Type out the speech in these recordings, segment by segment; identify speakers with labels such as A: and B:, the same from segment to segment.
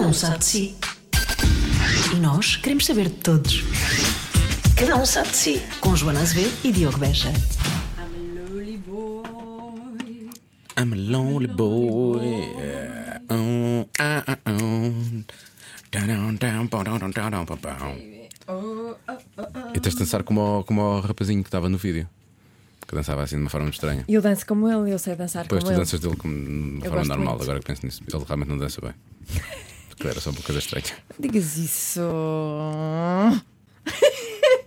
A: um sabe de si. E nós queremos saber de todos. Cada um sabe de si. Com Joana Azevedo e Diogo Beja.
B: I'm a lonely boy.
C: I'm a lonely boy. Um, ah, ah, um. Tadam, tam, padadam, tadam, papam.
B: Oh, oh, oh, oh.
C: E tens de dançar como o, como o rapazinho que estava no vídeo. Que dançava assim de uma forma muito estranha.
D: Eu danço como ele, eu sei dançar
C: Depois tu
D: como ele.
C: danças dele como de uma forma
D: gosto
C: normal,
D: muito.
C: agora que penso nisso. Ele realmente não dança bem. Porque era só uma coisa estranha.
D: Digas isso.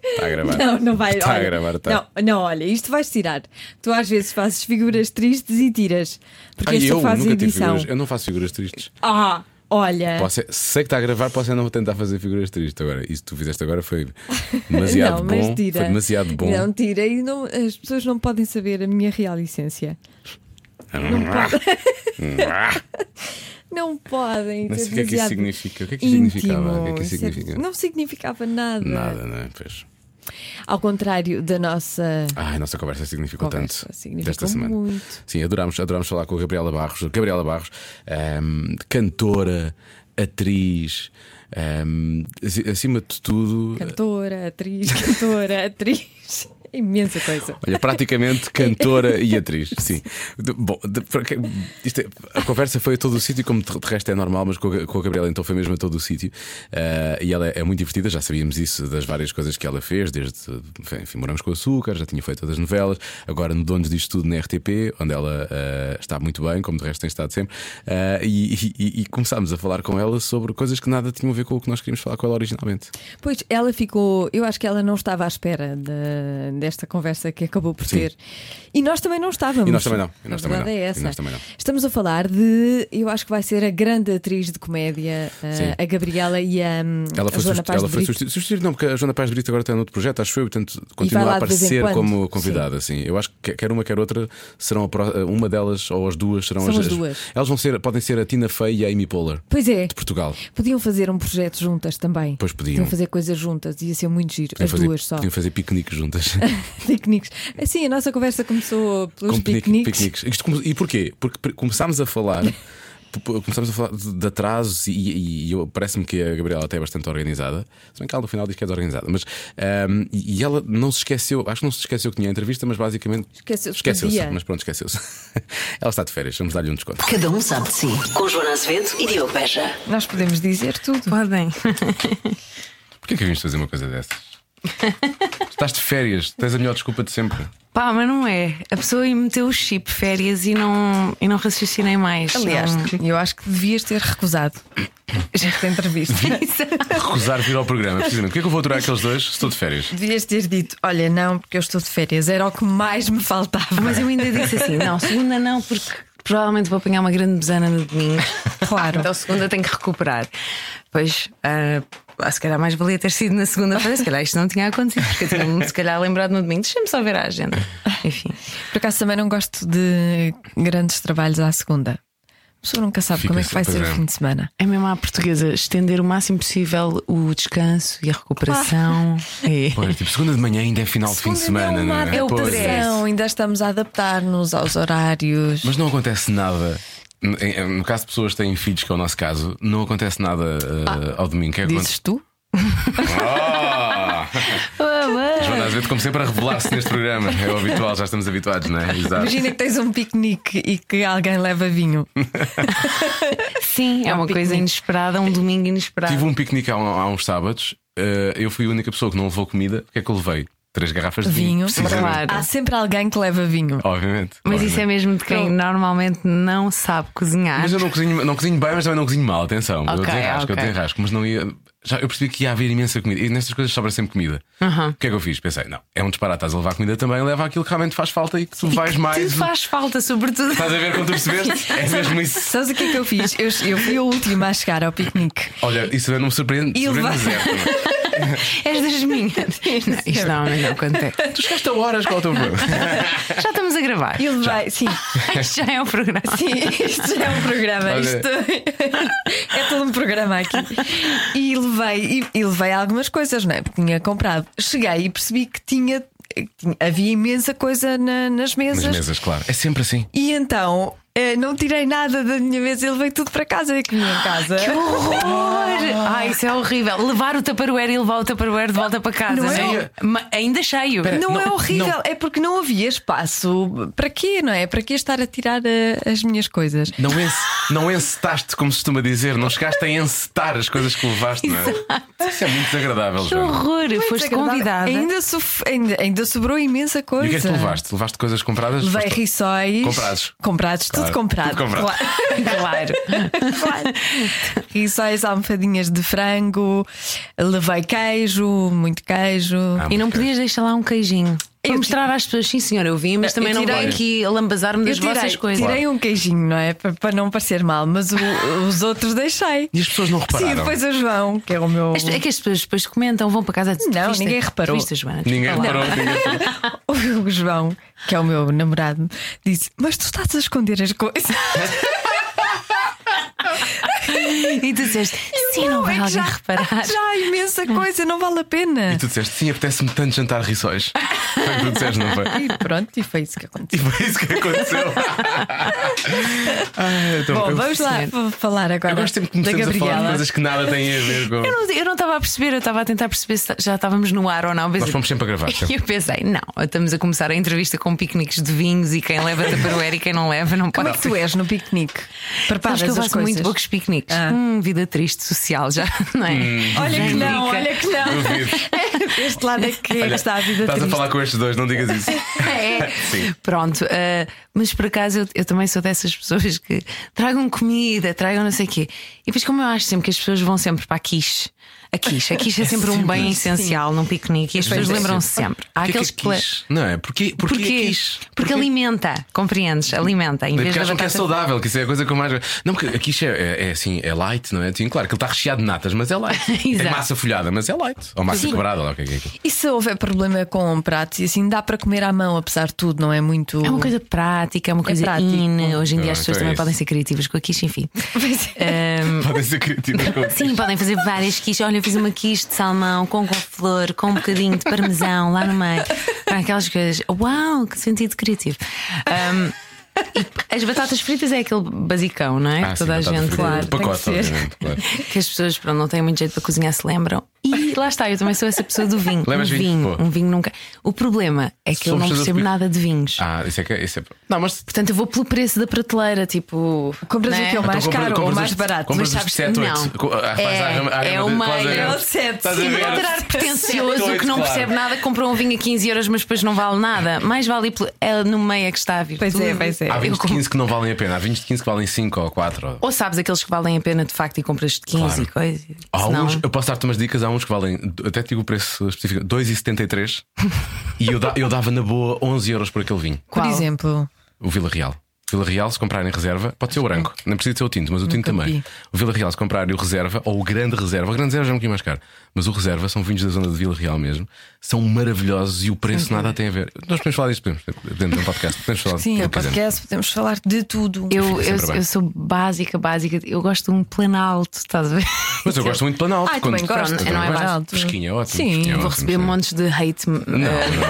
C: Está a gravar.
D: Não, não vai.
C: Está a
D: olha,
C: gravar, está.
D: Não, não, olha, isto vais tirar. Tu às vezes fazes figuras tristes e tiras. Porque
C: Ai,
D: esta
C: eu
D: faz
C: nunca tive
D: edição.
C: figuras. Eu não faço figuras tristes.
D: Ah, olha.
C: Posso é- sei que está a gravar, posso é não tentar fazer figuras tristes agora. Isso que tu fizeste agora foi demasiado
D: não,
C: bom.
D: mas tira.
C: Foi demasiado bom.
D: Não, tira e não- as pessoas não podem saber a minha real essência. Não podem.
C: Não
D: isso
C: sei o que é que isso
D: demasiado
C: significa. O que é que isso significava? O que é que
D: íntimo.
C: isso
D: Isso é-
C: significa?
D: Não significava nada.
C: Nada, não é? Pois.
D: Ao contrário da nossa.
C: Ai, a nossa conversa significou
D: Conversa
C: tanto
D: significou
C: desta semana.
D: muito.
C: Sim, adorámos, adorámos falar com a Gabriela Barros. Gabriela Barros, ahm, cantora, atriz, ahm, aci- acima de tudo,
D: Cantora, atriz, cantora, atriz. Imensa coisa.
C: olha, praticamente cantora e atriz. Sim. De- bom, de- para que- isto é- a conversa foi a todo o sítio, como de de resto é normal, mas com a, com a Gabriela então foi mesmo a todo o sítio. Ah, e ela é, é muito divertida, já sabíamos isso das várias coisas que ela fez, desde enfim, Moramos com Açúcar, já tinha feito as novelas, agora no Donos disto tudo na RTP, onde ela ah, está muito bem, como de resto tem estado sempre. Ah, e, e- e começámos a falar com ela sobre coisas que nada tinham a ver com o que nós queríamos falar com ela originalmente.
D: Pois ela ficou, eu acho que ela não estava à espera de- desta conversa que acabou por
C: Sim.
D: ter. E nós também não estávamos.
C: E nós também não, e nós
D: a
C: também não,
D: verdade é
C: e
D: essa.
C: nós também não.
D: Estamos a falar de, eu acho que vai ser a grande atriz de comédia, a-
C: Sim.
D: a Gabriela e a, hum,
C: Ela
D: a
C: foi,
D: Joana
C: substitu-
D: Paz
C: ela
D: de
C: foi
D: Brito.
C: substitu- substituir, não, porque a Joana Paz de Brito agora está noutro projeto, acho eu, portanto
D: vai
C: continua
D: lá
C: a
D: de vez em
C: aparecer
D: quando.
C: como convidada, sim. Eu acho que quer uma, quer outra, serão a pro- uma delas ou as duas serão
D: São as duas.
C: Elas vão ser, podem ser a Tina Fey e a Amy Poehler
D: Pois é,
C: de Portugal.
D: podiam fazer um projeto juntas também.
C: Pois podiam.
D: fazer coisas juntas, ia ser muito giro.
C: Podiam
D: as
C: fazer,
D: duas só.
C: Podiam fazer piqueniques juntas.
D: Piqueniques. Assim, a nossa conversa começou pelos
C: Com pique-
D: piqueniques.
C: Isto come- e porquê? Porque pre- começámos a falar. p- p- Começámos a falar de de atrasos e, e- e eu- parece-me que a Gabriela até é bastante organizada. Se bem que ela no final diz que é desorganizada, mas ahm, e e ela não se esqueceu, acho que não se esqueceu que tinha a entrevista, mas basicamente
D: Esqueceu-se do
C: esqueceu-se.
D: dia.
C: Mas pronto, esqueceu-se. ela está de férias, vamos dar-lhe um desconto.
A: Cada um sabe de si. Com Joana Azevedo e Diogo Beja.
D: Nós podemos dizer tudo.
B: Podem.
C: Porquê que vimos fazer uma coisa dessas? Estás de férias, tens a melhor desculpa de sempre.
B: Pá, mas não é. A pessoa aí meteu o chip férias e não, e não raciocinei mais.
D: Aliás,
B: Não-
D: eu acho que devias ter recusado esta entrevista.
C: Recusar vir ao programa, precisamente. Porquê que eu vou aturar aqueles dois se estou de férias?
D: devias ter dito: Olha, não, porque eu estou de férias, era o que mais me faltava.
B: Mas eu ainda disse assim: não, segunda não, porque provavelmente vou apanhar uma grande besana no domingo.
D: Claro.
B: Então, segunda tenho que recuperar. Pois, ah, ah, se calhar mais valia ter sido na segunda-feira. Se calhar isto não tinha acontecido, porque eu tinha-me, se calhar, lembrado no domingo. Deixa-me só ver a agenda. Enfim.
D: Por acaso também não gosto de grandes trabalhos à segunda. A pessoa nunca sabe
C: Fica
D: como é que vai
C: sempre
D: ser o
C: bem.
D: fim de semana.
B: É mesmo à portuguesa estender o máximo possível o descanso e a recuperação. É.
C: Pois, tipo, segunda de manhã ainda é final de fim de semana, não é?
D: É o
C: Pois.
D: padrão, ainda estamos a adaptar-nos aos horários.
C: Mas não acontece nada. N- em- No caso de pessoas que têm filhos, que é o nosso caso, não acontece nada eh,
B: Ah,
C: ao domingo. O Que é que
D: Dizes tu?
C: acontece? Oh! Joana Azevedo, como sempre, a revelar-se neste programa. É o habitual, já estamos habituados, não é? Exato.
D: Imagina que tens um piquenique e que alguém leva vinho.
B: Sim, é
D: um
B: uma coisa
D: piquenique.
B: inesperada, um domingo inesperado.
C: Tive um piquenique há, um- há uns sábados. eh, eu fui a única pessoa que não levou comida. O que é que eu levei? Três garrafas de vinho.
D: Vinho.
C: precisamente.
B: Claro.
D: Há sempre alguém que leva vinho.
C: Obviamente.
B: Mas isso é
C: obviamente.
B: mesmo de quem normalmente não sabe cozinhar.
C: Mas eu não cozinho, não cozinho bem, mas também não cozinho mal, atenção. eu
B: Ok,
C: tenho rasco, eu
B: ok.
C: tenho rasco, mas não ia. Já, eu percebi que ia haver imensa comida. E nestas coisas sobra sempre comida. O que é que eu fiz? Pensei, não, é um disparate, estás a levar comida também, leva aquilo que realmente faz falta e que tu vais
B: Te
C: mais.
B: faz falta, sobretudo.
C: Estás a ver como tu percebeste? É mesmo isso.
D: Sabes o que é que eu fiz? Eu, eu fui a última a chegar ao piquenique.
C: Olha, isso não me surpreende.
D: E
C: surpreende
D: levar-
C: zero também.
B: És das minhas. Não, isto normalmente não acontece.
C: Tu chegaste a horas, qual é o teu problema?
B: Já estamos a gravar.
D: E ele vai, sim,
B: Isto já é um programa.
D: sim, isto já é um programa,
C: Olha.
D: isto é todo um programa aqui. E levei, e, e levei algumas coisas, não é? Porque tinha comprado. Cheguei e percebi que tinha, tinha- havia imensa coisa na- nas mesas.
C: Nas mesas, claro. É sempre assim.
D: E então eh, não tirei nada da minha mesa, ele veio tudo para casa e comi em casa.
B: Que horror! Ai, isso é horrível. Levar o Tupperware e levar o Tupperware de volta para casa,
D: Não é?
B: né? Ma- ainda cheio.
E: Espera.
D: Não,
E: Não,
D: é horrível,
E: não.
D: é porque não havia espaço. Para quê, não é? Para quê estar a tirar eh, as minhas coisas?
C: Não, ence, não encetaste, como se costuma dizer, não chegaste a encetar as coisas que levaste, não é? Isso é muito desagradável,
B: Que
C: Joana.
B: horror!
D: Muito
B: Foste
D: é desagradável.
B: convidada.
D: Ainda, sof- ainda, ainda sobrou imensa coisa.
C: E o que é que tu levaste? Levaste coisas compradas?
D: Levei
C: Foste-
D: rissóis.
C: Comprados.
D: Comprados,
C: Claro,
D: tudo comprado.
C: tudo comprado.
D: Claro. claro. Rissóis, almofadinhas de frango. Levei queijo, muito queijo.
C: Ah,
B: E não podias deixar lá um queijinho. Para
D: Eu
B: mostrar às pessoas, sim senhora, eu vim, mas
D: Eu
B: também não
D: tirei-
B: vim aqui lambazar-me
D: Eu
B: das
D: tirei,
B: vossas coisas.
D: tirei um queijinho, não é? Pa- Para não parecer mal, mas o- os outros deixei.
C: E as pessoas não
D: Sim,
C: repararam.
D: depois o João, que é o meu.
B: Isto É que as pessoas depois comentam, vão para casa
D: Não,
B: "Viste-
D: ninguém reparou.
B: viste, Joana,
C: Ninguém
B: desculpa lá."
C: reparou. ninguém reparou.
D: O João, que é o meu namorado, disse: Mas tu estás a esconder as coisas.
B: E tu disseste, sim, não,
D: Não,
B: vai
D: é que
B: alguém
D: já,
B: reparar.
D: Já há imensa coisa, não vale a pena.
C: E tu disseste, sim, apetece-me tanto jantar rissóis. Foi o que tu disseste, não foi?
D: E pronto, e foi isso que aconteceu.
C: E foi isso que aconteceu. Ai, eu tô-
D: Bom,
C: eu-
D: vamos lá vou falar agora.
C: Eu gosto sempre que
D: da
C: começamos a
D: Gabriela.
C: falar de coisas que nada têm a ver com.
B: Eu não- Eu não estava a perceber, eu estava a tentar perceber se já estávamos no ar ou não.
C: Nós fomos sempre a gravar, sempre.
B: E eu pensei, não, estamos a começar a entrevista com piqueniques de vinhos e quem leva tupperware e quem não leva não
D: Como
B: pode
D: é que tu és no piquenique? Preparas
B: Sabes que eu
D: as
B: faço
D: coisas.
B: muito poucos piqueniques.
D: Ah.
B: Hum, vida triste, social já, não é?
C: Hum,
D: Olha que não,
B: Indica.
D: olha que não.
C: Duvido.
D: Este lado é que está a vida
C: Estás a
D: triste.
C: falar com estes dois, não digas isso.
B: É.
C: Sim.
B: Pronto, ah, mas por acaso eu, eu também sou dessas pessoas que tragam comida, tragam não sei o quê. E depois, como eu acho sempre que as pessoas vão sempre para a quiche, a quiche, a quiche é sempre um bem essencial num piquenique e as pessoas lembram-se sempre. Há
C: é assim, Porquê
B: aqueles
C: que é quis? Não é? Porquê, porquê,
B: Porquê?
C: é quis?
B: Porque alimenta, compreendes? Alimenta. Em vez
C: Porque
B: da
C: acham que é
B: batata
C: saudável, que isso é a coisa que eu mais. Não, porque a quiche é, é- é assim, é light, não é? Sim, claro, que ele está recheado de natas, mas é light. é
B: Exato.
C: massa folhada, mas é light. Ou massa quebrada, lá o que é que é aquilo.
D: E se houver problema com pratos e assim, dá para comer à mão, apesar de tudo, não é muito.
B: É uma coisa prática, é uma coisa
D: prático.
B: in. Hoje em dia
C: Ah,
B: as pessoas
C: então é
B: também
C: isso.
B: podem ser criativas com a quiche, enfim. é.
D: Eh,
C: Podem ser criativas com
B: Sim, podem fazer várias quiches. Olha, eu fiz uma quiche de salmão com couve-flor, com um bocadinho de parmesão lá no meio. Para aquelas coisas. Uau, que sentido criativo. Ahm, e as batatas fritas é aquele basicão, não é?
C: Ah,
B: que
C: sim,
B: toda a
C: batata
B: gente,
C: frita.
B: claro.
C: De
D: tem que
C: pacote,
D: ser.
C: obviamente, claro.
B: Que as pessoas pronto, não têm muito jeito para cozinhar, se lembram. E lá está, eu também sou essa pessoa do vinho.
C: Levas
B: um
C: vinho? Boa.
B: Um vinho nunca. O problema é que eu
C: Somos assim.
B: não
C: todas
B: percebo
C: pi-
B: nada de vinhos.
C: Ah, isso é que isso é. Não, mas
B: Portanto, eu vou pelo preço da prateleira, tipo.
D: Compras
B: né?
D: o que é o mais
C: Então, compra-
D: caro ou o
C: compras
D: mais
C: os-
D: barato.
C: Compras
D: mas
C: os
D: sabes-
C: 7, 8.
B: não. É- é o meio, é o
D: sete.
C: Estás a
D: Sim,
C: ver?
D: não terá-
B: Encontrar pretencioso
C: Doido,
B: que não
C: claro.
B: percebe nada, comprou um vinho a 15 euros, mas depois não vale nada. Mais vale ir pelo- é no meio é que está a vir.
D: Pois é, pois é.
C: Há
B: Eu
C: 20 de
B: compro-
C: 15 que não valem a pena, há 20 de 15 que valem 5 ou 4.
B: Ou sabes aqueles que valem a pena de facto e compras de 15 e
C: Claro.
B: coisa.
C: Há
B: senão-
C: uns, eu posso dar-te umas dicas, há uns que valem, até te digo o preço específico, 2,73 e eu, da- eu dava na boa 11 euros por aquele vinho,
D: Por
B: Qual?
D: exemplo,
C: o Vila Real. Vila Real, se comprarem reserva, pode ser o branco, não precisa ser o tinto, mas o tinto também.
D: é. vi.
C: O Vila Real, se comprarem o reserva ou o grande reserva, o grande reserva já é um bocadinho mais caro, mas o reserva são vinhos da zona de Vila Real mesmo, são maravilhosos e o preço nada tem a ver. Nós podemos falar disto podemos, dentro de um podcast, podemos falar
D: sim,
C: do
D: é
C: que quisermos.
D: podcast, podemos falar de tudo.
B: Eu, eu,
C: sempre bem.
B: eu sou básica, básica. Eu gosto de um planalto, estás a ver?
C: Mas eu gosto muito de Planalto.
D: Ai,
C: quando-
D: também gosto.
C: Pronto,
B: Eu não é
C: gosto.
D: barato.
C: Fresquinho é ótimo.
D: Sim,
C: fresquinho é
B: Vou
C: ótimo,
B: receber um
C: sim.
B: montes de hate uh,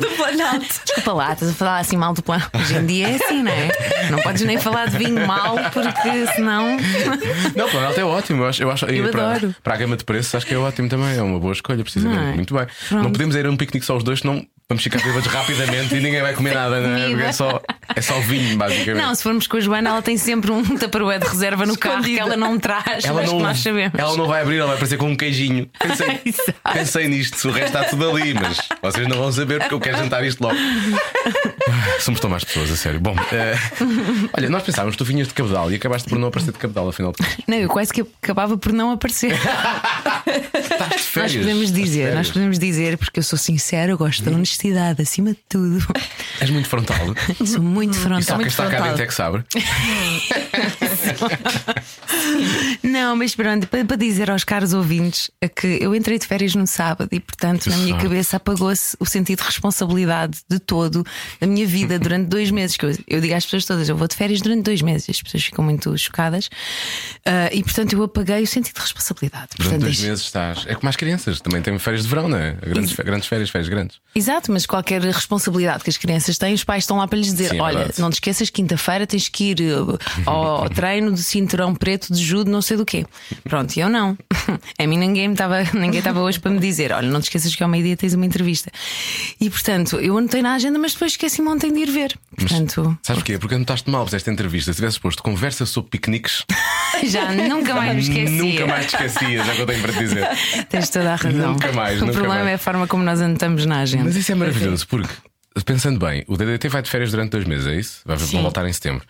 D: do Planalto.
B: Desculpa lá, estás a falar assim mal do plano. Hoje em dia é assim, não é? Não podes nem falar de vinho mal, porque senão.
C: Não, Planalto é ótimo. Eu, acho, eu, acho, e para,
B: adoro.
C: para a gama de preços, acho que é ótimo também. É uma boa escolha, precisamente.
B: Não é?
C: Muito bem. Não
B: Pronto.
C: podemos ir a um piquenique só os dois, senão vamos ficar vivas rapidamente e ninguém vai comer nada, não é? Porque é só, é só vinho, basicamente.
B: Não, se formos com a Joana, ela tem sempre um Tupperware de reserva no carro que
D: Escondida.
B: ela não traz,
C: ela,
B: mas
C: não,
B: que nós sabemos.
C: ela não vai abrir, ela vai aparecer com um queijinho. Pensei,
B: Exato.
C: pensei nisto, o resto está tudo ali, mas vocês não vão saber porque eu quero jantar isto logo. Somos tão mais pessoas, a sério. Bom, eh, olha, nós pensávamos que tu vinhas de Cabedal e acabaste por não aparecer de Cabedal, afinal de contas.
B: Não, eu quase que acabava por não aparecer.
C: Estás de
B: nós
C: férias. Estás
B: podemos dizer, nós
C: de férias.
B: podemos dizer, porque eu sou sincera, eu gosto da honestidade acima de tudo.
C: És muito frontal.
B: Sou muito
C: E só
B: frontal.
C: quem
B: Muito
C: está cá
B: frontal.
C: dentro é que sabe.
B: Não, mas pronto, para, para dizer aos caros ouvintes é que eu entrei de férias no sábado e, portanto, na minha
C: sorte.
B: cabeça apagou-se o sentido de responsabilidade de todo da minha vida durante dois meses. Que eu, eu digo às pessoas todas, eu vou de férias durante dois meses, as pessoas ficam muito chocadas Ah, e, portanto, eu apaguei o sentido de responsabilidade.
C: Durante dois
B: portanto, deixe-
C: meses meses estás. É como as crianças, também têm férias de verão, não é? Grandes, fe- grandes férias, férias grandes.
B: Exato, mas qualquer responsabilidade que as crianças têm, os pais estão lá para lhes dizer:
C: Sim, é
B: olha,
C: verdade.
B: não te esqueças, quinta-feira tens que ir eh, ao treino de cinturão preto de judo, não sei do quê. Pronto, e eu não. A mim ninguém me estava ninguém estava hoje para me dizer: olha, não te esqueças que ao meio-dia tens uma entrevista. E portanto, eu anotei na agenda, mas depois esqueci-me ontem de ir ver. Portanto,
C: Sabes porquê? Porque anotaste mal para esta entrevista. Se tivesses posto conversa sobre piqueniques,
B: já nunca mais me esqueci.
C: nunca mais te esquecias, é o que eu tenho para te dizer.
B: Tens toda a razão.
C: Nunca mais,
B: o
C: nunca
B: problema
C: mais.
B: é a forma como nós anotamos na agenda.
C: Mas isso é maravilhoso, porque pensando bem, o DDT vai de férias durante dois meses, é isso? Vai
B: Sim.
C: vão voltar em setembro.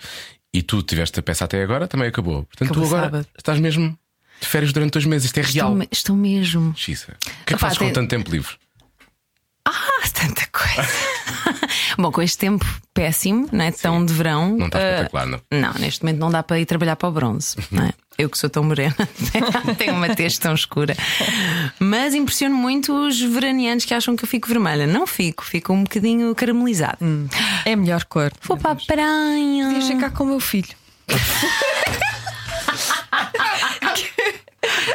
C: E tu tiveste a peça até agora, também acabou. Portanto,
B: Acabou
C: tu agora
B: sábado.
C: estás mesmo de férias durante dois meses, isto é
B: Estou,
C: real.
B: me- estou mesmo.
C: Xisa. O que é que
B: Epá,
C: fazes com
B: tem-
C: tanto tempo livre?
B: Ah, tanta coisa. Bom, com este tempo péssimo, não é? Tão de verão.
C: Não está
B: eh,
C: espetacular, não.
B: Não, neste momento não dá para ir trabalhar para o bronze, não é? Eu que sou tão morena, tenho uma tez tão escura. Mas impressiono muito os veranianos que acham que eu fico vermelha. Não fico, fico um bocadinho caramelizado.
D: É a melhor cor.
B: Vou para a praia.
D: Deixa cá com o meu filho.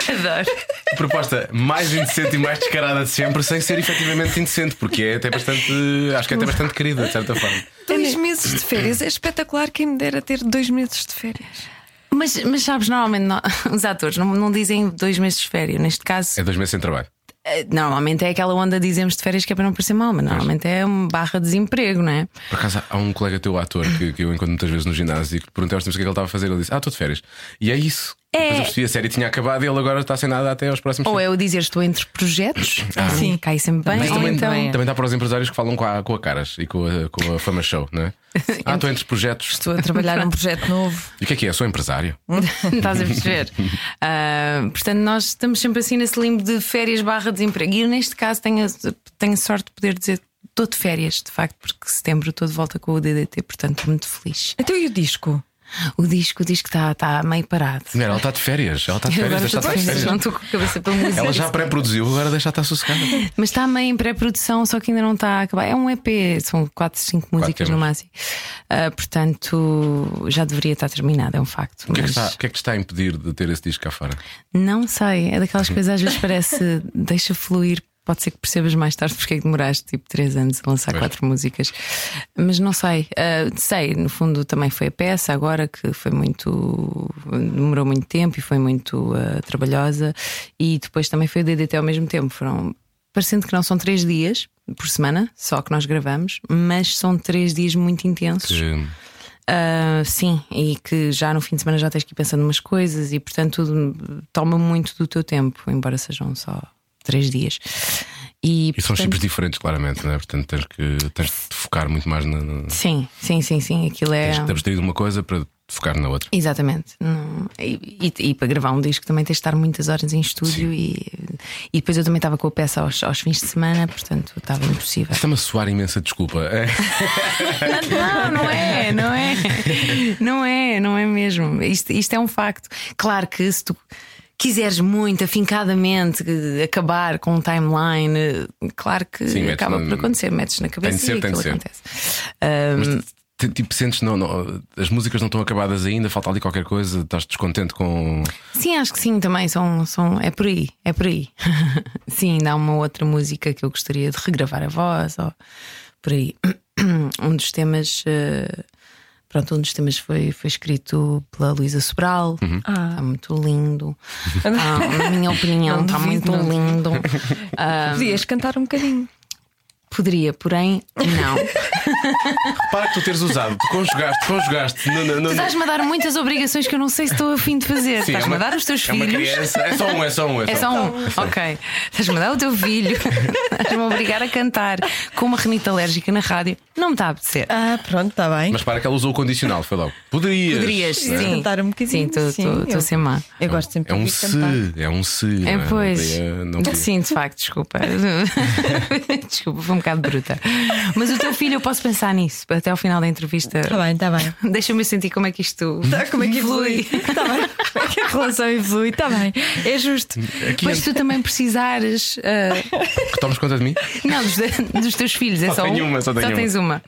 B: Adoro.
C: Proposta mais indecente e mais descarada de sempre, sem ser efetivamente indecente, porque é até bastante. Acho que é até bastante querida, de certa forma.
B: É
D: Dois meses de férias. É espetacular quem me dera ter dois meses de férias.
B: Mas, mas sabes, normalmente no- os atores não, não dizem dois meses de férias. Neste caso,
C: É dois meses sem trabalho.
B: eh, normalmente é aquela onda dizemos de férias que é para não parecer mal, mas normalmente é uma barra de desemprego, não é?
C: Por acaso há um colega teu ator que, que eu encontro muitas vezes no ginásio e que perguntei aos tempos o que é que ele estava a fazer. Ele disse: Ah, estou de férias. E é isso. Depois eu percebi a série tinha acabado e ele agora está sem nada até aos próximos
B: Ou
C: tempos.
B: é o dizer estou entre projetos, sim, cai sempre
C: Ah.
B: bem,
C: Mas
B: ou
C: também,
B: então
C: também dá para os empresários que falam com a, com a caras e com a, com a fama show, não é? Ah, estou entre projetos.
D: Estou a trabalhar num projeto novo.
C: E o que é que é? Sou empresário.
B: estás a perceber. Ah, portanto, nós estamos sempre assim nesse limbo de férias barra desemprego. E eu, neste caso, tenho, tenho sorte de poder dizer estou de férias, de facto, porque setembro estou de volta com o DDT, portanto, estou muito feliz.
D: Então e o disco?
B: O disco, o disco está está meio parado.
C: Mulher, ela está de férias. Ela está de
B: Eu
C: férias.
B: agora
C: deixa
B: estou
C: estar
B: de
C: de
B: férias, não
C: férias.
B: estou com a cabeça para música.
C: Ela já pré-produziu, agora deixa estar sossegada.
B: Mas está meio em pré-produção, só que ainda não está a acabar. É um EP, são 4, 5 músicas no
C: temas.
B: máximo. Ah, portanto, já deveria estar terminado, é um facto.
C: O que, é que
B: mas
C: está, o que é que te está a impedir de ter esse disco cá fora?
B: Não sei, é daquelas coisas às vezes parece deixa fluir. Pode ser que percebas mais tarde porque é que demoraste tipo 3 anos a lançar
C: Pois.
B: quatro músicas. Mas não sei. Ah, sei, no fundo também foi a peça agora que foi muito. demorou muito tempo e foi muito ah, trabalhosa. E depois também foi o DDT ao mesmo tempo. Foram. parecendo que não são três dias por semana, só que nós gravamos, mas são três dias muito intensos.
C: Que-
B: Ah, sim, e que já no fim de semana já tens que ir pensando umas coisas e, portanto, toma muito do teu tempo, embora sejam só três dias. E,
C: E são
B: portanto,
C: chips diferentes, claramente, não é? Portanto, tens que tens de te focar muito mais na. na-
B: Sim, sim, sim, sim. Aquilo é.
C: Tens de te abstrair de uma coisa para te focar na outra.
B: Exatamente. Não- E, e- e para gravar um disco também tens de estar muitas horas em estúdio e, e depois eu também estava com a peça aos, aos fins de semana, portanto estava impossível.
C: Está-me a soar imensa desculpa. É?
B: Não, não é, não é. Não é, não é mesmo. Isto, isto é um facto. Claro que se tu quiseres muito, afincadamente, eh, acabar com um timeline, eh, claro que
C: Sim, metes
B: acaba
C: na-
B: por acontecer. Metes na cabeça
C: de ser,
B: e
C: tem de
B: aquilo
C: ser.
B: acontece.
C: Mas te- tipo, sentes, não, não, as músicas não estão acabadas ainda, falta ali qualquer coisa, estás descontente com.
B: Sim, acho que sim, também são, são é por aí, é por aí. sim, ainda há uma outra música que eu gostaria de regravar a voz ou por aí. Um dos temas, eh, pronto, um dos temas foi, foi escrito pela Luísa Sobral.
C: Uhum.
B: Está muito lindo. Ah, na minha opinião,
D: Não
B: está
D: duvido,
B: muito
D: não
B: lindo. Ah.
D: Podias cantar um bocadinho.
B: Poderia, porém, não.
C: Repara que tu teres usado, tu conjugaste, conjugaste. No, no, no,
B: tu estás-me a dar muitas obrigações que eu não sei se estou a fim de fazer.
C: Sim,
B: Estás-me
C: é uma-
B: a dar os teus
C: é uma
B: filhos.
C: criança. É só um, é só um.
B: É só um. Ok. Estás-me a dar o teu filho. Estás-me a obrigar a cantar com uma renita alérgica na rádio. Não me está a apetecer.
D: Ah, pronto,
B: tá
D: está bem.
C: Mas para que ela usou o condicional, foi logo. Poderias.
B: um. Poderias,
C: não é?
B: sim.
D: cantar um bocadinho,
B: Sim, estou-
D: sim,
B: estou estou
D: eu-
B: a ser má.
D: Eu gosto sempre
C: É um
D: de
C: se,
D: cantar.
C: é um se. não
B: É,
C: Não
B: pois.
C: podia- não podia.
B: Sim, de facto, desculpa. desculpa, foi um bocado bruta. Mas o teu filho, eu posso pensar nisso até ao final da entrevista.
D: Está Tá bem, está bem.
B: Deixa-me sentir como é que isto.
D: Como é que evolui? Está bem. Como é que a relação evolui? Está bem. É justo.
C: Aqui
B: Mas tu também precisares. ah,
C: que tomas conta de mim?
B: não, dos, dos teus filhos, é
C: Só
B: só,
C: tenho
B: um.
C: uma, só tenho
B: tens uma.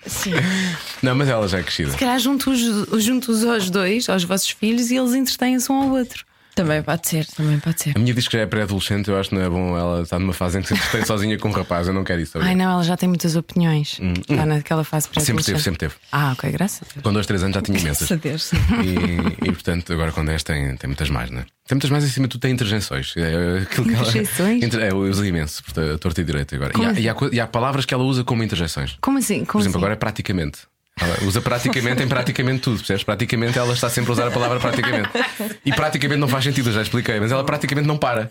C: Não, mas ela já é crescida.
B: Se calhar junto-os junto aos dois, aos vossos filhos, e eles entretêm-se um ao outro.
D: Também pode ser, também pode ser.
C: A minha diz que já é pré-adolescente, eu acho que não é bom ela estar numa fase em que sempre esteja sozinha com um rapaz, eu não quero isso.
B: Ai não, ela já tem muitas opiniões. Está naquela fase para
C: Hum. Sempre teve, sempre teve.
B: Ah, ok, graças a Deus.
C: Com dois, três anos já tinha imensas.
D: Saber-se.
C: E, e, portanto, agora com 10 tem, tem muitas mais, né? Tem muitas mais acima de tudo, tem interjeições. É, aquilo que ela-
B: Interjeições?
C: Inter- é, eu uso imenso, portanto, a torta e direito agora. E
B: Como
C: há,
B: assim?
C: e há co- e há palavras que ela usa como interjeições.
B: Como assim?
C: Por
B: Como
C: exemplo,
B: assim?
C: agora é praticamente. Ela usa praticamente em praticamente tudo, percebes? Praticamente ela está sempre a usar a palavra praticamente. E praticamente não faz sentido, eu já expliquei, mas ela praticamente não para.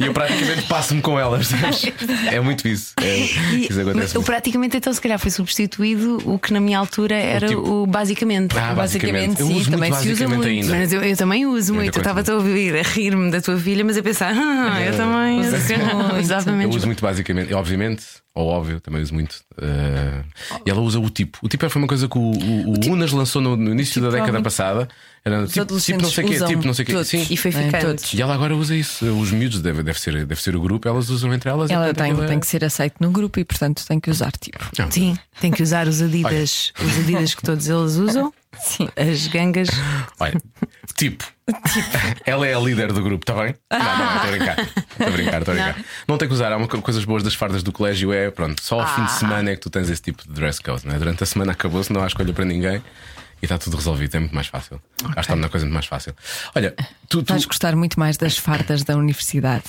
C: E eu praticamente passo-me com ela, percebes? É muito isso. É,
B: E
C: isso acontece.
B: o
C: muito.
B: praticamente então se calhar foi substituído o que na minha altura era o,
C: tipo-
B: basicamente.
C: Ah, basicamente.
D: basicamente,
C: Eu
D: sim,
C: uso muito
D: também se usa
C: basicamente
D: muito.
C: ainda.
B: Mas eu, eu também uso muito. Eu
C: coisa.
B: estava a ouvir, a rir-me da tua filha, mas a pensar, ah,
C: É,
B: eu também. uso
C: assim, Eu
B: Exatamente.
C: uso muito basicamente, obviamente, ou óbvio, também uso muito. eh, e ela usa o tipo. O tipo foi uma coisa que o, o- o Unas lançou no, no início da década passada. Era
D: tipo Os
C: tipo, tipo não sei o quê,
D: usam
C: tipo não sei o quê.
D: todos.
C: Sim.
B: E foi
D: É,
B: ficando.
D: todos.
C: E ela agora usa isso. Os miúdos, deve, deve, ser, deve ser o grupo, elas usam entre elas. e,
D: Ela
C: portanto,
D: tem,
C: aquilo é-
D: tem que ser aceita no grupo e, portanto, tem que usar tipo.
B: Sim, tem que usar os Adidas, os Adidas que todos eles usam,
D: Sim.
B: as gangas.
C: Olha, tipo. Ela é a líder do grupo, está bem? Não, não, estou a brincar. Estou a brincar, estou a brincar. Não tem que usar. Há uma co- coisas boas das fardas do colégio é, pronto, só ao fim
D: Ah.
C: de semana é que tu tens esse tipo de dress code, não é? Durante a semana acabou-se, não há escolha para ninguém e está tudo resolvido. É muito mais fácil. Acho que está uma coisa muito mais fácil. Olha, tu. tu-
D: Vais gostar muito mais das fardas da universidade.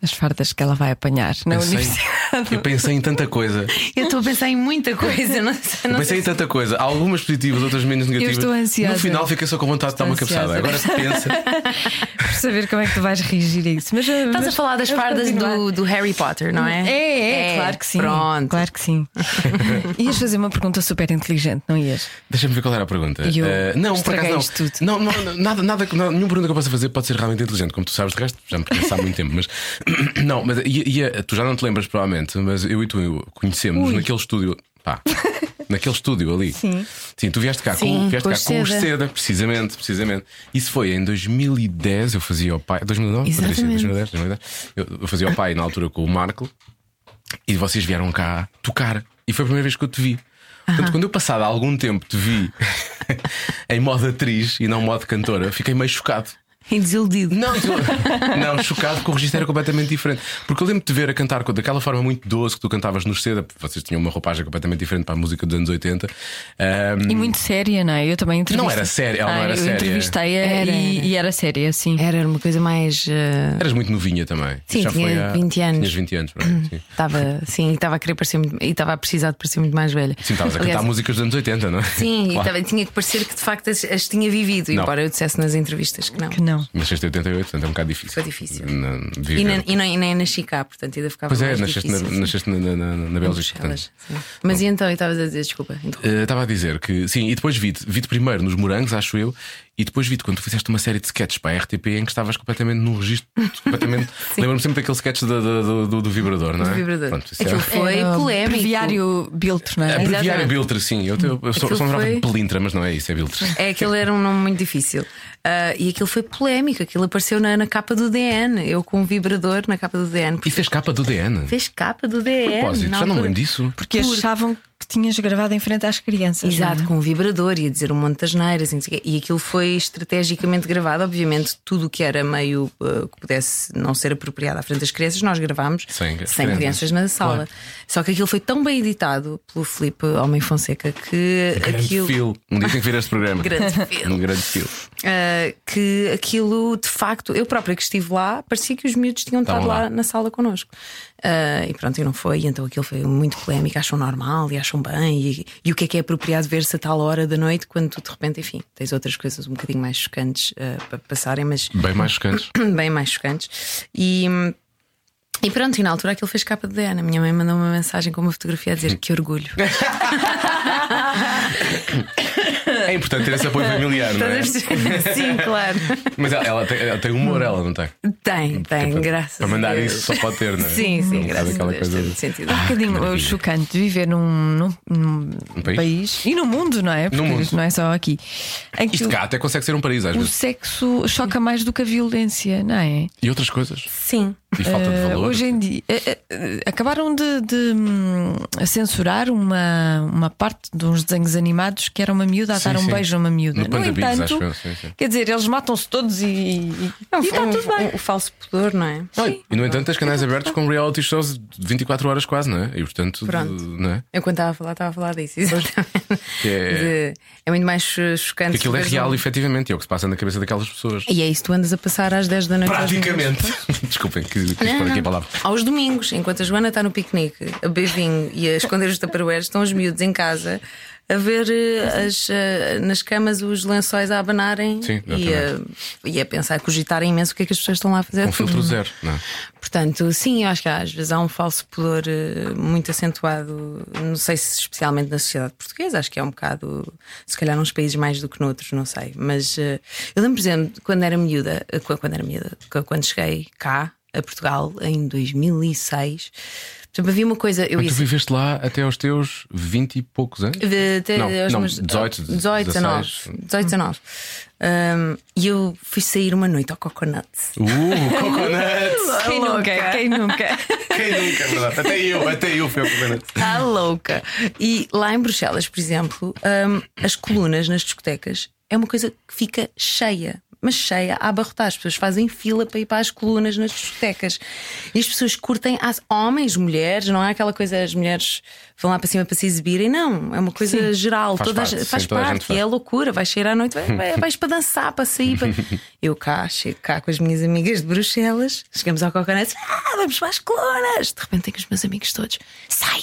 D: Das fardas que ela vai apanhar na
C: pensei-
D: universidade.
C: eu pensei em tanta coisa.
B: Eu estou a pensar em muita coisa, não sei.
C: Eu
B: Não
C: pensei em tanta coisa, Há algumas positivas, outras menos negativas.
D: estou ansiosa.
C: No final fica só com vontade de dar uma
D: Estou
C: cabeçada. Agora
D: ansiosa.
C: pensa.
D: Por saber como é que tu vais reagir a isso. Mas,
B: Estás a falar das fardas do, do Harry Potter, não é?
D: É, é, claro que sim.
B: Pronto.
D: Claro que sim. ias fazer uma pergunta super inteligente, não ias?
C: Deixa-me ver qual era a pergunta.
D: E eu
C: Eh, não, por
D: estraguei
C: acaso não.
D: isto tudo.
C: Não, não, não, nada, nada, nada- nenhuma pergunta que eu possa fazer pode ser realmente inteligente, como tu sabes, de resto, já me conheces há muito tempo, mas não, mas e, e, eh, tu já não te lembras, provavelmente, mas eu e tu conhecemos
D: Ui.
C: naquele estúdio. Pá, naquele estúdio ali.
D: Sim.
C: Sim, tu vieste cá,
B: Sim,
C: com, vieste
B: com
C: cá
B: os
C: com os
B: Seda.
C: seda, precisamente, precisamente. Isso foi em 2010, eu fazia ao pai. 2009? Poderia ser
B: Exatamente.
C: 2010, 2010. Eu, eu fazia ao pai na altura com o Marco e vocês vieram cá tocar. E foi a primeira vez que eu te vi. Portanto, quando eu passado algum tempo te vi em modo atriz e não modo cantora, fiquei meio chocado.
B: E desiludido.
C: Não, tu- não, chocado que o registro era completamente diferente. Porque eu lembro-te de ver a cantar com- daquela forma muito doce que tu cantavas no Seda, porque vocês tinham uma roupagem completamente diferente para a música dos anos 80. Ahm,
D: E muito séria, não é? Eu também entrevistei.
C: Não era séria, ela não
D: Ah,
C: era
D: eu
C: séria.
D: entrevistei-a
B: Era,
D: e,
B: era.
D: e era séria, sim.
B: Era uma coisa mais. eh,
C: eras muito novinha também.
B: Sim,
C: Já
B: tinha
C: foi há-
B: 20 anos.
C: Tinhas 20 anos, por aí, sim.
B: Estava sim, e estava a querer parecer muito, e estava a precisar de parecer muito mais velha.
C: Sim, estavas a
B: Aliás,
C: cantar músicas dos anos 80, não é?
B: Sim, e
C: Claro.
B: também tinha que parecer que de facto as, as tinha vivido,
C: Não.
B: embora eu dissesse nas entrevistas que não.
D: Que não.
C: 1988, portanto é um bocado difícil.
B: Foi difícil.
C: Não, devia
B: E,
C: ver.
B: na, e, não, e nem nasci cá, portanto ainda ficava
C: Pois é,
B: mais
C: nasceste, na,
B: difícil.
C: nasceste na, na, na, na Bélgica.
B: Bruxelas,
C: portanto.
B: sim. Mas e então, e estavas a dizer, desculpa, interrompi.
C: Eh, Estava a dizer que, sim, e depois vi-te. Vi-te primeiro nos Morangos, acho eu, e depois vi-te quando tu fizeste uma série de sketches para a RTP em que estavas completamente num registro. completamente. Lembro-me sempre daquele sketch do, do, do- do vibrador, não é?
B: Do vibrador.
C: Pronto, isso
B: Aquilo
C: é...
B: foi
D: Era
B: polémico.
D: Breviário Biltre, não
C: É,
D: é?
C: Breviário
B: Exatamente.
C: Biltre, sim. Eu, eu, eu sou, eu
B: Aquilo
C: sou lembrava
B: foi-
C: de Pelintra, mas não é isso, é Biltre.
B: É, aquilo era um nome muito difícil. Ah, e aquilo foi polémico, aquilo apareceu na, na capa do DN, eu com um vibrador na capa do DN.
C: E fez capa é do DN.
B: Fez capa do DN.
C: Propósito,
B: na
C: já não me
B: altura.
C: lembro disso.
D: Porque achavam que tinhas gravado em frente às crianças.
B: Exato,
D: não é?
B: com um vibrador e a dizer um monte de asneiras e não sei o quê. e aquilo foi estrategicamente gravado. Obviamente, tudo o que era meio eh, que pudesse não ser apropriado à frente das crianças, nós gravámos
C: Sem crianças.
B: crianças na sala.
C: Claro.
B: Só que aquilo foi tão bem editado pelo Filipe Homem Fonseca que
C: é Grande
B: aquilo.
C: fio. Um dia tem que ver este programa.
B: Grande fio.
C: Um grande fio.
B: eh, que aquilo de facto, eu própria que estive lá, parecia que os miúdos tinham
C: Estavam
B: estado lá.
C: Então, lá.
B: na sala connosco. Eh, e pronto, e não foi, e então aquilo foi muito polémico, acham normal e acham bem, e, e o que é que é apropriado ver-se a tal hora da noite quando tu de repente, enfim, tens outras coisas um bocadinho mais chocantes eh, para passarem, mas
C: Bem mais chocantes.
B: bem mais chocantes. E, e pronto, e na altura aquilo fez capa de DNA. A minha mãe mandou uma mensagem com uma fotografia a dizer que orgulho.
C: É importante ter esse apoio familiar, não é?
B: Sim, claro.
C: Mas ela, ela tem, ela tem humor, ela não tem?
B: Tem, tem,
C: Para-
B: graças
C: Para mandar
B: a Deus.
C: isso só pode ter, não é?
B: Sim, sim,
C: Não
B: graças a
C: aquela
B: Deus.
C: coisa
B: tem
C: de- Ah,
B: sentido.
D: Um bocadinho
C: maravilha.
D: chocante de viver num, num- num
C: Um país.
D: país. e no mundo, não é? Porque
C: mundo.
D: não é só aqui. Em que
C: Isto cá até consegue ser um país às
D: o
C: vezes.
D: sexo choca mais do que a violência, não é?
C: E outras coisas.
B: Sim,
C: E falta de
D: Eh,
C: valor.
D: Hoje em dia. eh, eh, acabaram de, de, hum, censurar uma, uma parte de uns desenhos animados que era uma miúda a
C: Sim,
D: dar um
C: sim.
D: beijo a uma miúda.
C: No
D: No,
C: Panda Bears,
D: entanto,
C: acho eu, sim, sim.
D: quer dizer, eles matam-se todos e. e-
B: É um,
D: e está
B: um-
D: tudo bem.
B: um- um falso pudor, não é?
C: Olha, e no entanto tens canais abertos com reality shows de 24 horas quase, não é? E portanto,
B: Pronto.
C: de- não é?
B: Eu quando estava a falar, estava a falar disso, exatamente.
C: Que é-
B: De- é muito mais eh, chocante.
C: Porque aquilo é
B: veres
C: real,
B: um-
C: efetivamente, e é o que se passa na cabeça daquelas pessoas.
B: E é isso, tu andas a passar às 10 da noite. aos domingos.
C: Desculpem, quis, quis
B: Não,
C: pôr aqui a
B: não.
C: palavra.
B: Aos domingos, enquanto a Joana está no piquenique a beber vinho e a esconder os taparoeiros, estão os miúdos em casa a ver eh, as, eh, nas camas os lençóis a abanarem
C: Sim,
B: e, a, e a pensar, a cogitar imenso o que é que as pessoas estão lá a fazer.
C: Um filtro zero, não é?
B: Portanto, sim, eu acho que às vezes há um falso pudor eh, muito acentuado, não sei se especialmente na sociedade portuguesa, acho que é um bocado, se calhar uns países mais do que noutros, não sei. Mas eh, eu lembro, por exemplo, quando era miúda, eh, qu- quando era miúda, qu- quando cheguei cá a Portugal em 2006, por exemplo, havia uma coisa, eu
C: Mas
B: ia
C: tu viveste lá até aos teus 20 e poucos anos?
B: de- até
C: Não,
B: aos
C: não,
B: meus
C: 18,
B: 18, 19.
C: 16.
B: 18, 19.
C: Hum.
B: Ahm, Hum, e eu fui sair uma noite ao Coconut.
C: Uh, coconut!
D: Quem nunca? Quem nunca?
C: Quem nunca, é verdade? Até eu, até eu fui ao coconut.
B: Está Tá louca. E lá em Bruxelas, por exemplo, hum, as colunas nas discotecas é uma coisa que fica cheia. Mas cheia a abarrotar, as pessoas fazem fila para ir para as colunas nas discotecas. E as pessoas curtem as homens, mulheres, não é aquela coisa as mulheres vão lá para cima para se exibirem, não. É uma coisa geral,
C: Faz
B: toda a
C: parte,
B: gente-
C: sim,
B: faz
C: toda a gente
B: parte,
C: faz.
B: é é loucura, vais sair à noite, vai, vai- vais para dançar, para sair. Para... Eu cá, chego cá com as minhas amigas de Bruxelas, chegamos ao Coconut, ah, vamos para as colunas. De repente tenho os meus amigos todos, sai,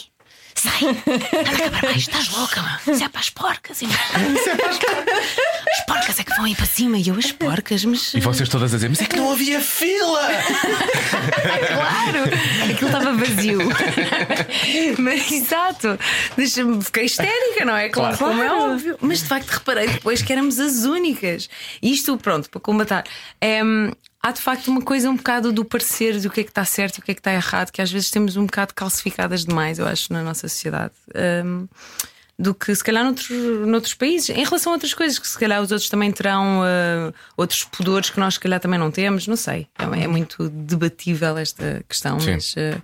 B: sai, anda cá para baixo, estás louca,
A: Hum.
B: mano. Isso é para as porcas, e-
A: é
B: as porcas é que vão ir para cima. E eu, as porcas, mas.
C: E vocês todas a dizer, mas é que não havia fila!
B: Claro, aquilo estava vazio. Mas exato, deixa-me, fiquei histérica, não é? Claro,
C: Claro.
B: como é óbvio. Mas de facto reparei depois que éramos as únicas. E Isto, pronto, para combatar. É, hum, há de facto uma coisa um bocado do parecer do que é que está certo e o que é que está errado, que às vezes temos um bocado calcificadas demais, eu acho, na nossa sociedade. Hum, do que se calhar noutros, noutros países, em relação a outras coisas, que se calhar os outros também terão ah, outros pudores que nós se calhar também não temos, não sei. É, é muito debatível esta questão,
C: Sim.
B: mas. ah,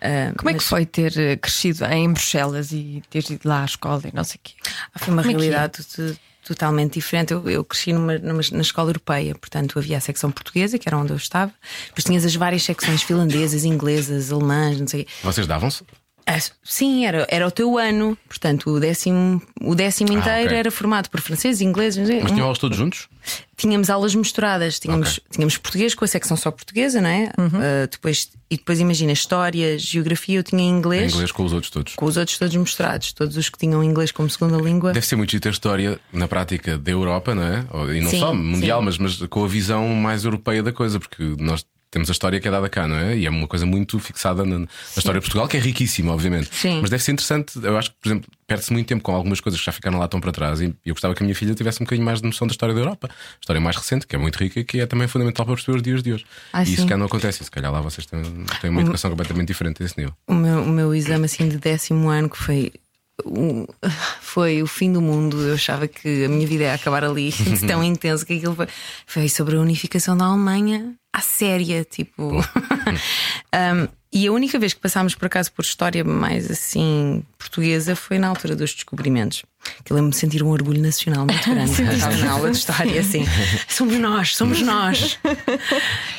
B: ah,
D: Como é que
B: mas-
D: foi ter eh, crescido em Bruxelas e ter ido lá à escola e não sei o quê?
B: Ah, Foi uma
D: Como é que é?
B: realidade to- totalmente diferente. Eu, eu cresci numa, numa- na escola europeia, portanto havia a secção portuguesa, que era onde eu estava, depois tinhas as várias secções finlandesas, inglesas, alemãs, não sei. o quê.
C: Vocês davam-se?
B: Ah, sim, era, era o teu ano, portanto o décimo, o décimo inteiro
C: Ah, ok.
B: era formado por franceses, ingleses, não sei,
C: Mas
B: um-
C: tinham aulas todos juntos?
B: tínhamos aulas misturadas, tínhamos, tínhamos português com a secção só portuguesa, não é? Ah, depois, e depois imagina, história, geografia, eu tinha
C: Em
B: inglês,
C: inglês com os outros todos.
B: com os outros todos misturados, todos os que tinham inglês como segunda língua.
C: Deve ser muito giro ter história na prática da Europa, não é? Ou- E não
B: Sim,
C: só mundial,
B: sim.
C: mas, mas com a visão mais europeia da coisa, porque nós temos a história que é dada cá, não é? E é uma coisa muito fixada na, na história de Portugal, que é riquíssima, obviamente.
B: Sim.
C: Mas deve ser interessante. Eu acho que, por exemplo, perde-se muito tempo com algumas coisas que já ficaram lá tão para trás. E eu gostava que a minha filha tivesse um bocadinho mais de noção da história da Europa. A história mais recente, que é muito rica e que é também fundamental para perceber os dias de hoje.
B: Ah,
C: e isso
B: sim. Hum.
C: cá não acontece. E se calhar lá vocês têm, têm uma educação completamente diferente desse nível.
B: O meu, o meu exame assim de décimo ano que foi o- foi o fim do mundo. Eu achava que a minha vida ia acabar ali, de tão intenso que aquilo foi. Foi sobre a unificação da Alemanha à séria, tipo. Um, e a única vez que passámos por acaso por história mais assim portuguesa foi na altura dos descobrimentos. Que eu lembro-me de sentir um orgulho nacional muito grande. Estava na aula de história, assim. Somos nós, somos nós.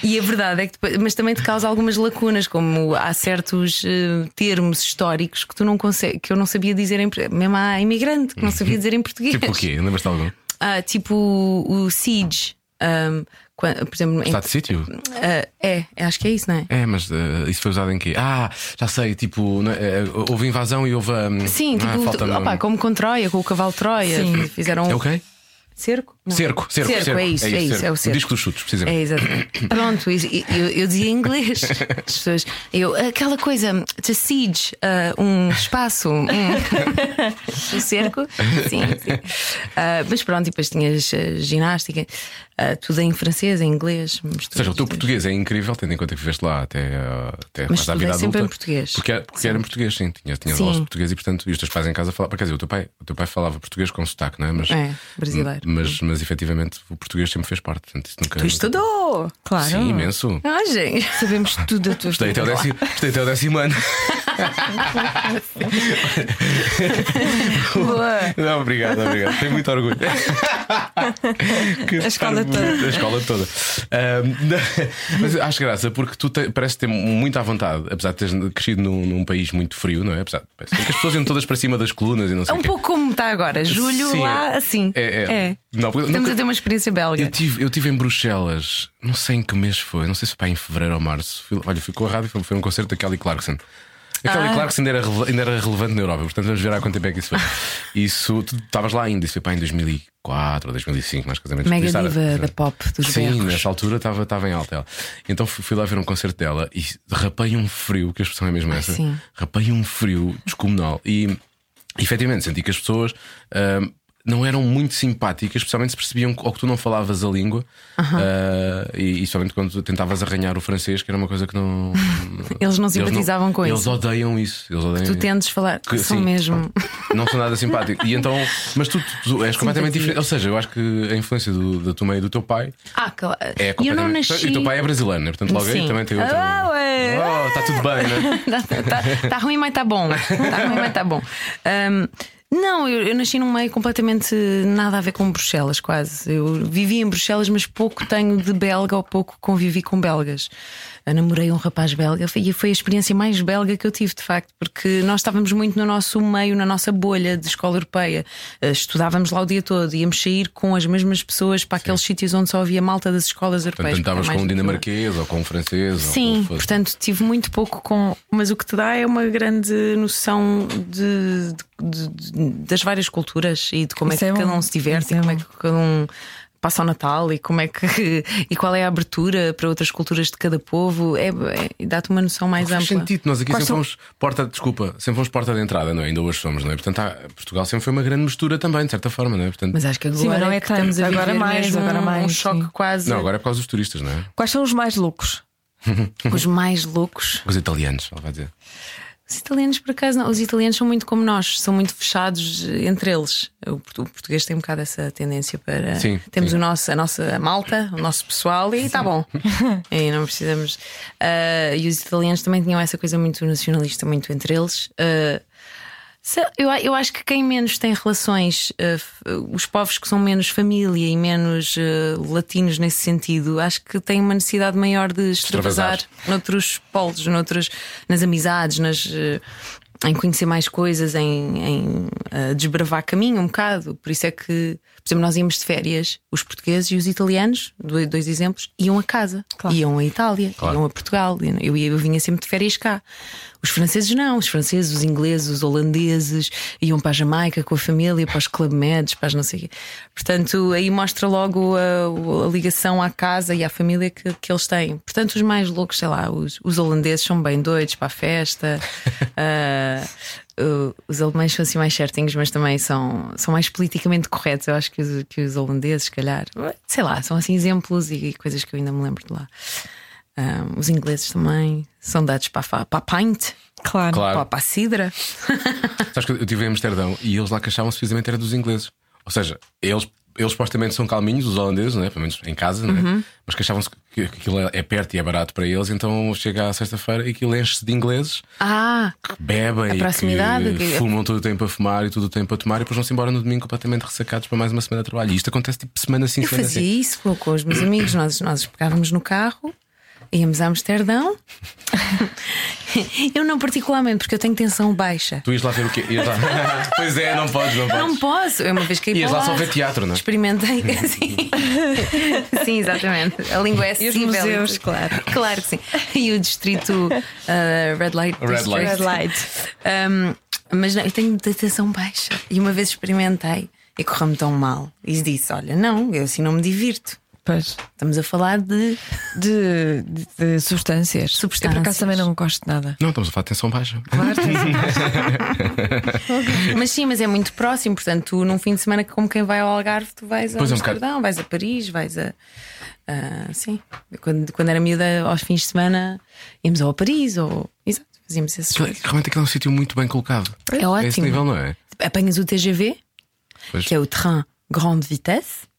B: E a verdade é que depois, mas também te causa algumas lacunas, como há certos eh, termos históricos que tu não consegue, que eu não sabia dizer em por- mesmo há imigrante que não sabia dizer em português.
C: Tipo o quê? Lembras-te de algum?
B: Ah, tipo o, o siege. um, quan- por exemplo, em-
C: Está de sítio?
B: ah, é, acho que é isso, não é?
C: É, mas eh, isso foi usado em quê? Ah, já sei, tipo, não é, eh, houve invasão e houve. hum,
B: Sim, tipo,
C: ah, falta
B: tu- opá, como com Troia, com o cavalo de Troia, fizeram
C: É o
B: um
C: quê?
B: cerco? Não.
C: Cerco, cerco, cerco.
B: Cerco, é isso, é isso, é o cerco.
C: disco dos chutes, precisamente.
B: É, exatamente. Pronto, e- e- eu, eu dizia em inglês. As pessoas. Eu, aquela coisa, to siege, ah, um espaço, um, um cerco. Sim, sim. Ah, mas pronto, e depois tinhas ah, ginástica, ah, tudo em francês, em inglês.
C: Ou seja, o teu português é incrível, tendo em conta que viveste lá até, ah, até
B: Mas
C: quase à
B: estudei
C: vida
B: sempre
C: adulta.
B: em português.
C: Porque, era- porque era em português, sim. Tinhas, tinhas
B: Sim.
C: aulas de português e, portanto, e os teus pais em casa falavam. Quer dizer, o teu pai, o teu pai falava português com sotaque, não é? Mas,
B: É, brasileiro.
C: Mas, mas mas efetivamente o português sempre fez parte. Portanto, isso nunca,
F: Tu estudou!
D: Claro.
C: Sim, imenso.
B: Ah, gente.
D: Sabemos tudo da tua
C: Estudei até, o
D: vida.
C: décimo, estudei até o décimo ano.
D: Boa.
C: Não, obrigado, obrigado. Tenho muito orgulho. Que
D: A escola
C: orgulho.
D: toda.
C: A escola toda. Ahm, não, mas acho graça, porque tu te, parece ter muito à vontade, apesar de teres crescido num, num país muito frio, não é? Apesar de parece que as pessoas iam todas para cima das colunas e não
B: É
C: sei
B: um
C: o quê.
B: pouco como
D: tá
B: está agora. Julho
C: Sim,
B: lá,
C: é-
B: assim.
C: É, é. Não, porque
B: Estamos
C: nunca-
B: a ter uma experiência belga.
C: Eu tive, eu tive em Bruxelas, não sei em que mês foi, não sei se foi em fevereiro ou março. Fui- olha, fui com a rádio, foi, foi um concerto da Kelly Clarkson. A Kelly
B: Ah.
C: Clarkson ainda era, rele- ainda era relevante na Europa, portanto vamos ver há quanto tempo é que isso foi. Isso, tu estavas lá ainda, isso foi pá, em 2004 ou 2005, mais casamentos.
B: Mega diva da pop dos
C: Sim,
B: berros.
C: nessa altura estava estava em alta ela. Então fui, fui lá ver um concerto dela e rapei um frio, que a expressão é mesmo essa.
B: sim.
C: Rapei um frio descomunal. E efetivamente senti que as pessoas ahm, não eram muito simpáticas, especialmente se percebiam que- ou que tu não falavas a língua ah, e, e especialmente quando tu tentavas arranhar o francês, que era uma coisa que não.
B: Eles não simpatizavam com
C: eles
B: isso.
C: odeiam isso. Eles odeiam
B: Tu
C: isso.
B: tentes falar.
C: Que-
B: são
C: sim,
B: mesmo.
C: Não sou nada simpático. E então, mas tu, tu és completamente diferente. Ou seja, eu acho que a influência do, da tua mãe e do teu pai
B: Ah, claro.
C: é
B: E eu não
C: completamente-
B: nasci.
C: E o teu pai é brasileiro, né? Portanto, logo aí
B: Sim.
C: também tem outro.
D: Ah, ué.
C: Oh, está tudo bem, né?
B: tá, tá ruim, mas tá bom. Tá ruim, mas tá bom. Ahm, não, eu, eu nasci num meio completamente nada a ver com Bruxelas, quase. Eu vivi em Bruxelas, mas pouco tenho de belga ou pouco convivi com belgas. Eu namorei um rapaz belga foi- e foi a experiência mais belga que eu tive, de facto, porque nós estávamos muito no nosso meio, na nossa bolha de escola europeia. Eh, Estudávamos lá o dia todo, íamos sair com as mesmas pessoas para aqueles sítios onde só havia malta das escolas
C: Portanto,
B: europeias.
C: estavas
B: porque é
C: com um
B: mais do que uma-
C: dinamarquês ou com um francês. ou com
B: Sim,
C: o que fosse.
B: portanto tive muito pouco com. Mas o que te dá é uma grande noção de, de- de- das várias culturas e de como
D: Isso
B: é
D: é
B: que cada
D: bom.
B: um se diverte
D: Isso é
B: e como é
D: bom.
B: que cada um passa o Natal e como é que e qual é a abertura para outras culturas de cada povo. É, é- dá-te uma noção mais
C: Faz
B: ampla.
C: sentido, nós aqui
D: Quais
C: sempre
D: são-
C: fomos porta, desculpa, sempre fomos porta de entrada, não é? Ainda hoje somos, não é? Portanto, há- Portugal sempre foi uma grande mistura também, de certa forma, não é? Portanto,
B: Mas acho que agora
D: Sim, mas não
B: é
D: é
B: que
D: tanto.
B: estamos a
D: Agora
B: viver
D: mais,
B: mesmo
D: agora
B: um
D: mais,
B: choque
D: sim.
B: quase
C: não, agora é por causa dos turistas, não é?
D: Quais são os mais loucos?
B: os mais loucos.
C: Os italianos, ela vai dizer.
B: Os italianos, por acaso, não. Os italianos são muito como nós, são muito fechados eh, entre eles. O portu- o português tem um bocado essa tendência para.
C: Sim,
B: Temos
C: sim.
B: O nosso, a nossa malta, o nosso pessoal e está bom. e não precisamos. Ah, e os italianos também tinham essa coisa muito nacionalista, muito entre eles. Ah, se- eu, a- eu acho que quem menos tem relações, eh, f- eh, os povos que são menos família e menos eh, latinos nesse sentido, acho que têm uma necessidade maior de
C: Extravasar.
B: extravasar noutros polos, noutros, nas amizades, nas, eh, em conhecer mais coisas, em, em, eh, desbravar caminho um bocado. Por isso é que, por exemplo, nós íamos de férias, os portugueses e os italianos, dois, dois exemplos, iam a casa, iam à Itália, iam a Portugal. Eu, ia- eu vinha sempre de férias cá. Os franceses não, os franceses, os ingleses, os holandeses iam para a Jamaica com a família, para os club meds, para as não sei o quê. Portanto, aí mostra logo a, a ligação à casa e à família que, que eles têm. Portanto, os mais loucos, sei lá, os, os holandeses são bem doidos para a festa. Ah, o- os alemães são assim mais certinhos, mas também são, são mais politicamente corretos, eu acho que os, que os holandeses, se calhar. Sei lá, são assim exemplos e, coisas que eu ainda me lembro de lá. Ah, os ingleses também são dados para, a fa- para a pint.
D: Claro.
C: Claro.
B: Pá, para a cidra.
C: Sabes que eu estive em Amsterdão e eles lá queixavam-se precisamente era dos ingleses. Ou seja, eles, eles supostamente são calminhos, os holandeses, não é? pelo menos em casa, não é?
B: Uhum.
C: mas queixavam-se que que aquilo é perto e é barato para eles, então chega à sexta-feira e aquilo enche-se de ingleses
B: Ah,
C: que bebem
B: A
C: e
B: proximidade,
C: que
B: que-
C: fumam todo o tempo a fumar e todo o tempo a tomar e depois vão-se embora no domingo completamente ressacados para mais uma semana de trabalho. E isto acontece tipo semana sim,
B: eu
C: semana
B: fazia
C: sim.
B: isso com, com os meus amigos. Nós, nós pegávamos no carro, íamos a Amsterdão. eu não, particularmente, porque eu tenho tensão baixa.
C: Tu ias lá ver o quê? Ias lá... pois é, não podes, não podes.
B: Não posso, eu uma vez caí
C: Ias
B: para
C: lá só
B: lá.
C: ver teatro, não é?
B: Experimentei assim. Sim, exatamente. A língua é
D: E os
B: cível.
D: museus, claro.
B: Claro que sim. E o distrito ah, Red Light.
C: Red
B: District.
C: Light.
D: Red light.
B: Um, mas não, eu tenho muita tensão baixa. E uma vez experimentei e correu-me tão mal. E disse: Olha, não, eu assim não me divirto.
D: Pois.
B: Estamos a falar de.
D: De, de- de substâncias.
B: Substâncias.
D: Eu por acaso também não gosto de nada.
C: Não, estamos a falar de tensão baixa.
B: Mas sim, mas é muito próximo. Portanto, tu num fim de semana, como quem vai ao Algarve, tu vais a
C: Pois é, um bocado.
B: Amsterdão, vais a Paris, vais a. ah, sim. Eu Quando, quando era miúda, aos fins de semana, íamos ou a Paris ou. Exato, fazíamos esses.
C: Aquilo é- Realmente aquilo é um sítio muito bem colocado.
B: É
C: É esse
B: ótimo.
C: nível, não é?
B: Apanhas o TGV,
C: Pois.
B: que é o train grande vitesse.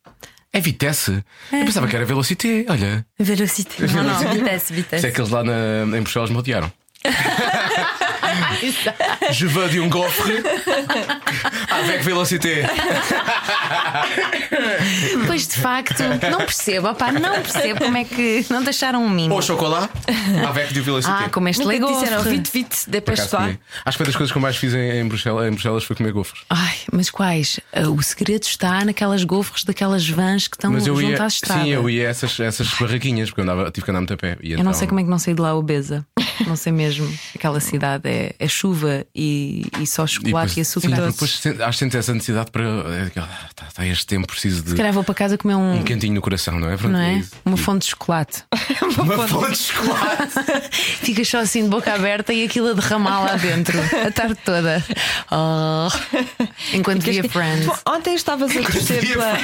C: É Vitesse?
B: É.
C: Eu pensava que era Velocité, olha.
D: Velocity. Não, não. Vitesse,
C: Se
D: vitesse.
C: é que eles lá na, em Bruxelas me odiaram. Je veux de um gofre avec Velocité.
B: Pois de facto, não percebo, opá, não percebo como é que não deixaram um mimo.
C: Ou chocolat avec du Velocité.
B: Ah, como este
D: Nunca te
B: legou.
D: disseram vite, vite,
C: Por
D: depois
C: acaso
D: só.
C: comi. Acho que foi das coisas que eu mais fiz em, em Bruxelas, em Bruxelas foi comer gofres.
B: Ai, mas quais? Ah, o segredo está naquelas gofres daquelas vans que estão
C: Mas eu
B: Hum, junto
C: ia,
B: à estrada.
C: sim, eu ia a essas, essas barraquinhas, porque eu andava, tive que andar muito a pé. então-
B: Eu não sei como é que não saí de lá obesa. Não sei mesmo. Aquela cidade é, é chuva e, e só chocolate e, açúcar. Então,
C: sim,
B: doce.
C: depois sen- acho que sentes essa necessidade para. é aquela, ah, Tá, tá este tempo, preciso de
B: Se calhar vou para casa comer um.
C: um quentinho no coração, não é? Pronto,
B: não
C: é
B: é?
C: isso.
B: Uma fonte de chocolate.
C: Uma fonte de chocolate.
B: Ficas só assim de boca aberta e aquilo a derramar lá dentro a tarde toda. Oh. Enquanto via Friends.
D: Tu Ontem estavas a torcer
C: via
D: pela.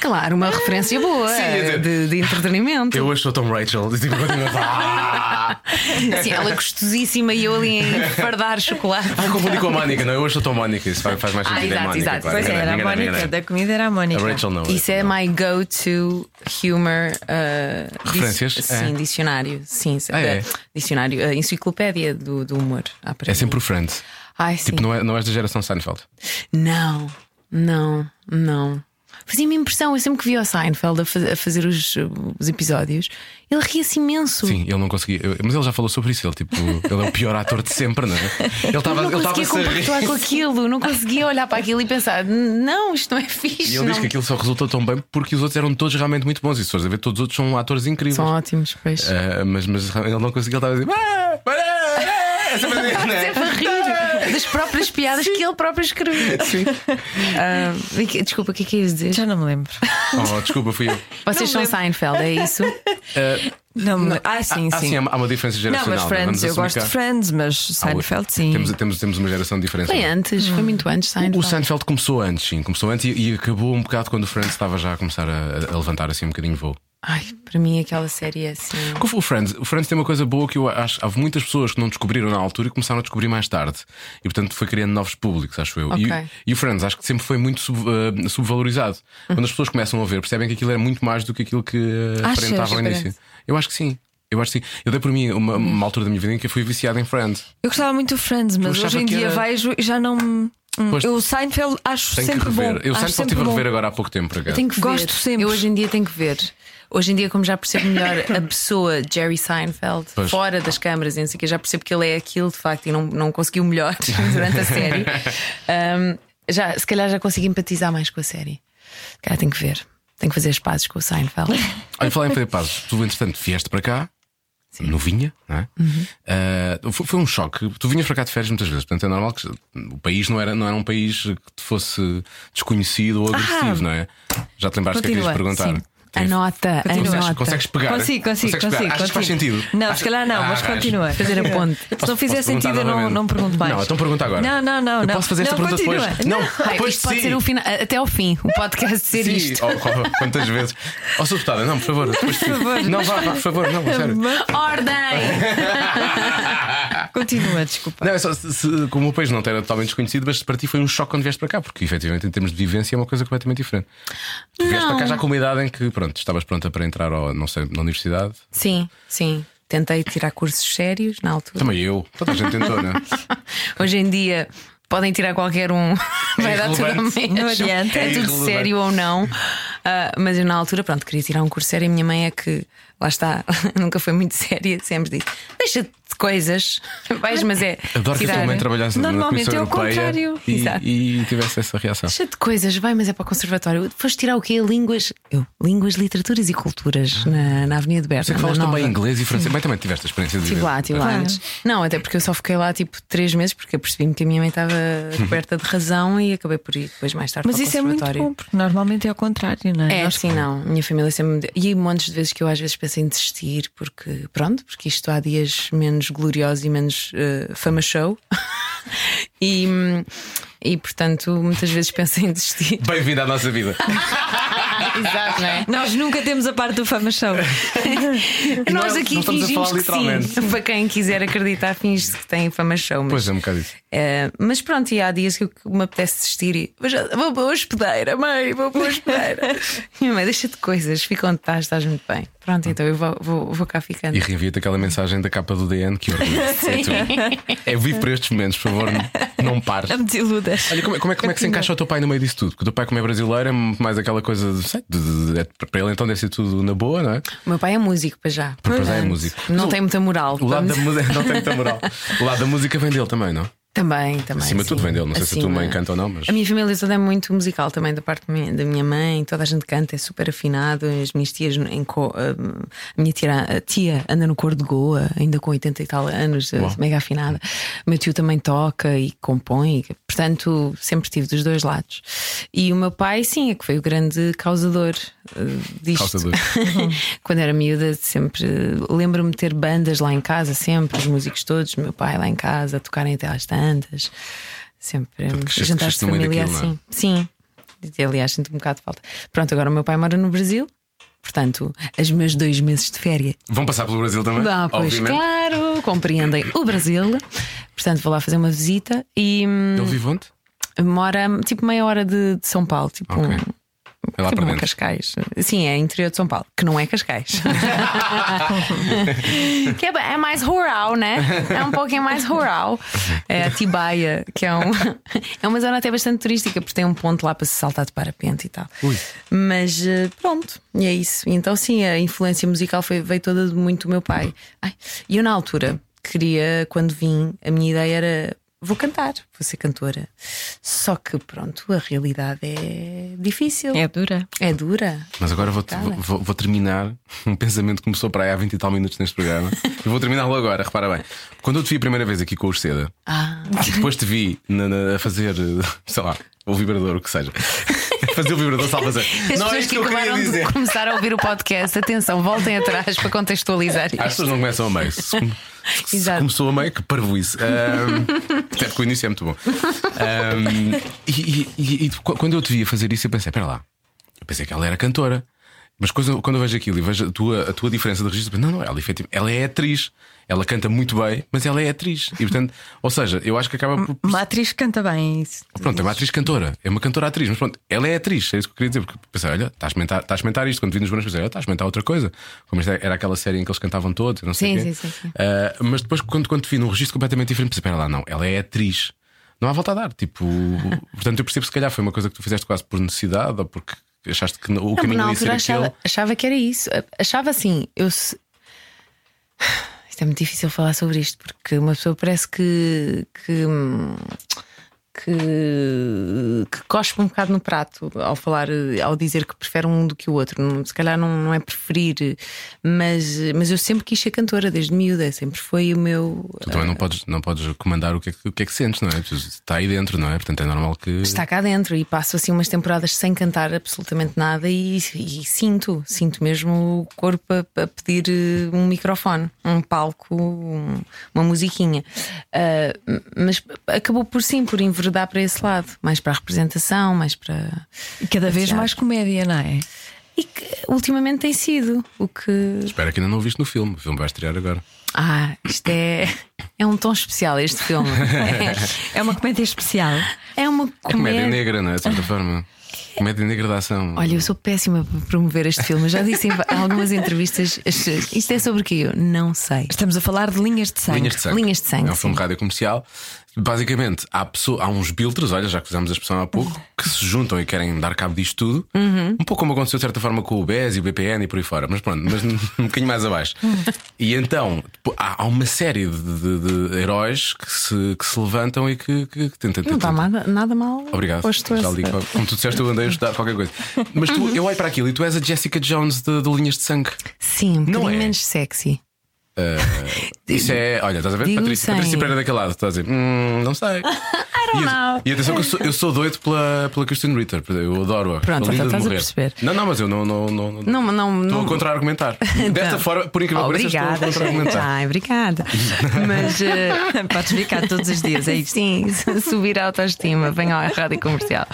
B: Claro, uma referência boa eh,
C: quer dizer,
B: de, de entretenimento.
C: Eu hoje sou Tom Rachel. Tipo, continuo, ah,
B: Assim, ela gostosíssima e eu ali em fardar chocolate.
C: ah, confundi com a Mónica, não? Eu hoje sou Tom Mónica. Isso faz, faz mais
B: Ah,
C: sentido. é
B: exato,
C: Mónica,
B: exato.
C: claro.
D: Pois é,
C: Enganei,
D: era a
C: enganei,
D: Mónica,
C: enganei.
D: da comida era a
C: A
D: Mónica.
C: Rachel não.
B: Isso é
C: não.
B: my go-to humor. uh, dis-
C: Referências?
B: Sim,
C: É.
B: dicionário. Sim,
C: Ah, é?
B: dicionário. A enciclopédia do, do humor. à
C: É
B: partida.
C: sempre o Friends.
B: Ai, sim.
C: Tipo, não, é, não és da geração Seinfeld.
B: Não, não, não. Fazia-me impressão, eu sempre que via o Seinfeld a, faz- a fazer os, os episódios, ele ria-se imenso.
C: Sim, ele não conseguia. eu- Mas ele já falou sobre isso. Ele, tipo, ele é o pior ator de sempre, não é? Ele estava
B: Não
C: ele
B: conseguia
C: estava-se a
B: compactuar
C: rir.
B: com aquilo, não conseguia olhar para aquilo e pensar: não, isto não é fixe.
C: E ele diz
B: não."
C: que aquilo só resultou tão bem porque os outros eram todos realmente muito bons. E se fores a ver, todos os outros são atores incríveis.
B: São ótimos, pois.
C: Ah, mas, mas ele não conseguiu, ele estava a dizer. "Ah, ah, ah", essa maneira, não é?
B: Sempre a rir das próprias piadas que ele próprio escreveu. Ah, e que- desculpa, o que é que ias dizer?
D: Já não me lembro.
C: Oh, desculpa, fui eu.
B: Vocês são Seinfeld, é isso?
D: Não me... Ah, sim,
C: Ah,
D: sim.
C: há há uma diferença
D: Não,
C: geracional. é?
D: mas Friends,
C: Vamos
D: eu
C: assumir
D: gosto
C: cá.
D: de Friends, mas
C: Ah, o-
D: Seinfeld, sim.
C: Temos, temos, temos uma geração de diferença.
B: Foi
C: não é?
B: antes, foi muito antes, Seinfeld.
C: O Seinfeld começou antes, sim. Começou antes e, e acabou um bocado quando o Friends estava já a começar a, a levantar assim um bocadinho voo.
B: Ai, para mim aquela série é assim.
C: Como foi O Friends, o Friends tem uma coisa boa que eu acho. Há muitas pessoas que não descobriram na altura e começaram a descobrir mais tarde. E portanto foi criando novos públicos, acho eu. E-
B: Ok.
C: E, o Friends acho que sempre foi muito sub- eh, subvalorizado. Quando as pessoas começam a ver, percebem que aquilo era muito mais do que aquilo que eh,
D: Achas,
C: aparentava ao início.
D: parece?
C: Eu acho que sim. Eu acho que sim. Eu dei por mim uma, uma altura da minha vida em que eu fui viciado em Friends.
D: Eu gostava muito do Friends, mas
C: achava
D: hoje em
C: que
D: dia
C: era-
D: vejo e já não me. Hum,
C: Pois-
D: Eu o Seinfeld acho
C: Tenho
D: sempre
C: que rever. Eu
D: bom. acho
C: sempre só
D: sempre
C: estive a
D: bom.
C: rever agora há pouco tempo. Por acaso.
B: Tenho que ver.
D: Gosto sempre.
B: Eu hoje em dia tenho que ver. Hoje em dia, como já percebo melhor a pessoa Jerry Seinfeld,
C: Pois.
B: fora das câmaras, e não sei o quê, já percebo que ele é aquilo de facto e não, não conseguiu melhor durante a série. Ahm, já, se calhar já consigo empatizar mais com a série. Cara, tenho que ver. Tenho que fazer as pazes com o Seinfeld.
C: Olha, falar em fazer pazes, tu entretanto vieste para cá, novinha, não é?
D: Uhum.
C: Ah, foi, foi um choque. Tu vinhas para cá de férias muitas vezes, portanto é normal que o país não era, não era um país que te fosse desconhecido ou agressivo, não é? Já te lembraste o que é que querias
D: Ah. Continua,
C: perguntar?
D: sim.
C: Tens-
B: Anota,
C: Consegues,
B: anota.
C: consegues pegar?
D: Consigo, consigo,
C: Consegues pegar?
D: consigo.
C: Acho que faz
D: consigo.
C: sentido.
D: Não,
C: Acho-
D: se calhar não,
C: Ah,
D: mas
C: arranja.
D: continua.
B: Fazer a ponte.
D: Se não fizer
C: Posso perguntar
D: sentido, eu não,
C: novamente?
D: não pergunto mais.
C: Não, então pergunta agora.
D: Não, não, não.
C: Eu
D: não.
C: posso fazer esta
D: Não,
C: pergunta
D: continua.
C: depois.
D: Não.
B: Ai,
C: depois
B: isto pode
C: sim.
D: um
B: ser o final, até ao fim, o podcast ser
C: Sim.
B: isto.
C: Oh, oh, quantas vezes? Ó, oh, sou deputada, não, por favor. Depois por favor. Não, vá, vá, por favor, não,
D: É
C: sério.
B: Ordem!
D: Continua, desculpa.
C: Não, é só se- se- como o país não era totalmente desconhecido, mas para ti foi um choque quando vieste para cá, porque efetivamente em termos de vivência é uma coisa completamente diferente. Tu vieste para cá já com uma idade em que, pronto, estavas pronta para entrar ao, não sei, na universidade.
B: Sim, sim. Tentei tirar cursos sérios na altura.
C: Também eu, toda a gente tentou, né?
B: Hoje em dia podem tirar qualquer um, vai dar tudo ao
C: irrelevante.
B: mesmo.
D: Não adianta.
B: É,
C: É
B: tudo
C: irrelevante.
B: sério ou não. Ah, mas eu na altura, pronto, queria tirar um curso sério e a minha mãe é que, lá está, nunca foi muito séria, sempre disse: deixa-te de coisas, vais, mas é.
C: Adoro que a tua
B: tirar-
C: mãe trabalhasse
D: Normalmente
C: na
D: é o
C: Comissão Europeia
D: contrário.
B: Exato.
C: e, e tivesse essa reação.
B: Deixa de coisas, vai, mas é para o conservatório. Foste tirar o quê? Línguas. Eu, línguas, literaturas e culturas na, na Avenida de Berna.
C: Sei que
B: na
C: falas também
B: Nova.
C: inglês e francês, mas também tiveste a experiência de
B: Estive
C: viver.
B: lá, estive lá antes. Não, até porque eu só fiquei lá tipo três meses porque eu percebi-me que a minha mãe estava coberta de razão e acabei por ir depois mais tarde
D: Mas
B: para o
D: isso é muito
B: conservatório.
D: bom, porque normalmente é ao contrário, não é?
B: É,
D: Nós-
B: assim não. Minha família sempre. me deu- E montes de vezes que eu às vezes pensei em desistir, porque pronto, porque isto há dias menos gloriosos e menos eh, fama show. e, hum, e portanto, muitas vezes pensei em desistir.
C: Bem-vindo à nossa vida.
B: Exato, não é?
D: Nós nunca temos a parte do fama show.
B: Nós
C: não
B: aqui
C: estamos a
B: fingimos
C: falar
B: que sim.
C: literalmente.
B: Para quem quiser acreditar, finge-se que tem fama show. Mas,
C: Pois é, um bocado isso.
B: eh, mas pronto, e há dias que eu- que me apetece desistir e vou, já- vou para a hospedeira, mãe, vou para a hospedeira. Minha mãe, deixa-te coisas, fica onde estás, estás muito bem. Pronto, então eu vou, vou, vou cá ficando.
C: Hum. E reenvia-te aquela mensagem da capa do DN que orgulho. É tu. É vivo para estes momentos, por favor, não pares.
D: Não me desiludas.
C: Olha, como é, como é- como é que se encaixa o teu pai no meio disso tudo? Porque o teu pai, como é brasileiro, é mais aquela coisa de, sei, de- de- de- é- para ele então deve ser tudo na boa, não é?
B: O meu pai é músico para já.
C: Porque para já é
B: portanto,
C: músico. Mas
B: Não
C: o-
B: tem muita moral.
C: O lado da
B: vamos-
C: música não tem muita moral. O lado da música vem dele também, não?
B: Também, também.
C: Acima de tudo
B: sim.
C: vem dele. Não sei se a tua
B: Acima.
C: mãe canta ou não, mas-
B: A minha família toda é muito musical também, da parte da minha- da minha mãe. Toda a gente canta, é super afinado. As minhas tias em co- A minha tia, a tia anda no cor de Goa, ainda com 80 e tal anos, mega afinada. O meu tio também toca e compõe. Portanto, sempre estive dos dois lados. E o meu pai, sim, é que foi o grande causador eh, disto.
C: Causador.
B: Quando era miúda, sempre lembro-me de ter bandas lá em casa, sempre, os músicos todos, meu pai lá em casa, a tocarem até às tantas, sempre um
C: cresceste-
B: jantar de
C: cresceste no meio
B: família
C: daquilo, não é?
B: assim. Sim, aliás, sinto um bocado de falta. Pronto, agora o meu pai mora no Brasil, portanto, os meus dois meses de férias.
C: Vão passar pelo Brasil também?
B: Ah, pois
C: obviamente.
B: claro, compreendem o Brasil. Portanto, vou lá fazer uma visita e hum,
C: Ele vive onde?
B: mora tipo meia hora de, de São Paulo, tipo
C: Ok.
B: um,
C: É lá
B: Tipo
C: para
B: um
C: dentro.
B: Cascais. Sim, é interior de São Paulo, que não é Cascais. que é, é mais rural, né? É um pouquinho mais rural. É Atibaia, que é, um, é uma zona até bastante turística, porque tem um ponto lá para se saltar de parapente e tal. Mas eh, pronto, e é isso. E Então, sim, a influência musical foi, veio toda de muito do meu pai. Ai, e eu, na altura, queria, quando vim, a minha ideia era. Vou cantar, vou ser cantora. Só que, pronto, a realidade é difícil.
D: É dura.
B: É dura.
C: Mas agora
B: Tá
C: vou, vou- vou- vou terminar um pensamento que começou para aí há 20 e tal minutos neste programa. e vou terminá-lo agora, repara bem. Quando eu te vi a primeira vez aqui com o Seda,
B: Ah,
C: e depois te vi na- na- a fazer, eh, sei lá, o vibrador, o que seja. A fazer o vibrador salvação.
B: as
C: Não é
B: pessoas
C: isto
B: que
C: que eu queria
B: acabaram
C: dizer.
B: de começar a ouvir o podcast, atenção, voltem atrás para contextualizar
C: As
B: isto.
C: pessoas não começam a meio. Se, come- se
B: Exato.
C: começou a meio, que parvoíce. Ahm, até porque o início é muito bom. Ahm, e, e- e- e qu- quando eu te via fazer isso, eu pensei: espera lá, eu pensei que ela era cantora. Mas coisa- quando eu vejo aquilo e vejo a tua, a tua diferença de registro, eu penso, não, não, ela, efetivamente, ela é atriz. Ela canta muito bem, mas ela é atriz. E portanto, ou seja, eu acho que acaba por.
D: Uma atriz que canta bem isso.
C: Pronto, é uma atriz cantora. É uma cantora atriz, mas pronto, ela é atriz. É isso que eu queria dizer. Porque pensei, olha, está a experimentar, está a experimentar isto. Quando vi nos brancos, pensei, olha, está a experimentar outra coisa. Como isto é, era aquela série em que eles cantavam todos, eu não sei.
B: Sim,
C: o quê.
B: sim, sim, sim.
C: Ah, mas depois, quando, quando te vi num registro completamente diferente, pensei, espera lá, não, ela é atriz. Não há volta a dar. Tipo, portanto, eu percebo que se calhar foi uma coisa que tu fizeste quase por necessidade ou porque achaste que o
B: Não, mas
C: caminho
B: na
C: ia ser
B: altura achava,
C: aquele.
B: achava que era isso. Achava assim, eu. se- Isto é muito difícil falar sobre isto, porque uma pessoa parece que. que hum, que, que cospe um bocado no prato ao falar, eh, ao dizer que prefere um do que o outro. Não- Se calhar não, não é preferir, eh, mas, mas eu sempre quis ser cantora, desde miúda, sempre foi o meu.
C: Tu também não podes, não podes comandar o que, é que, o que é que sentes, não é? Tu- Está aí dentro, não é? Portanto, é normal que.
B: está cá dentro e passo assim umas temporadas sem cantar absolutamente nada e, e sinto, sinto mesmo o corpo a, a pedir eh, um microfone, um palco, um- uma musiquinha. Ah, mas acabou por sim, por enverdar para esse lado, mais para a representação, mais para.
D: E cada vez
B: Teatro.
D: mais comédia, não é?
B: E que ultimamente tem sido o que.
C: Espero que ainda não o viste no filme. O filme vai estrear agora.
B: Ah, isto é. É um tom especial este filme.
D: É uma comédia especial.
B: É, é uma
C: É comédia
B: comédia-
C: negra, não é? De certa forma. Comédia negra da ação.
B: Olha, eu sou péssima para promover este filme. Eu Já disse em va- algumas entrevistas. Isto é sobre o quê? Eu não sei.
D: Estamos a falar de linhas de sangue.
C: Linhas de sangue.
B: Linhas de sangue,
C: É um filme
B: sim.
C: de rádio comercial. Basicamente, há, pessoa, há uns builders, olha, já que usámos a expressão há pouco, que se juntam e querem dar cabo disto tudo.
B: Uhum.
C: Um pouco como aconteceu de certa forma com o BES e o BPN e por aí fora, mas pronto, mas um bocadinho mais abaixo. E então tipo, há, há uma série de, de- de heróis que se, que se levantam e que, que, que tentam.
B: Não está
C: tentam-
B: nada, nada mal.
C: Obrigado.
B: Posto
C: Já
B: esse-
C: lhe digo, como tu disseste, eu andei a estudar qualquer coisa. Mas tu,
B: Uhum.
C: eu olho para aquilo e tu és a Jessica Jones de, de Linhas de Sangue.
B: Sim, um
C: Não
B: bocadinho
C: é?
B: menos sexy.
C: Isso é, olha, estás a ver?
B: Digo
C: Patrícia,
B: sem.
C: Patrícia Pereira daquele lado, estás a dizer, hum, não sei. e,
B: know.
C: e atenção que eu sou, eu sou doido pela, pela Christine Ritter, eu adoro-a. é
B: Pronto,
C: Linda de
B: então estás a
C: morrer.
B: perceber.
C: Não, não, mas eu não. Não, não,
B: Não, mas não-
C: Estou
B: não- Então.
C: a contra-argumentar. Desta forma, por incrível que pareça, estou a
B: Obrigada, gente.
C: contra-argumentar.
B: Ai, obrigada. Mas eh, podes ficar todos os dias, é isso? Sim, subir a autoestima, venham à rádio comercial.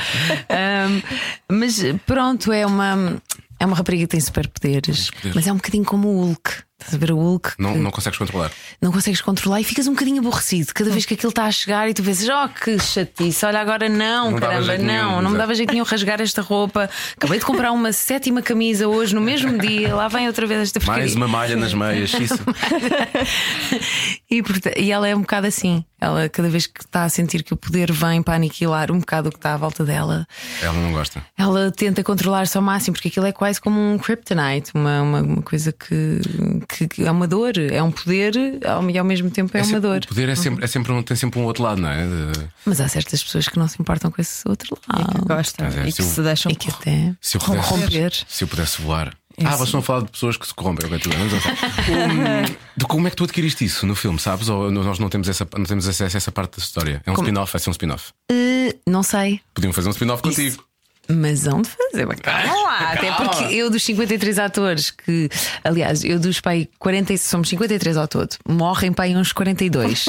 B: Ahm, mas pronto, é uma, é uma rapariga que tem superpoderes,
C: superpoderes.
B: mas é um bocadinho como o Hulk. Estás a ver o Hulk?
C: Não,
B: que
C: não consegues controlar.
B: não consegues controlar e ficas um bocadinho aborrecido cada vez que aquilo está a chegar e tu pensas, oh que chatice, olha agora não,
C: Não dava
B: caramba,
C: jeito
B: não,
C: nenhum,
B: não me
C: exato.
B: dava jeito nenhum rasgar esta roupa. Acabei de comprar uma sétima camisa hoje no mesmo dia, lá vem outra vez esta
C: Mais
B: porcaria."
C: uma malha nas meias, isso.
B: E, porta- e ela é um bocado assim. Ela, cada vez que está a sentir que o poder vem para aniquilar um bocado o que está à volta dela,
C: Ela não gosta.
B: ela tenta controlar-se ao máximo, porque aquilo é quase como um kryptonite uma, uma, uma coisa que, que, que é uma dor, é um poder ao- e ao mesmo tempo é, uma
C: sempre-
B: dor.
C: O poder é sempre, é sempre um, tem sempre um outro lado, não é? De-
B: Mas há certas pessoas que não se importam com esse outro
D: que
B: lado
D: gostam
C: Mas é
D: Ah, e que
C: seu-
D: se deixam
B: e que até
C: Se eu
B: rom-
C: pudesse
B: romper.
C: Se eu pudesse voar. Ah, vocês estão a falar de pessoas que se corrompem. ok, tudo bem, vamos avançar. Hum, de como é que tu adquiriste isso no filme, sabes? Ou nós não temos, essa, não temos acesso a essa parte da história? É um spin-off, vai ser um spin-off.
B: Eh, Não sei.
C: Podiam fazer um spin-off contigo.
B: Mas hão de fazer, mas calma lá. Até porque eu dos 53 atores que, aliás, eu dos pai 40, e- somos 53 ao todo, morrem pai uns 42.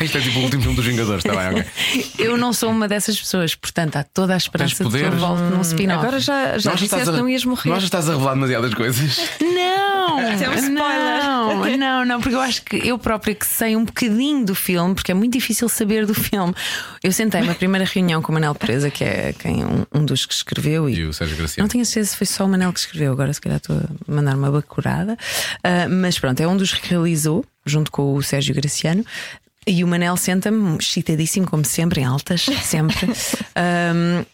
C: Isto é tipo o último filme dos Vingadores, está bem, ok.
B: eu não sou uma dessas pessoas, portanto há toda a esperança
C: Tens
B: de que eu
C: poderes?
B: volte num spin-off.
D: Agora já, já
C: Nós
D: disseste que não ias morrer.
C: nós já estás a revelar demasiadas coisas.
B: Não!
D: é um spoiler.
B: Não, não, não, porque eu acho que eu própria que sei um bocadinho do filme, porque é muito difícil saber do filme. Eu sentei-me na primeira reunião com o Manel Presa, que é quem, um, um dos que escreveu, e
C: E o Sérgio
B: não
C: Graciano.
B: tenho certeza se foi só o Manel que escreveu, agora se calhar estou a mandar uma bacurada. Ah, mas pronto, é um dos que realizou, junto com o Sérgio Graciano. E o Manel senta-me, excitadíssimo, como sempre, em altas, sempre. Ahm,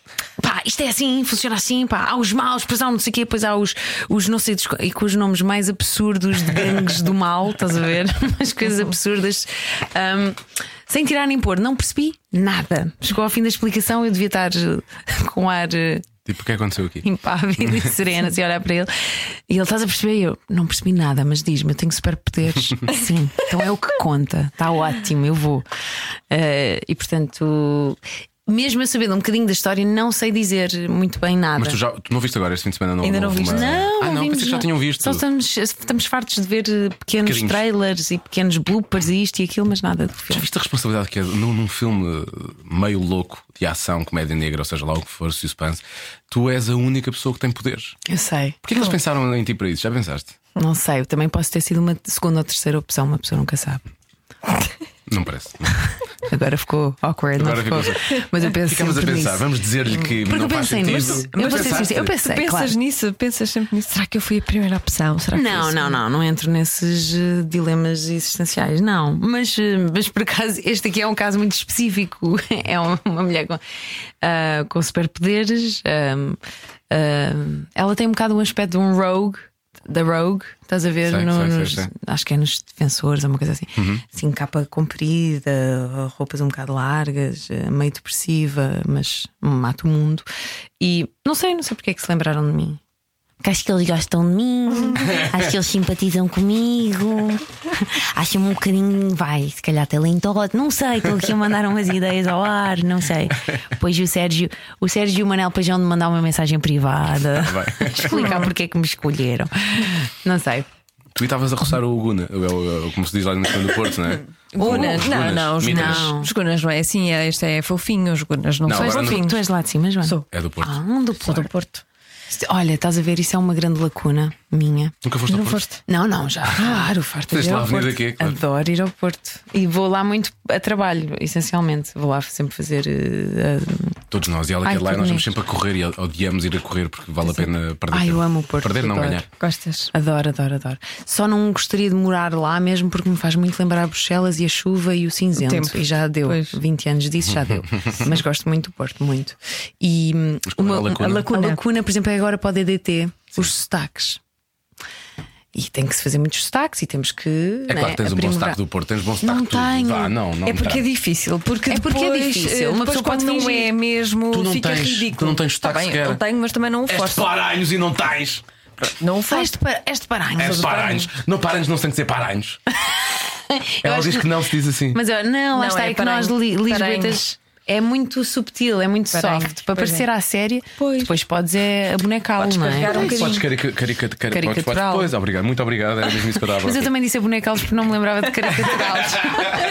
B: pá, isto é assim, funciona assim, pá. Há os maus, depois há um não sei o quê, depois há os, os não sei dos, e com os nomes mais absurdos de gangues do mal, estás a ver? Umas coisas absurdas. Ahm, sem tirar nem pôr, não percebi nada. Chegou ao fim da explicação, eu devia estar eh, com ar. eh,
C: Tipo, o que aconteceu aqui?
B: impávido e serena, se olhar para ele. E ele estás a perceber? E Eu não percebi nada, mas diz-me, eu tenho superpoderes. Sim, então é o que conta, está ótimo, eu vou. Eh, e portanto, mesmo eu sabendo um bocadinho da história, não sei dizer muito bem nada.
C: Mas tu, já, tu não viste agora este fim de semana? Não,
D: Ainda não
C: houve
D: viste.
B: Não,
C: Ah, não,
B: ouvimos
C: pensei que já
B: nada.
C: tinham visto.
B: Só estamos, estamos fartos de ver eh, pequenos
C: Bocadinhos.
B: trailers e pequenos bloopers e isto e aquilo, mas nada do
C: Já
B: filme.
C: viste a responsabilidade que é num, num filme meio louco de ação, comédia negra, ou seja lá o que for, suspense, tu és a única pessoa que tem poderes.
B: Eu sei,
C: Porquê que eles pensaram em ti para isso? Já pensaste?
B: não sei, eu também posso ter sido uma segunda ou terceira opção, uma pessoa nunca sabe.
C: Não parece.
B: Agora ficou awkward,
C: Agora
B: não ficou?
C: ficou assim.
B: Mas eu penso
C: Ficamos é a
B: sempre
C: pensar,
B: nisso.
C: vamos dizer-lhe que
B: Porque
C: não
B: eu
C: faz
B: pensei
C: sentido.
B: nisso. Eu
C: Mas
B: pensei
C: pensaste.
B: nisso, eu
D: Tu
B: pensei,
D: pensas
B: claro.
D: nisso, pensas sempre nisso. Será que eu fui a primeira opção? Será que fui assim? a
C: assim?
B: Não, não,
D: segunda?
B: não, não entro nesses eh, dilemas existenciais, não. Mas, eh, mas por acaso, este aqui é um caso muito específico. É um- uma mulher com, ah, com superpoderes. ahm, ahm, ela tem um bocado um aspecto de um rogue, da rogue, estás a ver?
C: Sei,
B: no-
C: sei, sei,
B: nos-
C: sei. Uhum.
B: Acho que é nos defensores, ou uma coisa assim. Assim, capa comprida, roupas um bocado largas, eh, meio depressiva, mas mata o mundo. E não sei, não sei porque é que se lembraram de mim.
F: Porque acho que eles gostam de mim, acho que eles simpatizam comigo, acham-me um bocadinho, vai, se calhar talentosa, não sei, estou aqui a mandar umas ideias ao ar, não sei. Pois o Sérgio, o Sérgio e o Manel Pajão de mandar uma mensagem privada,
C: Tá
F: explicar porque é que me escolheram.
B: Não sei.
C: Tu estavas a roçar o Guna, o- o- o- como se diz lá no Sul do Porto, não é?
D: Gunas.
C: Gunas.
D: Não, não, os
C: Mitras.
D: Gunas. Os Gunas não é assim, é, este é fofinho, os Gunas não,
C: Não,
D: são
C: agora não-
D: fofinhos.
B: Tu és lá de cima, Joana?
D: Sou.
C: É do Porto.
B: Ah, um do
D: Sou
B: Porto.
D: do Porto.
B: Isto- Olha, estás a ver, isso é uma grande lacuna minha.
C: Nunca foste ao
D: Não
C: Porto.
D: foste.
B: Não, não, já. Claro, Ah, farto de
C: Fizeste
B: ir
C: lá
B: ao
C: a avenida
B: Porto.
C: aqui, é claro.
B: Adoro ir ao Porto. E vou lá muito a trabalho, essencialmente. Vou lá sempre fazer. eh, eh,
C: Todos nós, e ela
B: Ai,
C: quer lá, e
B: que
C: nós vamos sempre
B: bonito.
C: a correr e odiamos ir a correr porque vale a pena perder.
B: Ai, eu
C: tempo.
B: amo o Porto,
C: Perder, não
B: adoro.
C: ganhar.
D: Gostas?
B: Adoro, adoro, adoro. Só não gostaria de morar lá mesmo porque me faz muito lembrar Bruxelas e a chuva e o cinzento.
D: O tempo.
B: E já deu.
D: Pois.
B: 20 anos disso já deu. Mas gosto muito do Porto, muito. E hum,
C: qual é a lacuna?
B: a, lacuna.
D: A
B: por exemplo, é agora para o DDT, os sotaques. E tem que se fazer muitos sotaques e temos que.
C: É claro,
B: né,
C: que tens um bom
B: aprimorar.
C: sotaque do Porto, tens bom sotaque
B: Não
C: de tudo.
B: tenho.
C: Vá, não, não
D: é porque
C: dá.
D: é difícil, porque
B: É porque é
D: depois, eh,
B: difícil, uma
D: depois
B: pessoa
D: quando
B: pode
D: não
B: fingir.
D: é mesmo,
C: Tu não
D: fica
C: tens-
D: ridículo.
C: tu não tens
D: Está
C: sotaque
D: bem,
C: sequer.
D: eu tenho, mas também não o
C: És de
D: forço.
C: Paranhos e não tens.
D: Não o
B: Ah,
D: forço.
C: É
B: este, para, este Paranhos.
C: És de Paranhos. Não, Paranhos não tem que ser Paranhos.
B: Eu
C: Ela
B: acho
C: diz que não se diz assim.
B: Mas eu, não, lá
D: Não,
B: está,
D: é
B: é, que nós li,
D: parenho.
B: lisboetas. É muito subtil, é muito
D: Parenho,
B: soft. Para
D: pois
B: parecer
D: é.
B: à série,
D: Pois.
B: depois podes é abonecá-lo, não é?
D: carregar um bocadinho.
C: Podes carica- carica- cari- podes- podes-
B: Caricatural.
C: Pois, obrigado, muito obrigado. Era mesmo isso que eu estava
B: Mas eu também disse abonecá-los porque não me lembrava de caricaturá-los.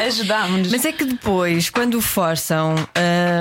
B: Ajudámos-nos.
D: Mas é que depois, quando o forçam,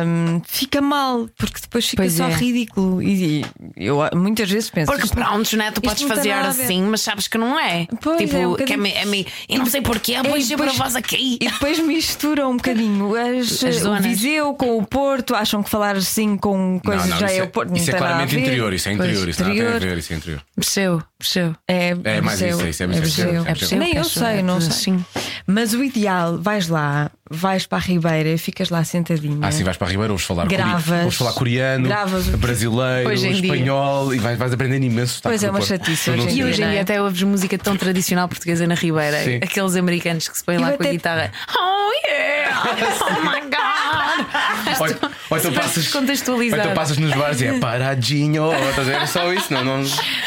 D: hum, fica mal, porque depois fica
B: Pois
D: só
B: é.
D: ridículo. E, e eu muitas vezes penso.
B: Porque
D: isto-
B: prontos, né? Tu podes
D: não tem
B: fazer
D: nada a ver.
B: assim, mas sabes que não é.
D: Pois,
B: tipo,
D: é um
B: que é,
D: bocadinho-
B: me- é me- E não sei porquê,
D: É,
B: pois
D: e
B: sempre a
D: depois-
B: voz a cair.
D: E depois misturam um bocadinho as,
B: As
D: o
B: zonas.
D: Viseu com o Porto, acham que falar assim com coisas já é, o Porto. não
C: Isso é
D: tem nada a
C: claramente
D: ver.
C: interior, isso é
D: Pois,
C: interior, isso não tem a ver, isso é interior.
B: Percebeu, percebeu.
D: É,
C: É mais
D: Viseu,
C: isso, é isso, é Viseu, é Viseu.
B: Percebeu,
D: Nem eu
B: peço,
D: sei, não
B: peço,
D: sei.
B: Sim.
D: é assim. Mas o ideal, vais lá, vais para a Ribeira e ficas lá sentadinho.
C: Ah, sim, vais para a Ribeira, ouves falar, cori-
D: Né? Gravas.
C: ouves falar coreano,
D: Gravas.
C: brasileiro,
B: Hoje em dia.
C: espanhol e vais, vais aprendendo imenso. sotaque
D: Pois é,
C: do
D: uma
C: Porto.
D: chatice,
C: Eu
D: hoje
C: não
D: em
C: sei.
B: E hoje em dia
D: Não é?
B: até ouves música tão tradicional portuguesa na Ribeira.
C: Sim.
B: Aqueles americanos que se põem
D: Eu
B: lá com a
D: até-
B: guitarra. Oh yeah! Oh my god!
C: Ou, ou então
B: Super
C: passas, ou
B: descontextualizado.
C: então passas nos bares e é paradinho, ou estás a ver? É só isso, não, não.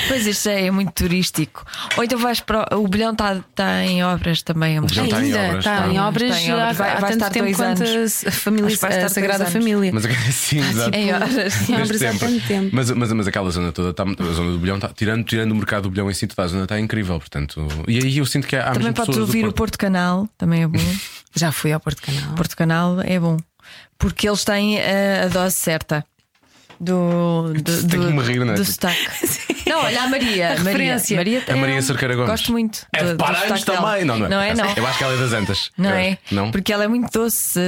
D: Pois isto já é muito turístico. Ou então vais para. O Bilhão está tá em obras também. é uma
C: Bilhão
D: chatice.
C: está em
B: Ainda
C: obras,
B: está
C: tá.
B: em obras
D: Está em obras.
B: há-
D: Vai-
B: há
D: vai
B: tanto
D: estar
B: tempo
D: dois
B: quanto
D: anos.
B: a, família,
D: Acho que vai estar
B: a
D: dois
B: Sagrada
D: anos.
B: Família.
C: Mas
D: Ah,
C: sim, exato.
D: em obras.
B: é Em obras
C: Tipo, Desde
B: há
C: sempre.
B: tanto tempo.
C: Mas, mas, mas aquela zona toda, tá, a zona do bilhão, tá, tirando, tirando o mercado do bilhão em si, toda a zona está incrível. Portanto, e aí eu sinto que há, há
D: Também
C: mesmo
D: podes
C: pessoas do
D: ouvir o
C: Porto.
D: Porto Canal, também é bom.
B: Já fui ao Porto Canal.
D: Porto Canal é bom. Porque eles têm a, a dose certa do, do,
C: Tem
D: do-
C: que me rir, não é?
D: do sotaque. Não, olha, a Maria.
B: A
D: Maria,
B: referência.
D: Maria
C: A Maria
D: tem- um,
C: Cerqueira Gomes.
D: Gosto muito.
C: É
D: do-
C: de
D: do
C: Paranhos
D: sotaque
C: também,
D: dela.
C: não, não é?
D: Não é, não.
C: Eu acho que ela é das Antas.
D: Não
C: Eu
D: é?
C: acho. Não.
D: Porque ela é muito doce.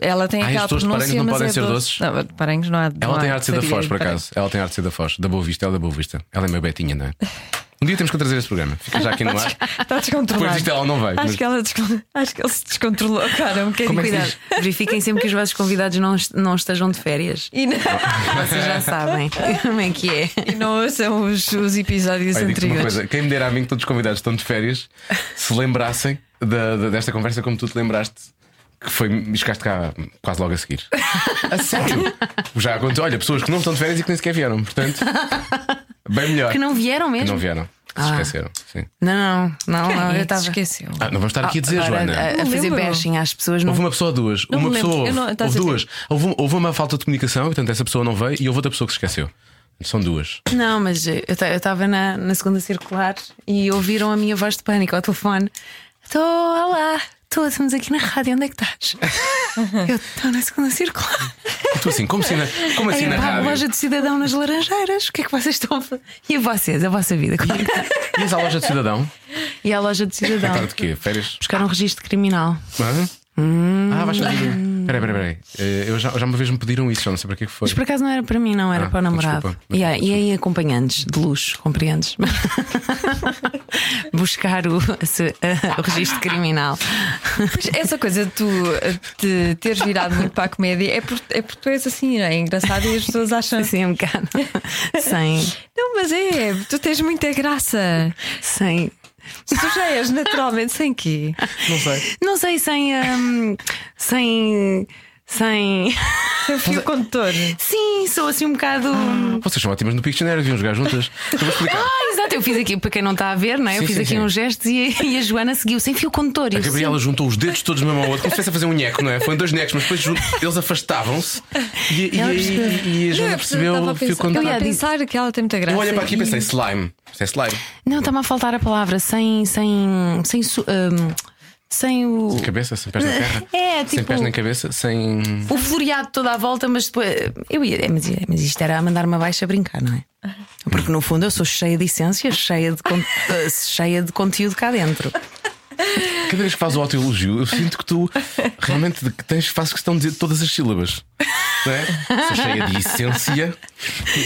D: Ela tem
C: Ah,
D: aquela
C: as pessoas de Paranhos
D: pronúncia,
C: não
D: mas
C: podem
D: é
C: ser
D: doce.
C: doces?
D: Não, de Paranhos não há.
C: Ela
D: não é,
C: tem
D: há
C: a arte de ser da
D: farinha
C: Foz,
D: de
C: por
D: Paranhos.
C: acaso. Ela tem a arte de ser da Foz, da Boa Vista, ela é da Boa Vista. Ela é meio betinha, não é? Um dia temos que trazer esse programa. Fica já aqui no ar.
D: Está descontrolada.
C: Depois disto ela não vai,
D: Acho,
C: mas- é
D: que ela descon- acho que ela se descontrolou, cara, um bocadinho.
B: Cuidado, verifiquem sempre que os vossos convidados não, est- não estejam de férias.
D: E não,
B: Vocês já sabem como é que é.
D: e não ouçam os, os episódios
C: Olha, digo-te uma
D: anteriores.
C: coisa: quem me dera a mim que todos os convidados estão de férias se lembrassem da- da- desta conversa como tu te lembraste. Que foi, chegaste cá quase logo a seguir. A sério? Já aconteceu. Olha, pessoas que não estão de férias e que nem sequer vieram, portanto, bem melhor.
B: Que não vieram
C: Que
B: mesmo?
C: não vieram. que Se
B: Ah.
C: esqueceram. Sim.
B: Não, não, não, não,
D: Quem é
B: eu
D: que
B: estava.
D: se esqueceu.
C: Ah, não vamos estar aqui a dizer,
B: Agora,
C: Joana.
B: A, a fazer
D: lembro.
B: bashing às pessoas não.
C: Houve uma pessoa, duas. uma
D: me lembro.
C: pessoa,
D: Eu não-
C: houve,
D: estás a dizer-
C: duas. Houve, um- houve uma falta de comunicação, portanto, essa pessoa não veio e houve outra pessoa que se esqueceu. São duas.
B: Não, mas eh, eu estava na, na segunda circular e ouviram a minha voz de pânico ao telefone. Estou, olá, estou, estamos aqui na rádio, onde é que estás? eu estou na segunda circular.
C: E tu assim, como assim na, como assim
B: Aí,
C: na
B: É, pá,
C: rádio?
B: loja do cidadão nas laranjeiras, o que é que vocês estão a fazer? E a vocês, a vossa vida? como é que tá?
C: Ias à loja de cidadão?
B: e a loja do cidadão?
C: Tarde de quê? Férias?
B: Buscar um registro criminal.
C: Hã? Ah, vais fazer. Peraí, peraí, peraí. Eh, Eu já, já uma vez me pediram isso, já não sei para que é que foi.
B: Mas por acaso não era para mim, não, era
C: Ah,
B: para o
C: então
B: namorado.
C: desculpa.
B: E, aí- e aí acompanhantes de luxo, compreendes? Buscar o, se- o registro criminal.
D: Pois, Essa coisa de tu eh, te teres virado muito para a comédia é porque, é porque tu és assim, não é? Engraçado e as pessoas acham.
B: Assim um bocado. Sem.
D: Não, mas é, tu tens muita graça.
B: Sem.
D: Tu já és naturalmente sem quê?
C: Não sei.
B: Não sei, sem. hum, sem. Sem.
D: Sem fio
C: é-
D: condutor.
B: Sim, sou assim um bocado.
C: Vocês são ótimas no Pictionary, deviam jogar juntas. Eu vou explicar.
B: Ah, exato, eu fiz aqui, para quem não está a ver, não é? Eu
C: Sim,
B: fiz
C: sim,
B: aqui
C: sim.
B: uns gestos e, e a Joana seguiu sem fio condutor. E
C: A
B: eu,
C: Gabriela juntou os dedos todos mesmo ao outro, como se estivesse a fazer um nheco, não é? Foram dois nhecos, mas depois jun- eles afastavam-se e, e,
D: é
C: e, e a Joana percebeu o fio
D: Eu ia
C: contato.
D: pensar que ela tem muita graça.
C: Eu olhei para aqui e
D: e-
C: pensei slime. Isso é slime.
B: Não, está-me a faltar a palavra sem. sem. sem. su- hum, sem o.
C: Sem cabeça, sem pés na terra.
B: É,
C: Sem
B: tipo.
C: pés nem cabeça, sem.
B: O floreado toda à volta, mas depois. Eu ia, é, mas, ia- mas isto era a mandar uma baixa a brincar, não é? Porque no fundo eu sou cheia de essências, cheia de, con- eh, cheia de conteúdo cá dentro.
C: Cada vez que fazes o autoelogio, eu sinto que tu realmente de- que tens, fazes questão de dizer todas as sílabas. Não é? Sou cheia de essência.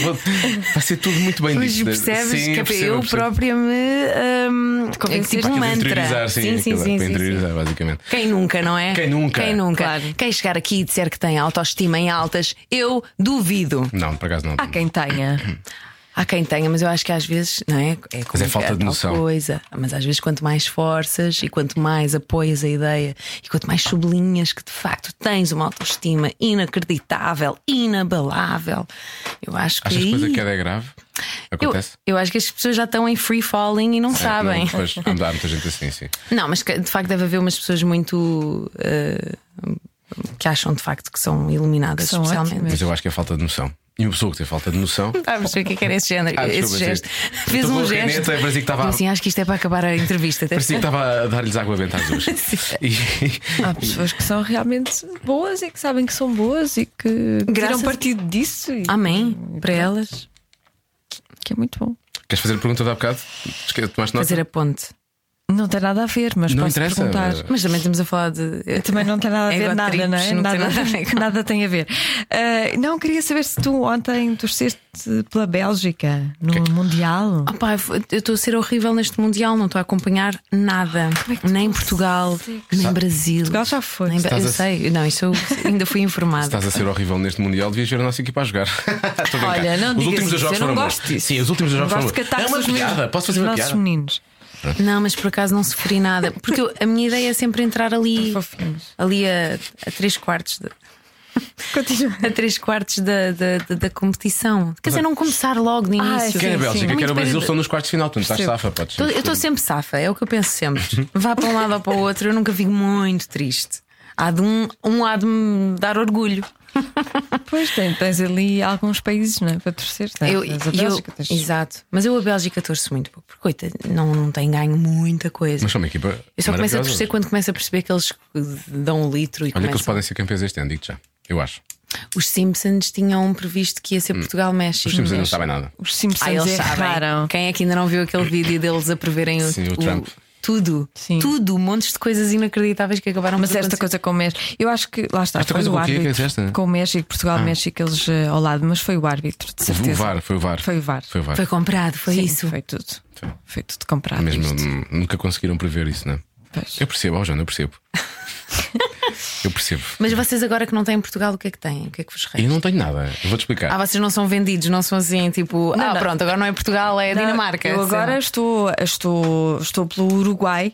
C: Vou- Vai ser tudo muito bem
B: Pois
C: dito.
B: percebes
C: Sim,
B: que
C: eu percebo,
B: eu
C: percebo.
B: própria me. hum, é
D: convencer.
B: tipo
C: Para aquilo
B: um
C: de
B: mantra.
C: interiorizar, sim, aquilo é para interiorizar, basicamente.
B: Quem nunca, não é?
C: Quem nunca?
B: Quem nunca.
D: Claro.
B: Quem chegar aqui e disser Ah, que tem autoestima em altas, eu duvido.
C: Não, por acaso não.
D: Há quem tenha.
B: Há quem tenha, mas eu acho que às vezes, não é? É,
C: Mas é falta
B: complicado,
C: de
B: tal
C: noção.
B: Coisa. Mas às vezes, quanto mais forças e quanto mais apoias a ideia e quanto mais sublinhas que de facto tens uma autoestima inacreditável, inabalável, eu acho que.
C: Achas que
B: aí-
C: depois a queda é grave?
B: eu,
C: Acontece?
B: eu acho que as pessoas já estão em free falling e não
C: É, não,
B: sabem.
C: Depois há muita gente assim, sim.
B: Não, mas que, de facto deve haver umas pessoas muito. eh, que acham de facto que são iluminadas,
D: Que são
B: especialmente.
D: ótimas.
C: Mas eu acho que é falta de noção. E uma pessoa que tem falta de noção.
B: Estava a perceber o que é que era esse género,
C: Ah,
B: esse
C: desculpa,
B: gesto.
C: sim.
B: Fez
C: Estou com
B: um
C: a
B: gesto.
C: caneta, é parecia que estava a-
B: Eu assim, acho que isto é para acabar a entrevista. Deve
C: Parecia que estava a dar-lhes água benta às duas. E,
D: Há pessoas que são realmente boas e que sabem que são boas e que
B: Graças-
D: tiram partido disso e
B: Amém. Para elas.
D: que é muito bom.
C: queres fazer a pergunta de há bocado? Esque- Tomaste nota?
B: Fazer a ponte.
D: Não tem nada a ver, mas
C: Não
D: posso
C: interessa,
D: perguntar.
C: mas-
B: Mas também estamos a falar de.
D: Também não tem nada a
B: É
D: ver,
B: igual
D: nada,
B: tripes,
D: não é?
B: não tem
D: nada,
B: nada a ver com-
D: nada tem a ver. Ah, não, queria saber se tu ontem torceste pela Bélgica no Mundial.
B: Ah pá, eu f- eu estou a ser horrível neste Mundial, não estou a acompanhar nada.
D: é
B: nem Portugal, nem Brasil.
D: Portugal já foi.
B: Nem Ba-
C: Estás
B: eu
C: a-
B: sei, não, isso eu ainda fui informada.
C: Estás a ser horrível neste Mundial, devias ver a nossa equipa a jogar. Estou a brincar.
D: Olha, não
C: os últimos
D: digas
C: dois
D: isso,
C: jogos
D: eu não
C: foram
D: gosto
C: bons.
D: disso.
C: Sim, os últimos dois
D: Não
C: jogos
D: gosto
C: foram
D: de
C: bons.
D: catar
C: É uma
D: os meus-
C: piada, posso
D: os
C: fazer uma
D: nossos
C: piada?
D: meninos.
B: Não, mas por acaso não sofri nada. Porque eu- a minha ideia é sempre entrar ali,
D: Fofinhos.
B: ali a, a três quartos de-
D: Continua.
B: a três quartos da, da, da- da competição. Quer dizer, não começar logo de
D: Ah,
B: início.
D: sim,
C: Quer a
D: sim.
C: Bélgica, quer
B: Muito
C: o Brasil,
B: pena-
C: estão nos quartos de final, tu não estás
D: Percebo.
C: safa, podes.
B: Tô- eu estou sempre safa, é o que eu penso sempre.
C: Uhum.
B: Vá para um lado ou para o outro, eu nunca fico muito triste. Há de um, um há de me dar orgulho.
D: Pois tem, tens ali alguns países não é? para torcer. Não é?
B: Eu,
D: Tens a
B: eu-
D: Bélgica, tens-
B: exato. Mas eu a Bélgica torço muito pouco, porque coita, não, não tem ganho muita coisa.
C: Mas são uma equipa.
B: eu só começo a
C: maravilhosa.
B: torcer quando começo a perceber que eles dão um litro e
C: Olha que eles
B: começam.
C: podem ser campeões este ano, digo já. Eu acho.
B: Os Simpsons tinham previsto que ia ser Portugal-México.
C: Hum. Os times ainda não sabem nada.
D: Os
B: Ah,
D: Simpsons
B: eles
D: erraram.
B: sabem. Quem é que ainda não viu aquele vídeo deles a preverem o,
C: Sim, o Trump.
B: tudo?
D: Sim.
B: Tudo, montes de coisas inacreditáveis que acabaram
D: Mas
B: por
D: esta
B: acontecer.
D: coisa com o México, eu acho que lá está.
C: Esta
D: foi
C: coisa
D: o
C: com o quê?
D: árbitro.
C: Que é esta?
D: Com o México, Portugal, México, eles eh, ao lado, mas foi o árbitro, de
C: O
D: certeza.
C: VAR, foi o VAR.
D: Foi o VAR.
C: Foi o VAR.
B: Foi comprado, foi
D: Sim,
B: isso.
D: Foi tudo. Foi tudo comprado.
C: Mesmo
D: isto.
C: hum, nunca conseguiram prever isso, não é?
D: Pois.
C: Eu percebo, ó Joana, eu percebo. eu percebo.
B: Mas vocês agora que não têm em Portugal, o que é que têm? O que é que vos
C: E
B: resta?
C: não tenho nada. Eu vou-te explicar.
B: Ah, vocês não são vendidos, não são assim, tipo, ah,
D: não.
B: pronto, agora não é Portugal, é
D: Não,
B: Dinamarca.
D: Eu
B: sei lá.
D: agora estou, estou, estou pelo Uruguai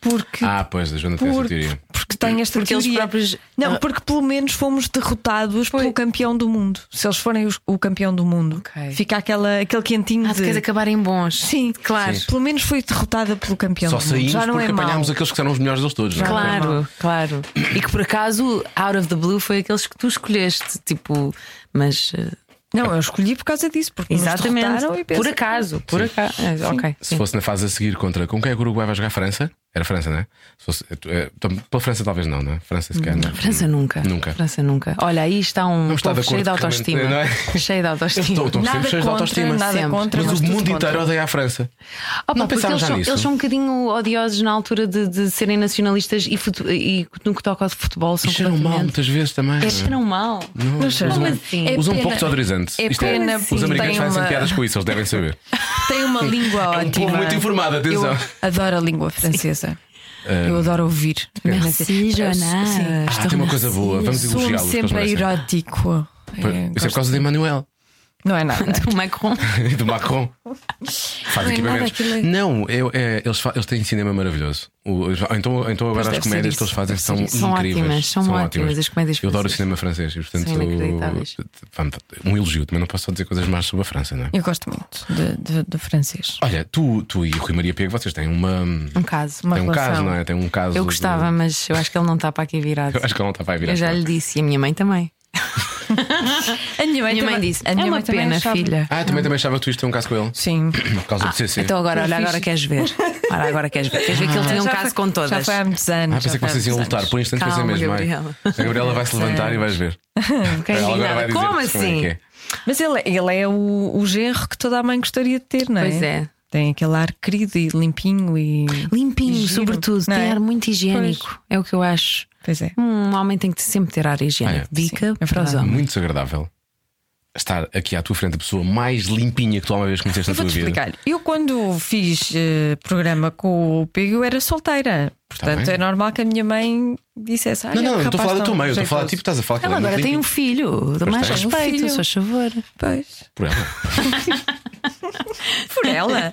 D: porque.
C: Ah, pois, a Joana tem essa
D: porque,
C: teoria.
D: porque tem esta
B: Porque eles
D: teoria.
B: próprios-
D: Não,
B: Ah.
D: porque pelo menos fomos derrotados pelo campeão do mundo. Se eles forem os- o campeão do mundo,
B: Ok.
D: fica aquela, aquele quentinho
B: Ah, tu
D: de.
B: queres acabar em bons.
D: Sim,
B: claro.
D: Pelo menos foi derrotada pelo campeão
C: Só
D: do mundo.
C: saímos
D: Já não
C: porque
D: é mau.
C: apanhámos aqueles que eram os melhores deles todos. não é?
B: Claro, claro. E que por acaso, out of the blue, foi aqueles que tu escolheste, tipo, mas. eh,
D: Não, eu escolhi por causa disso, porque nos derrotaram e
B: Exatamente. Por
D: pensei,
B: acaso, por acaso. É, Ok.
C: Se
B: sim.
C: fosse na fase a seguir contra. Com quem é que o Uruguai vai jogar? França? Era França, não é? Se fosse, eh, tu- eh, tam- pela França, talvez não, não é? França, se calhar. não.
B: França nunca.
C: Nunca.
B: França nunca. Olha, aí está um
C: Não está
B: povo
C: de
B: cheio de
C: acordo,
B: autoestima.
C: realmente, não é?
B: Cheio de
C: Estão,
B: autoestima.
C: estão sempre
D: Nada
C: cheios de
D: contra,
C: autoestima.
D: nada
B: Sempre.
D: contra,
C: Mas o
D: tudo
C: mundo
D: contra.
C: inteiro odeia a França.
B: Opa,
C: Não
B: porque
C: pensaram
B: eles,
C: já
B: são,
C: nisso?
B: eles são um bocadinho odiosos na altura de, de serem nacionalistas e, fute- e no que toca ao futebol
C: E
B: são
C: cheiram mal
B: completamente-
C: muitas vezes também.
B: É, cheiram mal.
C: Não,
D: Não
C: usam,
D: cheiram.
B: Como assim?
D: É
C: usam
D: pena-
C: um pouco desodorizante.
D: é
C: Isto é-
D: pena
C: os
D: porque
C: americanos
D: tem
C: fazem
D: uma-
C: piadas com isso, eles devem saber.
D: Tem uma língua
C: um
D: ótima.
C: povo muito informado, atenção.
D: Eu adoro a língua francesa. Eu adoro ouvir. é
B: Merci,
D: Francês.
B: Joana.
D: Sim.
C: Ah, tem uma coisa boa, vamos
D: Soa-me
C: elogiá-los. que eles
D: sempre a
C: merecem.
D: erótico. É,
C: Isso é Então. por
D: gosto-
C: causa de Emmanuel
D: Não é nada.
B: O Macron.
C: e do Macron. Faz
D: Não é nada
C: equipamentos.
D: aquilo é-
C: Não, eu- é, eles, fa- eles têm cinema maravilhoso. O- ou então, então agora as
D: deve ser
C: comédias
D: isso,
C: que eles fazem
D: deve
C: são
D: ser
C: incríveis.
D: isso.
B: São ótimas, são ótimas as comédias
C: Eu adoro o
B: francesas.
C: cinema francês e, portanto,
B: São inacreditáveis.
C: pronto, um elogio. Também não posso só dizer coisas más sobre a França, não é?
D: Eu gosto muito de- de- do francês.
C: Olha, tu, tu e o Rui Maria Pego, vocês têm uma.
B: Um caso.
D: Uma
C: Tem um caso,
D: relação.
C: não é? Tem um caso.
B: Eu
C: do-
B: gostava, mas eu acho que ele não está para aqui virado.
C: Eu acho que ela não estava a virar.
B: Eu já lhe disse, e a minha mãe também.
D: A minha mãe,
B: minha
D: também-
B: mãe disse:
D: a minha
B: É uma
D: mãe também
B: pena,
D: achava-
B: filha.
C: Ah, também, também achava que tu isto tem um caso com ele.
D: Sim.
C: Por causa do CC.
B: Então agora, olha,
D: Fixe.
B: agora queres ver. Ora, agora queres ver. Queres ver que ele tinha um
D: Já
B: caso
D: foi-
B: com
D: Já
B: todas.
D: foi há muitos anos.
C: Ah, pensei
D: já
C: que
D: foi há
C: vocês iam
D: muitos
C: lutar.
D: anos.
C: Por um instante pensei
B: Calma,
C: mesmo. ai,
B: Gabriela.
C: A Gabriela vai se levantar e vais ver.
B: Fiquei
C: Ela agora vai
B: indignada.
C: dizer
B: Como
C: é
B: assim?
C: que é.
D: Mas ele, ele é o, o genro que toda a mãe gostaria de ter, não é?
B: Pois é.
D: Tem aquele ar querido e limpinho e.
B: Limpinho,
D: Giro,
B: sobretudo,
D: não
B: tem
D: é?
B: ar muito higiênico, é o que eu acho.
D: Pois é.
B: Um homem tem que sempre ter ar higiênico.
C: Ah, é.
D: é
B: Dica para os
D: verdade.
B: homens.
C: muito desagradável estar aqui à tua frente a pessoa mais limpinha que tu alguma vez conheceste na
D: Eu
C: tua
D: vou-te
C: vida.
D: explicar. Eu, quando fiz eh, programa com o Pego, eu era solteira. Portanto,
C: Tá bem.
D: é normal que a minha mãe dissesse: ah,
C: Não, não, não estou a falar do teu meio, estou a falar
D: falar
C: tipo, estás a falar com
B: Ela agora tem um filho, de mais
C: tem.
B: respeito,
D: Filho.
B: um se faz favor.
D: Pois.
C: por ela.
D: ela?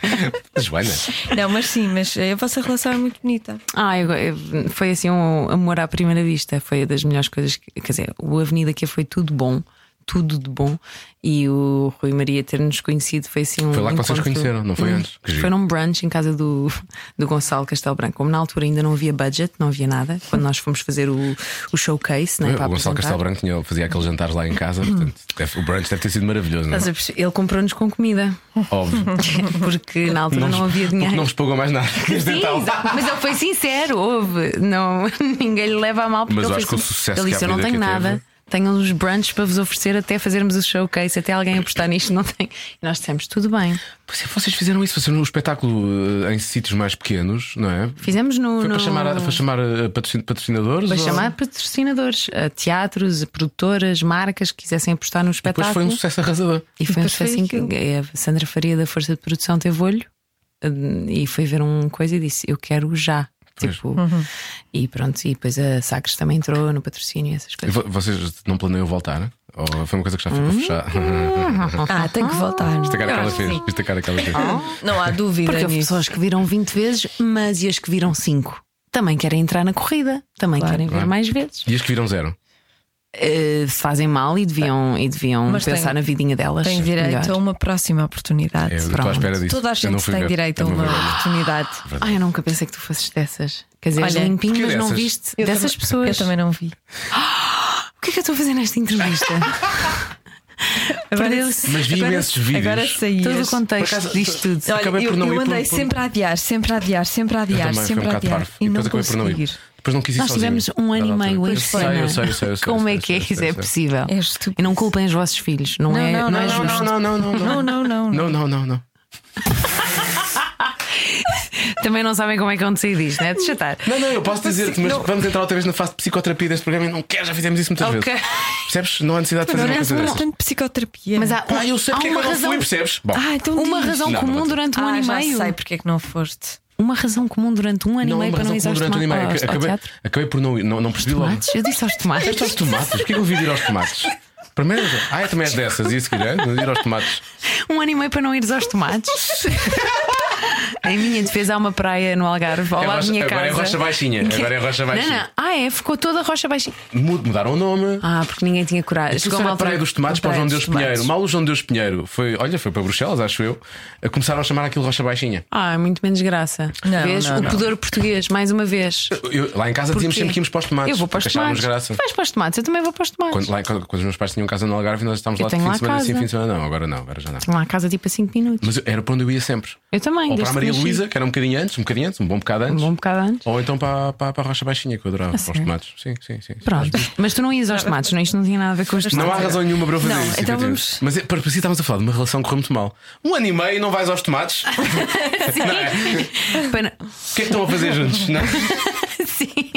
C: Joana,
D: Não, mas sim, mas a vossa relação é muito bonita.
B: Ah, eu- eu- foi assim um amor à primeira vista. Foi das melhores coisas. Que, quer dizer, o Avenida que foi tudo bom, tudo de bom. E o Rui Maria ter nos conhecido foi assim um.
C: Foi lá que vocês
B: encontro- Uhum.
C: conheceram, não foi antes? Que giro.
B: Foi num brunch em casa do, do Gonçalo Castelo Branco. Como na altura ainda não havia budget, não havia nada, quando nós fomos fazer o, o showcase, né, para
C: o Gonçalo
B: apresentar.
C: Castelo Branco tinha- fazia aqueles jantares lá em casa, portanto, deve- o brunch deve ter sido maravilhoso, não é?
B: Hum. Estás a perceber? Ele comprou-nos com comida,
C: Óbvio.
B: porque na altura não,
C: vos-
B: havia
C: porque
B: dinheiro.
C: Não vos pagou mais nada. Então, Este
B: Sim,
C: Natal.
B: exato. mas ele foi sincero, houve. Não, ninguém lhe leva a mal porque
C: Mas
B: ele
C: acho
B: foi
C: que o sucesso
B: Ele
C: que a
B: disse: Eu não
C: Avenida
B: tenho
C: aqui
B: nada,
C: teve-
B: tenho uns brunches para vos oferecer até fazermos o showcase, até alguém apostar nisto, não tem. E nós dissemos: Tudo bem.
C: Pois é, vocês fizeram isso, fizeram um espetáculo eh, em sítios mais pequenos, não é?
B: Fizemos no.
C: Foi para
B: no-
C: chamar, a- foi chamar eh, patrocin- patrocinadores?
B: para
C: ou-
B: chamar patrocinadores, a teatros, a produtoras, marcas que quisessem apostar no
C: Depois
B: espetáculo.
C: foi um sucesso arrasador.
B: E foi um
D: Depois foi
B: sucesso incrível. A Sandra Faria da Força de Produção teve olho hum, e foi ver um coisa e disse: Eu quero já. Tipo,
C: Uhum.
B: e pronto, e depois a Sacres também entrou no patrocínio e essas
C: E
B: coisas.
C: vo- Vocês não planeiam voltar? Ou foi uma coisa que já ficou fechada?
D: Ah, tem que voltar.
C: Viste a cara que ela fez? Viste a cara que ela fez?
D: Não há dúvida
B: Porque houve
D: nisso.
B: pessoas que viram 20 vezes, mas e as que viram 5 também querem entrar na corrida, também querem ver
C: claro.
B: mais vezes.
C: E as que viram zero?
B: Eh, fazem mal e deviam, e deviam
D: Mas
B: pensar
D: tem-
B: na vidinha delas.
D: Tem direito
B: melhor.
D: a uma próxima oportunidade.
C: É, Eu estou à espera disso.
D: Toda a
C: Eu não
D: gente
C: fui
D: tem
C: ver.
D: direito a
C: É
D: uma
C: vergonha.
D: oportunidade.
B: Ai, eu nunca pensei que tu fosses dessas. Quer dizer, és
D: Olha,
B: limpinho,
C: porquê
B: mas não
C: dessas?
B: viste dessas
D: Eu
B: pessoas.
D: também não vi.
B: O que é que eu estou a fazer nesta entrevista? Perdeu-se
C: Mas vi
D: agora-
C: imensos vídeos.
D: Agora
B: todo o
D: saías.
B: contexto disto tudo.
D: Olha,
C: Acabei por
D: eu,
C: não ir
D: eu andei
C: por- por-
D: sempre a adiar, sempre a adiar, sempre a adiar,
C: também, foi um
D: sempre a
C: bocado
D: adiar.
C: parvo.
D: E
C: E
D: não
C: depois acabei por não ir.
D: consegui.
C: Depois não quis ir
B: Nós
C: sozinho.
B: tivemos um ano e
C: Dada
B: meio
C: altura.
B: em
C: Eu sei, eu sei, eu sei, eu sei,
B: Como
C: eu sei,
B: é que é
C: eu sei,
B: isso?
C: eu
B: É
C: sei.
B: possível.
D: É estúpido.
B: E não culpem os vossos filhos, não, é, não, é justo.
C: não, não, não, não.
D: Não, não, não.
C: Não, não, não, não.
B: Também não sabem como é que vão sair disto, né? Deixa estar.
C: Não, não, eu posso dizer-te, mas vamos entrar outra vez na fase de psicoterapia deste programa e não quero, já fizemos isso muitas
B: Ok.
C: vezes. Percebes? Não há necessidade de fazer é uma coisa dessas.
D: Portanto, psicoterapia.
B: Mas há, um-
C: Pá, eu sei
B: há
C: porque é que
B: uma
C: eu não
B: razão,
C: fui, percebes? Bom,
D: Ah, então
B: uma
D: diz.
B: razão
C: Não, não
B: comum
C: vou dizer.
B: durante um
D: ah,
B: ano e
D: já
B: meio.
D: sei porque é que não foste.
B: Uma razão comum durante um ano
C: não,
B: e meio
C: uma
B: para não
C: razão comum
B: ir aos
C: durante um
B: toma-
C: e-mail.
B: aos- ao
C: Acabei, Então
B: teatro.
C: acabei por não, ir- não, não percebi logo.
B: Tomates? Eu disse aos
C: Eu
B: tomates.
C: aos tomates? Porquê que eu ouvi ir aos tomates? Primeiro, ah, eu também és dessas, e a seguir, é? ir aos tomates.
B: Um ano e meio para não ires aos tomates. em minha defesa, há uma praia no Algarve, ao
C: É
B: lado da
C: rocha-
B: minha
C: agora
B: casa.
C: é rocha baixinha, agora é rocha baixinha.
B: Não, não. Ah, é? Ficou toda rocha baixinha.
C: Mud- Mudaram o nome.
B: Ah, porque ninguém tinha coragem.
C: Chegou
B: uma
C: a
B: altura-
C: Praia dos Tomates
B: a
C: para o
B: Praia
C: João
B: dos
C: Deus Pinheiro.
B: Tomates.
C: Mal o João Deus Pinheiro foi, olha, foi para Bruxelas, acho eu. a- Começaram a chamar aquilo Rocha Baixinha.
B: Ah, é muito menos graça.
D: Não,
B: Vês?
D: não,
B: o
D: não.
B: pudor português, mais uma vez.
C: Eu- lá em casa dizíamos
B: Porquê?
C: sempre que íamos para os tomates.
B: Eu vou para os
C: porque achávamos
B: tomates.
C: graça.
B: Vais para os tomates, eu também vou para os tomates.
C: Quando, lá, em- quando, quando os meus pais tinham casa no Algarve, nós estávamos
B: Eu
C: lá de
B: tenho
C: fim
B: lá
C: de semana, sim,
B: casa.
C: fim de semana. Não, agora não, agora já não.
B: Lá à casa tipo a 5 minutos.
C: Mas eu- era para onde eu ia sempre.
B: Eu também,
C: Ou para
B: desde
C: a Maria
B: que nasci.
C: Luísa, que era um bocadinho antes, um bocadinho antes, um bom bocado
B: Um
C: antes.
B: bom bocado antes.
C: Ou então para, para, para a Rocha Baixinha, que eu adorava, para os
B: sério?
C: tomates. Sim, sim, sim.
B: Pronto. Mas tu não ias aos tomates, não? Isto não tinha nada a ver com os tomates.
C: Não há razão nenhuma para eu fazer
D: Não,
C: isso.
D: então
C: efetivamente.
D: vamos-
C: Mas é, para si estávamos a falar de uma relação que correu muito mal. Um ano e meio e não vais aos tomates? Não é?
B: Para-
C: O que é que estão a fazer juntos? Não?
B: Sim.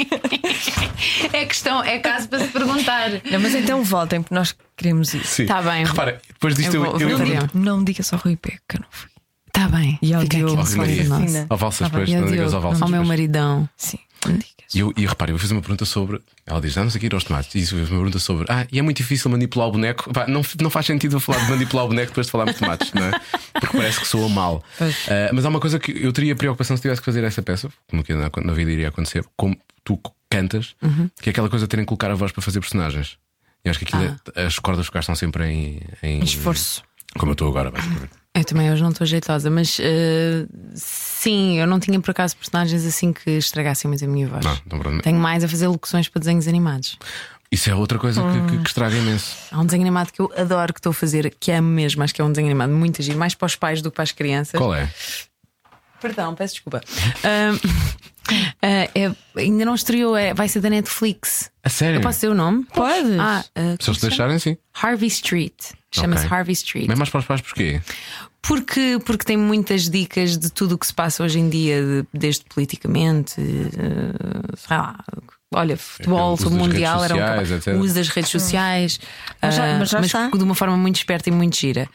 B: É questão, é caso para se perguntar.
D: Não, mas então voltem, porque nós queremos isso.
C: Sim.
B: Tá bem.
C: Repara, depois disto
B: Eu
C: eu.
B: vou-
C: eu,
B: vou
D: Não
B: Sim.
D: diga, não diga só Rui Pé, que eu não fui.
B: Está Tá bem.
D: E ao
B: Fica aqui
D: Diogo.
B: um
C: Ao Rui
B: segredo
C: Maria.
B: nosso.
C: Ao Valsas,
B: Tá bem.
C: pois,
B: E ao
C: não digas
B: Diogo,
C: ao Valsas,
B: Ao meu
C: pois.
B: maridão.
D: Sim, não digas.
C: e eu- e repara, eu fiz uma pergunta sobre. Ela diz: vamos aqui ir aos tomates. E isso fez uma pergunta sobre. Ah, e é muito difícil manipular o boneco. Pá, não, não faz sentido eu falar de manipular o boneco depois de falarmos de tomates, não é? Porque parece que soa mal. Ah, mas há uma coisa que eu teria preocupação se tivesse que fazer essa peça, como que na, na vida iria acontecer, como tu cantas, que é aquela coisa de terem que colocar a voz para fazer personagens. Eu acho que aquilo é- as cordas vocais estão sempre em, em-
D: Esforço.
C: Como eu estou agora, basicamente.
B: Eu também hoje não estou jeitosa, mas eh, sim, eu não tinha por acaso personagens assim que estragassem muito a minha voz.
C: Não, não, pronto.
B: Tenho mais a fazer locuções para desenhos animados.
C: Isso é outra coisa que- que- que estraga imenso.
B: Há um desenho animado que eu adoro que estou a fazer, que amo mesmo, acho que é um desenho animado muito giro, mais para os pais do que para as crianças.
C: Qual é?
B: Perdão, peço desculpa. Ahm, ah, é- ainda não estreou, é, vai ser da Netflix.
C: A sério?
B: Eu posso dizer o nome?
D: Podes?
B: Ah, ah,
C: Se eles te deixarem, sim.
B: Harvey Street. Chama-se
C: Ok.
B: Harvey Street.
C: Mas é mais para os pais, porquê?
B: Porque, porque tem muitas dicas de tudo o que se passa hoje em dia, de- desde politicamente, eh, sei lá, olha, futebol,
C: É, uso
B: sobre o
C: das
B: mundial,
C: redes
B: era um
C: sociais,
B: capa-
C: etc.
B: o uso das redes sociais,
D: Mas já-
B: ah,
D: mas já está?
B: de uma forma muito esperta e muito gira.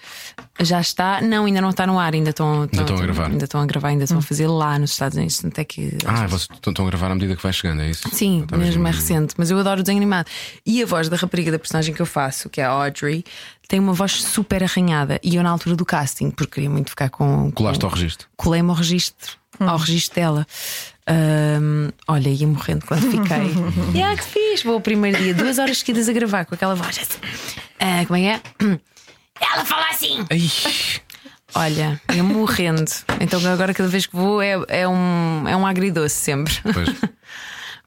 B: Já está, não, ainda não está no ar, ainda estão, estão-
C: estão a gravar.
B: Ainda estão a gravar, ainda
D: Hum.
B: estão a fazer lá nos Estados Unidos, até que
C: Ah, vocês estão estão a gravar à medida que vai chegando, é isso?
B: Sim,
C: Talvez
B: mesmo é
C: não-
B: recente, mas eu adoro o desenho animado. E a voz da rapariga da personagem que eu faço, que é a Audrey, tem uma voz super arranhada. E eu, na altura do casting, porque queria muito ficar com. com
C: Colaste ao registro.
B: colei-me ao registro, ao registro dela. Ahm, olha, ia morrendo quando fiquei. e ah, que fiz! Vou o primeiro dia, duas horas seguidas a gravar com aquela voz. assim. Ah, como é que é? Ela fala assim!
C: Ai,
B: Olha, ia morrendo. Então agora cada vez que vou é, é um, é um agridoce sempre.
C: pois.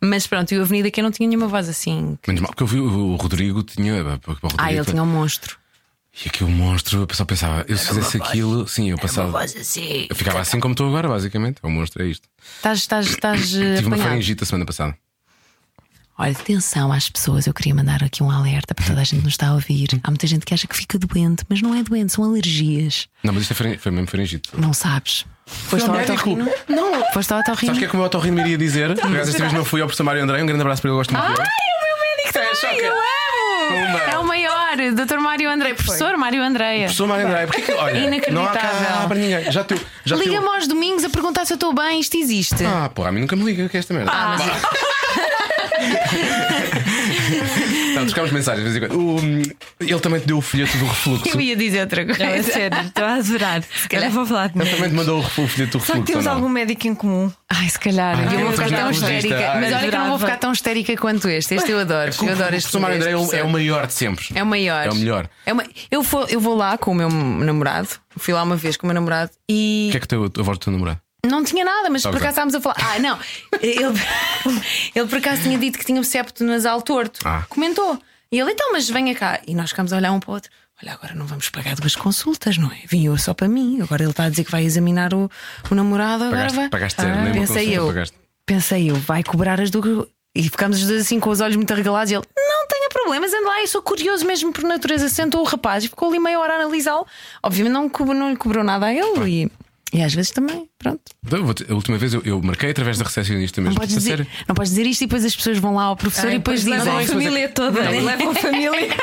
B: Mas pronto, e o Avenida que eu não tinha nenhuma voz assim.
C: Menos mal, porque eu vi o Rodrigo tinha. um- o Rodrigo-
B: Ah, ele tinha um monstro.
C: E aqui o monstro, eu só pensava, eu se fizesse aquilo, sim, eu passava.
F: Voz assim.
C: Eu ficava assim como estou agora, basicamente. O monstro é isto.
B: Estás, estás, estás eh,
C: Tive uma
B: apanhado.
C: faringite a semana passada.
B: Olha, atenção às pessoas, eu queria mandar aqui um alerta para toda a gente que nos está a ouvir. Há muita gente que acha que fica doente, mas não é doente, são alergias.
C: Não, mas isto é faring- foi mesmo faringite.
B: Não sabes. Foste
C: ao
B: ao
C: médico?
B: otorrino? Não. Foste ao
C: Sabes o
B: otorrino?
C: que é que o meu autorrino me iria dizer? Por acaso, esta vez não fui ao professor Mário André. Um grande abraço para ele, eu gosto muito dele. é
B: Ai, eu amo!
C: Pumba.
B: É o maior, Dr. Mário Andrei, professor Mário Andreia.
C: Professor Mário André, porque que, olha,
B: Inacreditável.
C: não há cá Ah, para ninguém. Já teu. Já teu-
B: Liga-me aos domingos a perguntar se eu estou bem, isto existe.
C: Ah, porra, a mim nunca me liga, que é esta merda. Ah, não, trocámos mensagens de vez em quando. O- hum, ele também te deu o folheto do refluxo.
B: Eu ia dizer outra
D: Não, é
B: coisa.
D: sério, estou a adorar. Se calhar vou falar de
C: Ele
D: mim.
C: também te mandou o reflu- o folheto do refluxo.
D: Será que temos
C: ou não?
D: algum médico em comum?
B: Ai, se calhar.
C: Ai,
B: eu vou
C: eu
B: ficar
C: vou
B: tão
C: fazer
B: histérica.
C: apologista.
B: Mas
C: Ai,
B: olha que eu não vou
D: adorava.
B: ficar tão histérica quanto este. Este eu adoro.
C: É porque
B: eu
C: o
B: adoro este.
C: professor Mário
B: este
C: André é o- é
B: professor.
C: o maior de sempre.
B: É o maior.
C: É o melhor.
B: É uma- Eu, vou, eu vou lá com o meu namorado. Fui lá uma vez com o meu namorado e
C: O que é que teu, a voz do teu namorado?
B: não tinha nada, mas por
C: Ok.
B: acaso estávamos a falar. Ah, não. Ele, ele por acaso tinha dito que tinha um septo nasal torto.
C: Ah.
B: Comentou. E ele, então, mas venha cá. E nós ficámos a olhar um para o outro. Olha, agora não vamos pagar duas consultas, não é? Vim eu só para mim. Agora ele está a dizer que vai examinar o, o namorado. Agora
C: Pagaste-
B: vai. Ah,
C: pagaste zero, nem uma
B: pensei
C: consulta
B: eu.
C: pagaste.
B: Pensei eu, vai cobrar as duas. E ficámos os dois assim com os olhos muito arregalados. E ele, não tenha problemas, ande lá. Eu sou curioso mesmo por natureza. Sentou o rapaz e ficou ali meia hora a analisá-lo. Obviamente não, co- não lhe cobrou nada a ele. E, e às vezes também, pronto.
C: Então, eu vou te- a última vez eu, eu marquei através da recepcionista
B: Não
C: mesmo.
B: podes,
C: A
B: dizer,
C: é sério.
B: não podes dizer isto e depois as pessoas vão lá ao professor e depois dizem.
D: levam a
C: é isso, mas é-
D: família toda.
C: Não, mas-
D: Levam a família.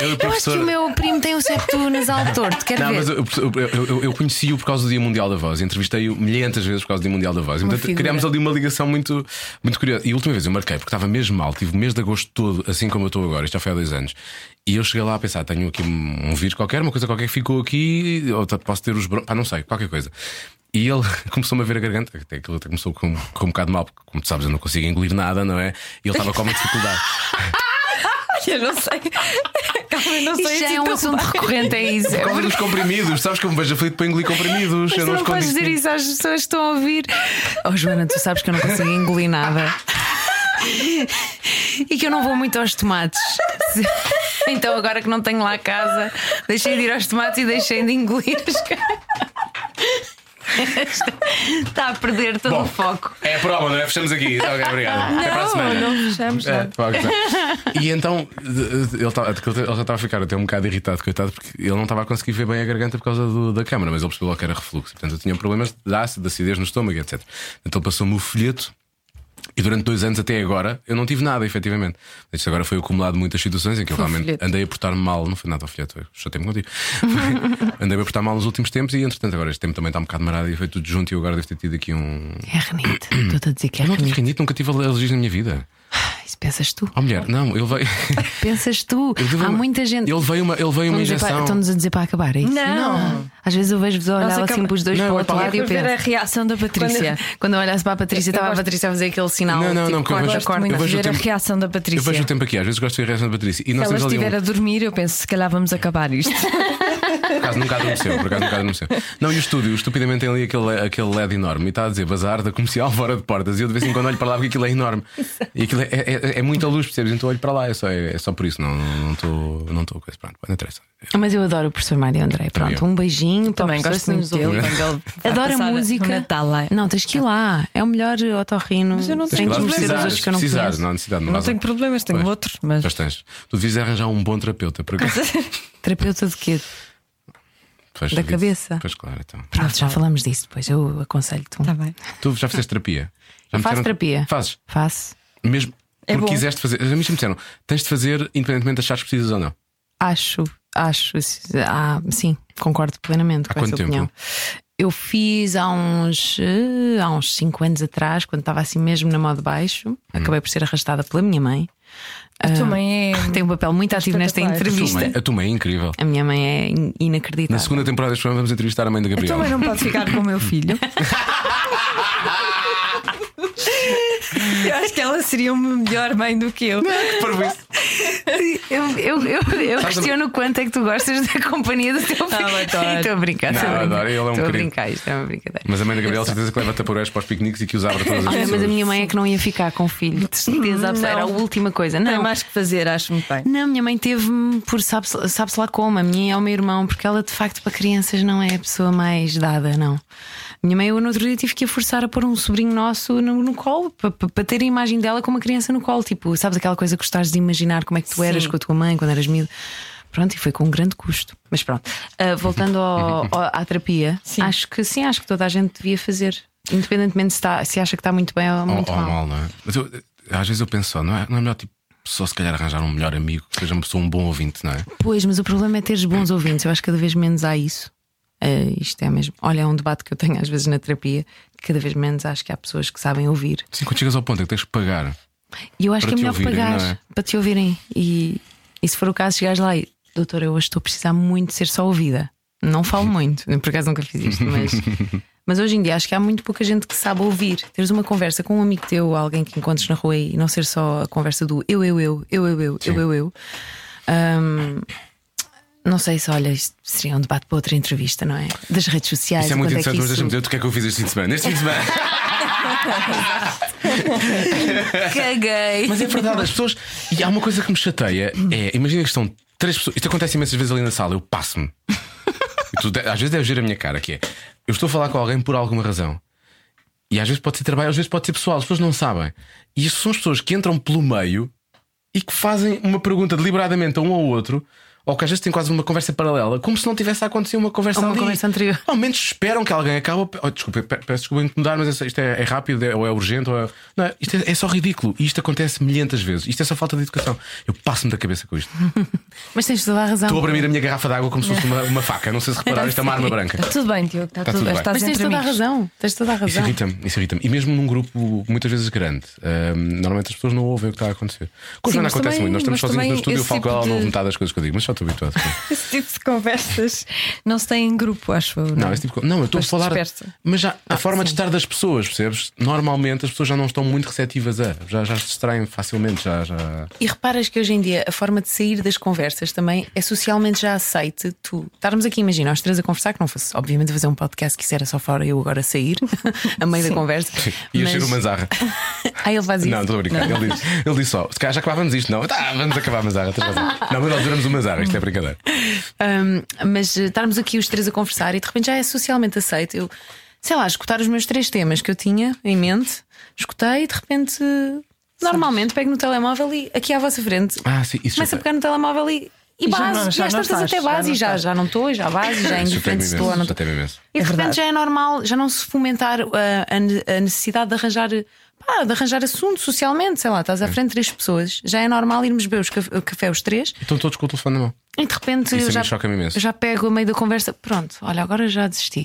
C: Eu e o
B: Eu acho
C: professor.
B: que o meu primo tem o septo nasal torto, quer
C: Não,
B: ver?
C: mas eu, eu, eu- eu conheci-o por causa do Dia Mundial da Voz, entrevistei-o milhentas vezes por causa do Dia Mundial da Voz. E,
B: Uma
C: portanto,
B: figura.
C: criámos ali uma ligação muito, muito curiosa. E a última vez eu marquei, porque estava mesmo mal, tive o mês de agosto todo, assim como eu estou agora, isto já foi há dois anos. E eu cheguei lá a pensar: tenho aqui um um vírus qualquer, uma coisa qualquer que ficou aqui, ou t- posso ter os bron... pá, não sei, qualquer coisa. E ele começou-me a ver a garganta, até aquilo até começou com, com um bocado mal, porque, como tu sabes, eu não consigo engolir nada, não é? E ele estava com uma dificuldade.
D: Eu não sei. Calma, eu não sei.
B: Isto já
D: assim
B: é um
D: tão
B: assunto recorrente, é isso.
C: Por causa um dos comprimidos, sabes que eu me vejo aflito para engolir comprimidos.
B: Mas
C: eu
B: tu
C: não
B: não
C: os consigo.
B: podes dizer isso às pessoas que estão a ouvir. Oh, Joana, tu sabes que eu não consigo engolir nada. E que eu não vou muito aos tomates. Se- Então, agora que não tenho lá a casa, deixei de ir aos tomates e deixei de engolir as caras. Está a perder todo
C: Bom,
B: o foco.
C: É a prova, não é? Fechamos aqui. Ok, obrigado. Até para a
D: Tá Não,
C: semana.
D: não fechamos.
C: É, pá, que tá. e então de- de- ele, tava- ele já estava a ficar até um bocado irritado, coitado, porque ele não estava a conseguir ver bem a garganta por causa do- da câmara, mas ele percebeu logo que era refluxo. Portanto, eu tinha problemas de ácido, de acidez no estômago, etc. Então ele passou-me o folheto e durante dois anos até agora eu não tive nada, efetivamente. Isto agora foi acumulado de muitas situações em que eu realmente andei a portar mal. Não foi nada ao folheto, eu chatei-me contigo. andei a portar mal nos últimos tempos e, entretanto, agora este tempo também está um bocado marado e foi tudo junto. E eu agora devo ter tido aqui um.
B: É renite. Estou-te a dizer que é
C: Eu não tive
B: renite.
C: rinite, nunca tive alergias na minha vida.
B: Ai, Isso pensas tu?
C: Oh, mulher, não, ele veio.
B: Pensas tu?
C: ele veio
B: Há
C: uma-
B: muita gente.
C: Ele veio uma, ele veio uma
B: Estão-nos a dizer para-
C: injeção.
B: Estão-nos a dizer para acabar, é isso?
D: Não.
B: Às vezes eu vejo-vos a olhar
D: Nós
B: assim
D: acaba-
B: para os dois
C: Não,
B: para o
C: é
B: outro
C: para lá.
B: lado e eu
D: Para ver a
B: penso.
D: reação da Patrícia.
B: Quando eu olhasse para a Patrícia, estava a
D: gosto-
B: Patrícia a fazer aquele sinal.
C: Não, não,
B: tipo,
C: não, porque eu
B: corta,
C: vejo-
D: Gosto
B: corta.
D: muito
C: eu
D: de
C: vejo o
D: ver a
C: tempo-
D: reação da
C: Eu
D: Patrícia.
C: vejo o
D: Se
C: tempo aqui, às vezes gosto de ver a reação da Patrícia. E nós
D: ela
C: temos ali
D: estiver
C: um.
D: a dormir, eu penso, se calhar vamos acabar isto.
B: Então,
C: Por acaso nunca adormeceu, por acaso nunca adormeceu. Não, e o estúdio, estupidamente tem ali aquele, aquele LED enorme e está a dizer bazar da comercial fora de portas. E eu de vez em quando olho para lá porque aquilo é enorme. E aquilo é, é, é- é muita luz, percebes? Então olho para lá, é só, é, é só por isso. Não não estou. Não estou. coisa. Pronto, não interessa.
B: Mas eu adoro o professor Mário André. Pronto,
C: Também eu.
B: um beijinho para
D: Também
B: o
D: gosto
B: professor
D: muito
B: que nos
D: dele.
B: ouve.
D: quando ele vai
B: um Adoro a
D: passar
B: música.
D: o Natal é. lá.
B: Não, tens que ir lá. É o melhor otorrino. Mas
D: eu não
B: Sem
D: tenho
C: Claro,
D: que
B: desmerecer
C: precisar,
B: os outros que eu não
C: precisar,
B: conheço.
C: não há necessidade.
D: Não
C: vais
D: tenho
C: ao-
D: problemas, tenho
C: Pois.
D: outros, mas.
C: Mas tens. Tu devias arranjar um bom terapeuta. Porque...
B: Terapeuta de quê? Da cabeça.
C: Pois claro, então.
B: Pronto, já falamos disso depois. Eu aconselho-te. um.
D: Está bem.
C: Tu já fizeste terapia? Já
B: Eu
C: me
B: faço
C: disseram-
B: terapia.
C: Fazes.
B: Faço.
C: Mesmo
D: É
C: porque
D: bom.
C: quiseste fazer. As amigas me disseram, tens de fazer independentemente de achares que precisas ou não.
B: Acho, acho, ah, sim, concordo plenamente
C: Há
B: com essa
C: quanto tempo?
B: opinião. Eu fiz há uns,
C: Hum.
B: eh, há uns 5 anos atrás, quando estava assim mesmo na moda baixo, acabei por ser arrastada pela minha mãe
D: A tua mãe é.
B: Tem um papel muito ativo nesta
D: Espetacular.
B: entrevista.
C: A tua mãe é incrível.
B: A minha mãe é in- inacreditável.
C: Na segunda temporada deste programa vamos entrevistar a mãe da
D: A tua
C: Gabriela.
D: mãe não pode ficar com o meu filho. Eu acho que ela seria uma melhor mãe do que eu.
C: Para isso.
B: Eu, eu, eu, eu questiono o quanto é que tu gostas da companhia do teu filho.
D: Ah, eu adoro.
B: Estou a brincar, estou a
C: Não, eu
B: brincar.
C: adoro, ele é um
B: Estou a
C: querido.
B: brincar, isto é uma brincadeira.
C: Mas a mãe da Gabriela, certeza que leva taparoeiros para os piqueniques e que os abre a todas as
B: Olha,
C: pessoas.
B: mas a minha mãe é que não ia ficar com o filho, de certeza, absoluta, era a última coisa.
D: Não
B: Não,
D: tem mais que fazer, acho-me bem.
B: não minha mãe teve-me por sabe-se sabe-se lá como, a minha é o meu irmão, porque ela de facto para crianças não é a pessoa mais dada, não. Minha mãe, eu no outro dia tive que a forçar a pôr um sobrinho nosso no, no colo, para, para ter a imagem dela como uma criança no colo, tipo, sabes aquela coisa que gostares de imaginar como é que tu eras com a tua mãe quando eras miúdo. Pronto, e foi com um grande custo. Mas pronto, Ah, voltando ao- ao- à terapia,
D: Sim.
B: acho que sim, acho que toda a gente devia fazer, independentemente se, está- se acha que está muito
D: Oh,
B: bem ou
C: Ou-
B: muito
C: ou
B: mal.
C: mal, não é? Mas eu, às vezes eu penso só, não é, não é melhor tipo, só se calhar arranjar um melhor amigo que seja uma pessoa, um bom ouvinte, não é?
B: Pois, mas o problema é teres bons ouvintes. Eu acho que cada vez menos há isso. Eh, isto é mesmo. Olha, é um debate que eu tenho às vezes na terapia. Cada vez menos acho que há pessoas que sabem ouvir.
C: Sim, quando chegas ao ponto é que tens que pagar.
B: E eu acho
C: Para
B: que é
C: te
B: melhor
C: ouvirem,
B: pagar
C: não é?
B: para te ouvirem. E, e se for o caso, chegares lá e, doutor, eu hoje estou a precisar muito de ser só ouvida. Não falo muito, por acaso nunca fiz isto, mas. Mas hoje em dia acho que há muito pouca gente que sabe ouvir. Teres uma conversa com um amigo teu, alguém que encontres na rua e não ser só a conversa do eu, eu, eu, eu, eu, eu, eu, eu, eu. Hum, não sei se, olha, isto seria um debate para outra entrevista, não é? Das redes sociais.
C: Isso é muito
B: quanto
C: interessante,
B: que
C: mas
B: isso-
C: deixa-me dizer o que é que eu fiz este fim de semana. Neste fim de semana.
B: Caguei.
C: Mas é verdade, as pessoas. E há uma coisa que me chateia: é, imagina que estão três pessoas. Isto acontece imensas vezes ali na sala, eu passo-me. E tu de- Às vezes deves ver a minha cara, que é. Eu estou a falar com alguém por alguma razão. E às vezes pode ser trabalho, às vezes pode ser pessoal, as pessoas não sabem. E isso são as pessoas que entram pelo meio e que fazem uma pergunta deliberadamente a um ao outro, ou que às vezes têm quase uma conversa paralela, como se não tivesse a acontecer uma conversa
B: Ou uma
C: ali.
B: conversa anterior.
C: Ao menos esperam que alguém acabe. Oh, desculpa, pe- peço desculpa incomodar, mas essa- isto é, é rápido, é- ou é urgente, ou é. Não, isto é, é só ridículo. E isto acontece milhentas vezes. Isto é só falta de educação. Eu passo-me da cabeça com isto.
B: Mas tens toda a razão.
C: Estou a abrir a minha garrafa de água como se fosse uma, uma faca. Não sei se repararam, isto é
B: assim.
C: uma arma branca.
D: Está Tá tudo bem, Tiago. Está
C: Está
D: tudo
C: tudo
D: bem.
C: bem.
D: Estás
B: Mas tens
D: entre
B: toda a
D: amigos.
B: razão. Tens toda a
C: Isso
B: razão.
C: irrita-me, isso irrita-me. E mesmo num grupo muitas vezes grande, hum, normalmente as pessoas não ouvem o que está a acontecer. Com a
D: Sim,
C: Joana
D: mas
C: acontece
D: também-
C: muito. Nós estamos
D: mas
C: sozinhos
D: também
C: no estúdio, eu
D: esse
C: falo com
D: tipo
C: ela, não
D: de-
C: metade das coisas que eu digo, mas já estou habituado.
D: Esse tipo de conversas não se tem em grupo, acho eu.
C: Não, esse tipo de co- Não, eu estou a
D: Depois
C: falar.
D: dispersa.
C: Mas já
D: Ah,
C: a forma de estar das pessoas, percebes? Normalmente as pessoas já não estão muito receptivas a. Já, já se distraem facilmente, já. já...
B: E reparas que hoje em dia a forma de sair das conversas também é socialmente já aceite tu estarmos aqui, imagina, nós três a conversar, que não fosse, obviamente, fazer um podcast que isso era só fora eu agora a sair, a meio da conversa.
C: Ia
B: mas-
C: ser uma zarra.
B: Ah, ele faz isso.
C: Não, estou a brincar. Ele disse, ele disse só: se calhar já acabávamos isto, não? Tá, vamos acabar uma zarra. tens razão. Não, mas nós duramos uma zarra, isto é brincadeira.
D: Hum.
B: Ahm, mas eh, estarmos aqui os três a conversar e de repente já é socialmente aceito. Eu, sei lá, escutar os meus três temas que eu tinha em mente, escutei e de repente, eh, normalmente, pego no telemóvel e aqui à vossa frente
C: Ah, sim, isso
D: é
B: Começa a
C: já.
B: pegar no telemóvel e. E
D: E já
B: base,
D: não- já
B: e às
D: não
B: tantas
D: estás,
B: até
D: já
B: base,
D: não
B: e já,
D: estás.
B: já não estou, já base, já é indiferente se estou ou não estou.
C: Até imenso.
B: E de repente
D: verdade.
B: já é normal, já não se fomentar uh, a, ne- a necessidade de arranjar, pá, de arranjar assunto socialmente, sei lá, estás à frente de três pessoas, já é normal irmos beber os caf- o café os três
C: Estão todos com o telefone na mão.
B: e de repente
C: Isso a
B: eu
C: mim
B: já,
C: choca-me imenso.
B: já pego a meio da conversa, pronto, olha, agora já desisti.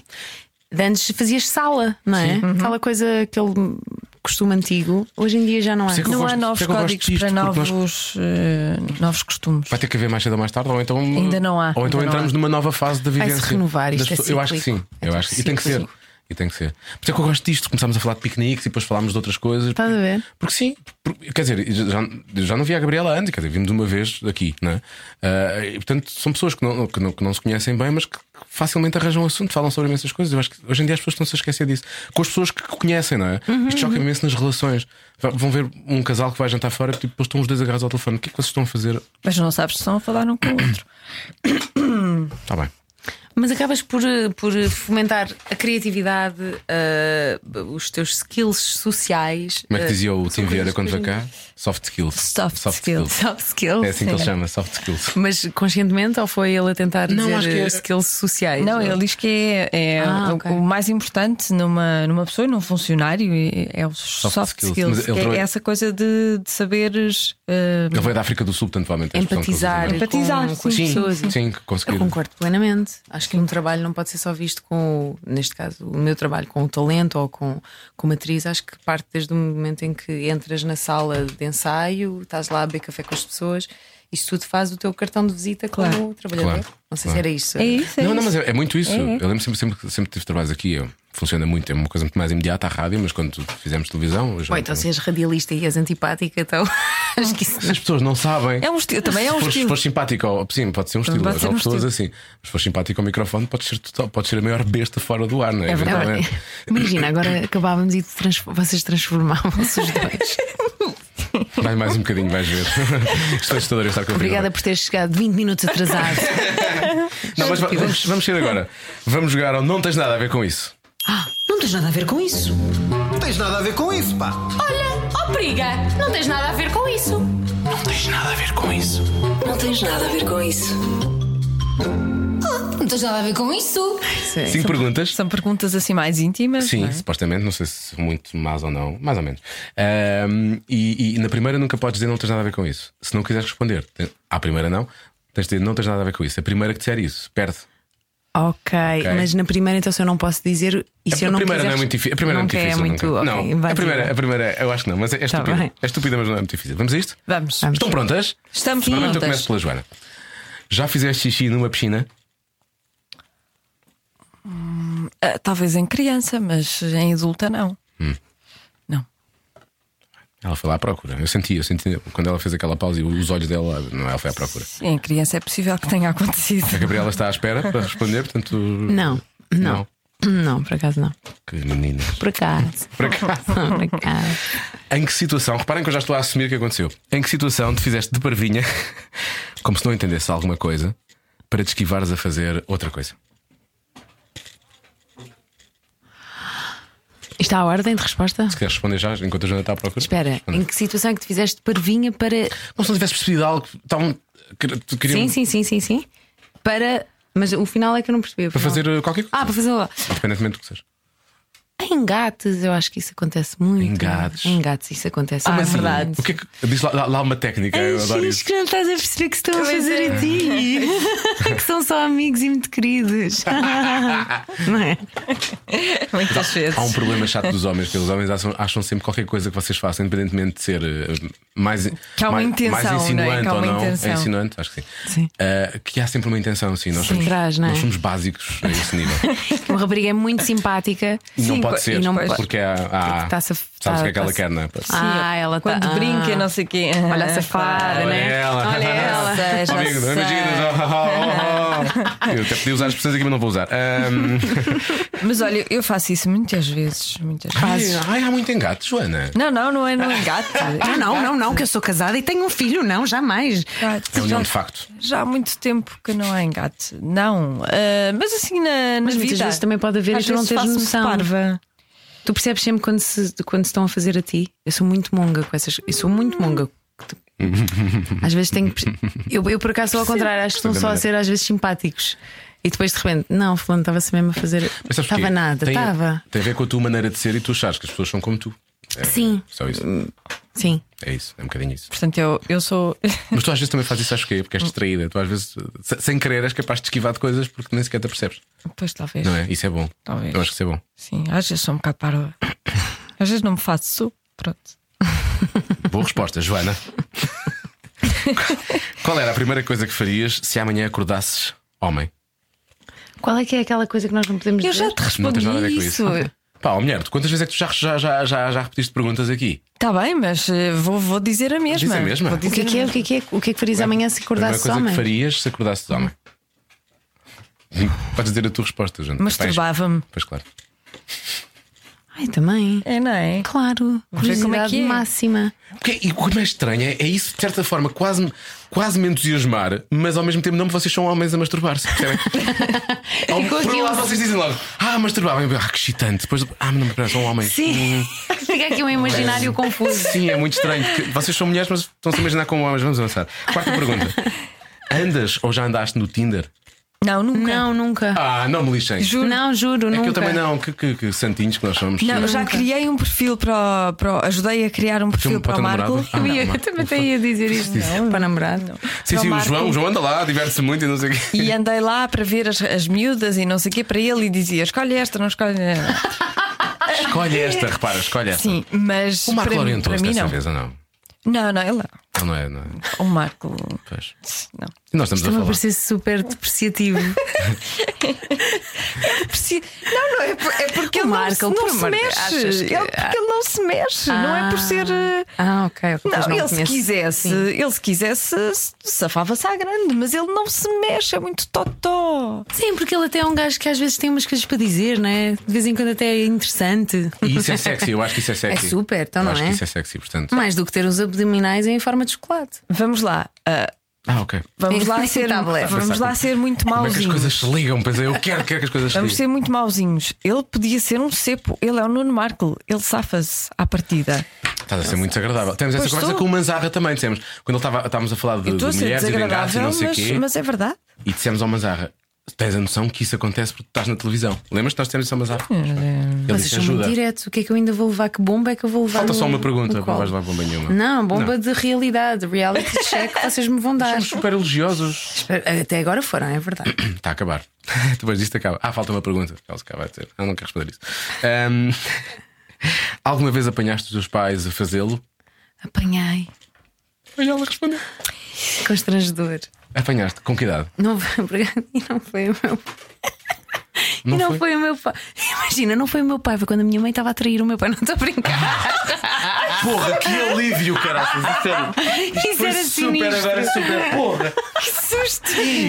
B: De antes fazias sala, não é? Aquela coisa, aquele costume antigo, hoje em dia já não é.
C: Sei que eu
D: Não
C: gosto-
D: há novos
C: porque eu gosto
D: códigos
C: disto,
D: para
C: porque nós-
D: novos, eh, novos costumes.
C: Vai ter que haver mais cedo ou mais tarde, ou então.
D: Ainda não há,
C: Ou então
D: ainda não
C: entramos
D: há.
C: numa nova fase da
B: se
C: vivência.
B: renovar, isto
C: das
B: é
C: pessoas. Eu acho que sim.
B: cíclico. É
C: Eu
B: tudo
C: acho que. E tem que ser.
B: cíclico.
C: E tem que ser. Por isso é que eu gosto disto. Começámos a falar de piqueniques e depois falámos de outras coisas.
B: Estás a ver?
C: Porque sim, porque- quer dizer, já, já não vi a Gabriela antes, quer dizer, vimos uma vez aqui, não é? Ah, e, portanto, são pessoas que não, que, não, que não se conhecem bem, mas que facilmente arranjam um assunto, falam sobre imensas coisas. Eu acho que hoje em dia as pessoas estão-se a esquecer disso. Com as pessoas que conhecem, não é?
B: Uhum,
C: Isto choca imenso nas relações. Va- Vão ver um casal que vai jantar fora e depois estão os dois agarrados ao telefone. O que é que vocês estão a fazer?
D: Mas não sabes se estão a falar um com o outro.
C: Está Tá bem.
B: Mas acabas por, eh, por eh, fomentar a criatividade, eh, os teus skills sociais.
C: Como é que
B: eh,
C: dizia o
B: são
C: Tim Vieira
B: coisas
C: quando
B: que
C: veio
B: hoje
C: cá? Soft skills.
D: Soft skills.
B: em dia- Soft skills.
C: É assim que ele
B: Sim.
C: chama, soft skills.
B: Mas conscientemente ou foi ele a tentar
C: Não,
B: dizer
C: acho que
B: eh,
C: é-
B: skills sociais?
D: Não,
B: Ou-
D: ele diz que é, é
B: Ah,
D: o,
B: ok.
D: o mais importante numa, numa pessoa e num funcionário é- é os soft,
C: skills.
D: skills.
C: Mas ele
D: que é
C: também-
D: essa coisa de, de saberes
B: eh,
C: Ele veio da África do Sul, portanto, provavelmente é a expressão que eles usam,
B: empatizar,
C: não é?
D: Empatizar,
B: com, com as
D: sim.
B: pessoas.
C: Sim, sim,
B: Eu
C: conseguir.
B: concordo plenamente. Acho que um trabalho não pode ser só visto com, o- neste caso, o meu trabalho com o talento ou com, com uma atriz. Acho que parte desde o momento em que entras na sala de ensaio, estás lá a beber café com as pessoas. Isso tudo faz o teu cartão de visita
D: Claro.
B: como trabalhador.
C: Claro,
B: Não sei
C: claro.
B: se era isso.
D: É isso, é
C: não,
D: isso.
C: não, mas é, é muito isso. Eu lembro sempre, sempre, sempre que tive trabalhos aqui. eu- funciona muito, é uma coisa muito mais imediata à rádio, mas quando fizemos televisão. eu já
B: Bom,
C: não
B: então
C: tenho-
B: se és radialista e és antipática, então acho que isso.
C: As pessoas não sabem.
D: É um estilo, também é um
C: se fores,
D: estilo.
C: fores simpático, ao- sim, pode ser um estilo.
D: pode
C: mas
D: ser
C: há
D: um
C: pessoas assim. Mas se fores simpático ao microfone, pode ser, total, pode ser a maior besta fora do ar, não é?
B: É verdade.
C: Eventualmente.
B: Imagina, agora acabávamos e trans- vocês transformavam-se os dois.
C: Vai mais um bocadinho, vais ver. Estou assustadora estar com a
B: Obrigada por teres chegado 20 minutos atrasado.
C: Não, mas va- vamos, vamos ser agora. Vamos jogar ao Não Tens Nada a Ver com Isso.
A: Não tens nada a ver com isso.
G: Não tens nada a ver com isso, pá.
H: Oh, periga, não tens nada a ver com isso.
A: Não tens nada a ver com isso.
H: Não tens nada a ver com isso.
B: Sim.
C: Cinco perguntas.
D: São perguntas assim mais íntimas.
C: Sim,
D: não é?
C: supostamente, não sei se muito mais ou não, mais ou menos. Ahm, e, e na primeira nunca podes dizer não tens nada a ver com isso. Se não quiseres responder, te- à primeira não, tens de dizer não tens nada a ver com isso. A primeira que disser isso, perde.
B: Ok, mas na primeira, então, se eu não posso dizer. E se
C: a
B: eu não
C: primeira
B: quiser,
C: não é muito difícil. A primeira
B: nunca
C: é muito difícil.
B: muito.
C: nunca.
B: ok,
C: não,
B: vai
C: a
B: dizer.
C: primeira, é- a primeira eu acho que não, mas é, é
B: Tá
C: estúpida.
B: bem.
C: é estúpida, mas não é muito difícil. Vamos a isto?
D: Vamos.
B: Vamos.
C: Estão prontas?
D: Estamos
C: Normalmente eu
D: prontas.
C: começo pela Joana. Já fizeste xixi numa piscina?
D: Ah, talvez em criança, mas em adulta não.
C: Hum.
D: Não.
C: Ela foi lá à procura. Eu senti, eu senti quando ela fez aquela pausa e os olhos dela, não, ela foi à procura.
D: Sim, em criança é possível que tenha acontecido.
C: A Gabriela está à espera para responder, portanto.
B: Não,
C: Não.
B: não. Não, por acaso não.
C: Que menina.
B: Por acaso.
C: Por acaso.
B: Por acaso.
C: Em que situação, reparem que eu já estou a assumir o que aconteceu. Em que situação te fizeste de parvinha, como se não entendesse alguma coisa, para te esquivares a fazer outra coisa?
B: Está à ordem de resposta?
C: Se queres responder já, enquanto a Joana está à procura.
B: Espera,
C: Responde.
B: em que situação é que te fizeste parvinha para.
C: Como se não tivesse percebido algo, estavam. que- que Queriam
B: Sim, sim, sim, sim, sim. Para. Mas o final é que eu não percebi. o
C: Para
B: final.
C: fazer qualquer coisa.
B: Ah, para fazer lá.
C: Independentemente do que seja.
B: Engates, eu acho que isso acontece muito. é?
C: Engates.
B: Engates, isso acontece.
D: Ah,
B: muito.
D: é verdade.
C: O que é que. Diz lá, lá- lá uma técnica, eu adoro
B: Ai,
C: isso.
B: X, que não estás a perceber que estão a fazer a ti. É que são só amigos e muito queridos. não é?
D: Muitas vezes.
C: Há um problema chato dos homens, que os homens acham, acham sempre qualquer coisa que vocês façam, independentemente de ser eh, mais,
D: Que há uma
C: mais,
D: intenção,
C: mais
D: não é?
C: insinuante
D: Que há uma
C: ou não.
D: intenção.
C: É insinuante, acho que sim.
B: Sim.
C: Eh, que há sempre uma intenção, sim. Nós, somos,
B: Traz, não é?
C: nós somos básicos a esse nível.
B: Uma rapariga é muito simpática.
C: E não
D: Sim,
C: pode
D: co-
C: ser,
B: e não pode.
C: porque há. há
B: Porque tá-se a-
C: sabes o que é
B: tá-
C: que ela
B: tá-se-
C: quer, não é?
B: Ah, ela tá-
D: Quando
B: ah.
D: brinca, não sei o quê.
B: Olha a safada,
C: Ah, Olha
B: né?
C: ela.
B: Olha ela.
D: Já
C: Oh, amigo,
D: sei.
C: imaginas, oh, oh, oh. Eu até podia usar as pessoas aqui, mas não vou usar. Ahm,
D: Mas olha, eu faço isso muitas vezes. Muitas
C: ai,
D: vezes.
C: ai, há muito engate, Joana. um
D: Não, não, não é no engate.
B: Ah, não, não, não, que eu sou casada e tenho um filho, não, jamais.
C: É união
D: já,
C: de facto.
D: já há muito tempo que não há engate. Não. Ah, mas assim na, na
B: Mas muitas
D: vida.
B: vezes também pode haver e
D: Às
B: tu não
D: vezes
B: tens
D: faço-me
B: noção.
D: Parva.
B: Tu percebes sempre quando se, quando se estão a fazer a ti. Eu sou muito monga com essas. Eu sou muito monga. Às vezes tenho. que perce- Eu, eu por acaso sou ao contrário, acho que estão só a ser às vezes simpáticos. E depois de repente, não, Fulano estava-se mesmo a fazer.
C: Mas sabes porquê?
B: Estava nada,
C: Tem-
B: estava.
C: Tem a ver com a tua maneira de ser e tu achares que as pessoas são como tu. É
B: Sim,
C: Só isso.
B: sim.
C: É isso, é um bocadinho isso.
D: Portanto, eu, eu sou.
C: Mas tu às vezes também fazes isso, acho que é porque és distraída. Tu às vezes, se- sem querer, és capaz de esquivar de coisas porque nem sequer te percebes.
D: pois talvez.
C: Não é? Isso é bom.
D: Talvez.
C: Eu acho que isso é bom.
D: Sim, às vezes sou um bocado parva. Às vezes não me faço. Pronto.
C: Boa resposta, Joana. Qual era a primeira coisa que farias se amanhã acordasses homem?
B: Qual é que é aquela coisa que nós não podemos
D: Eu já
B: dizer?
D: te
C: é. Não
D: respondi
C: tens nada a ver com
D: isso.
C: isso. Pá, ó, mulher, tu quantas vezes é que tu já, já, já, já, já repetiste perguntas aqui?
D: Está bem, mas eh, vou, vou dizer a mesma.
C: a mesma.
D: Vou
B: O que
D: dizer
B: é que é? O que é que é? O que é que farias amanhã se
C: primeira
B: acordasses
C: coisa
B: homem?
C: que farias se acordasses homem? Podes dizer a tua resposta, gente.
D: Masturbava-me.
C: Pois claro.
B: Ai, também.
D: É, não é?
B: Claro,
D: ver como é
B: curiosidade
D: que é.
B: máxima.
C: Porque, e o que mais estranho é, é isso, de certa forma, quase, me- quase me entusiasmar, mas ao mesmo tempo não, vocês são homens a masturbar-se, percebem? Ao-
B: Ficou
C: por um
B: aquilo.
C: lado vocês dizem logo, ah, masturbavam, ah, que excitante. Depois, ah, mas não, pera, são homens.
B: Sim. Fica aqui um imaginário confuso.
C: Sim, é muito estranho. porque vocês são mulheres, mas estão-se a imaginar como homens. Vamos avançar. Quarta pergunta: Andas ou já andaste no Tinder?
D: Não, nunca.
B: Não, nunca.
C: Ah, não me lixem.
B: Juro. Não, juro,
C: É
B: nunca.
C: que eu também não, que, que- que santinhos que nós somos.
D: Não, eu já criei um perfil para o, para o- Ajudei a criar um perfil
C: para
D: para,
C: o
D: o
C: teu
D: Marco.
C: namorado? Ah,
B: Eu, ia-
C: não,
B: eu também até ia dizer isto para namorado.
C: Sim, sim, o
D: Marco.
C: João, o João anda lá, diverte-se muito e não sei o quê.
D: E andei lá para ver as, as miúdas e não sei o quê para ele e dizia: escolhe esta, não escolhe.
C: Escolhe esta, repara, escolhe esta.
D: Sim, mas
C: O Marco
D: para, mim- para
C: orientou-se
D: mim
C: dessa
D: não.
C: vez ou não?
D: Não, não, ele não.
C: Ou não é? Não é?
D: O Marco.
C: Pois.
D: Não.
C: E Nós estamos
D: é
B: Estava a
C: a falar.
B: parecer super depreciativo.
D: Preci- Não, não, é, por- é porque
B: O
D: ele
B: Marco,
D: não, se-
B: por
D: não se
B: amor de- achas
D: mexe.
B: que-
D: Ele, porque ele não se mexe. Não é por ser. eh,
B: Ah, ok. ok,
D: Não,
B: pois
D: ele se
B: conheço.
D: quisesse,
B: Sim.
D: ele se quisesse, safava-se à grande, mas ele não se mexe, é muito totó.
B: Sim, porque ele até é um gajo que às vezes tem umas coisas para dizer, né? De vez em quando até é interessante.
C: E isso é sexy, eu acho que isso é sexy.
B: É super, então
C: eu
B: não
C: acho
B: é?
C: que isso é sexy, portanto.
B: Mais do que ter os abdominais em forma de chocolate.
D: Vamos lá, ah,
C: Ah, ok.
D: vamos lá ser,
B: Tá bem.
D: vamos lá ser muito
C: Como é que as
D: mauzinhos.
C: coisas se ligam? Pois é, eu quero, quero que as coisas se
D: Vamos
C: ligam.
D: ser muito mauzinhos. Ele podia ser um cepo, ele é o Nuno Marco, ele safa-se à partida.
C: Estás a ser muito desagradável. Temos essa
D: Pois
C: conversa
D: estou.
C: com o Manzarra também, dissemos. Quando ele estava, estávamos a falar de,
D: Eu
C: de
D: estou a ser
C: mulheres e de engates e
D: desagradável,
C: não sei o
D: mas,
C: quê,
D: mas é verdade.
C: e dissemos ao Manzarra: tens a noção que isso acontece porque tu estás na televisão. Lembras-te? Nós temos isso ao Manzarra.
D: eh,
C: Ele
B: Vocês
C: disse:
B: são muito
C: ajuda.
B: diretos. O que é que eu ainda vou levar? Que bomba é que eu vou levar?
C: Falta
B: no-
C: só uma pergunta,
B: no
C: não
B: colo?
C: vais lá bomba nenhuma.
B: Não, bomba de realidade, reality check, vocês me vão dar.
C: Somos super elogiosos.
B: Espera, Até agora foram, é verdade.
C: Está a acabar. Depois disto acaba. Ah, falta uma pergunta. Ela se acaba a dizer. Eu não quero responder isso. Ahm, alguma vez apanhaste os teus pais a fazê-lo?
B: Apanhei.
C: E ela respondeu.
B: Constrangedor.
C: Apanhaste, com que idade?
B: Não foi, obrigada. e não foi o meu
C: Não
B: e não
C: foi?
B: foi? o meu pai. Imagina, não foi o meu pai, foi quando a minha mãe estava a trair o meu pai, não estou a brincar.
C: Porra, que alívio, caraças, a sério.
B: Isso era sinistro.
C: super, porra.
B: Que susto!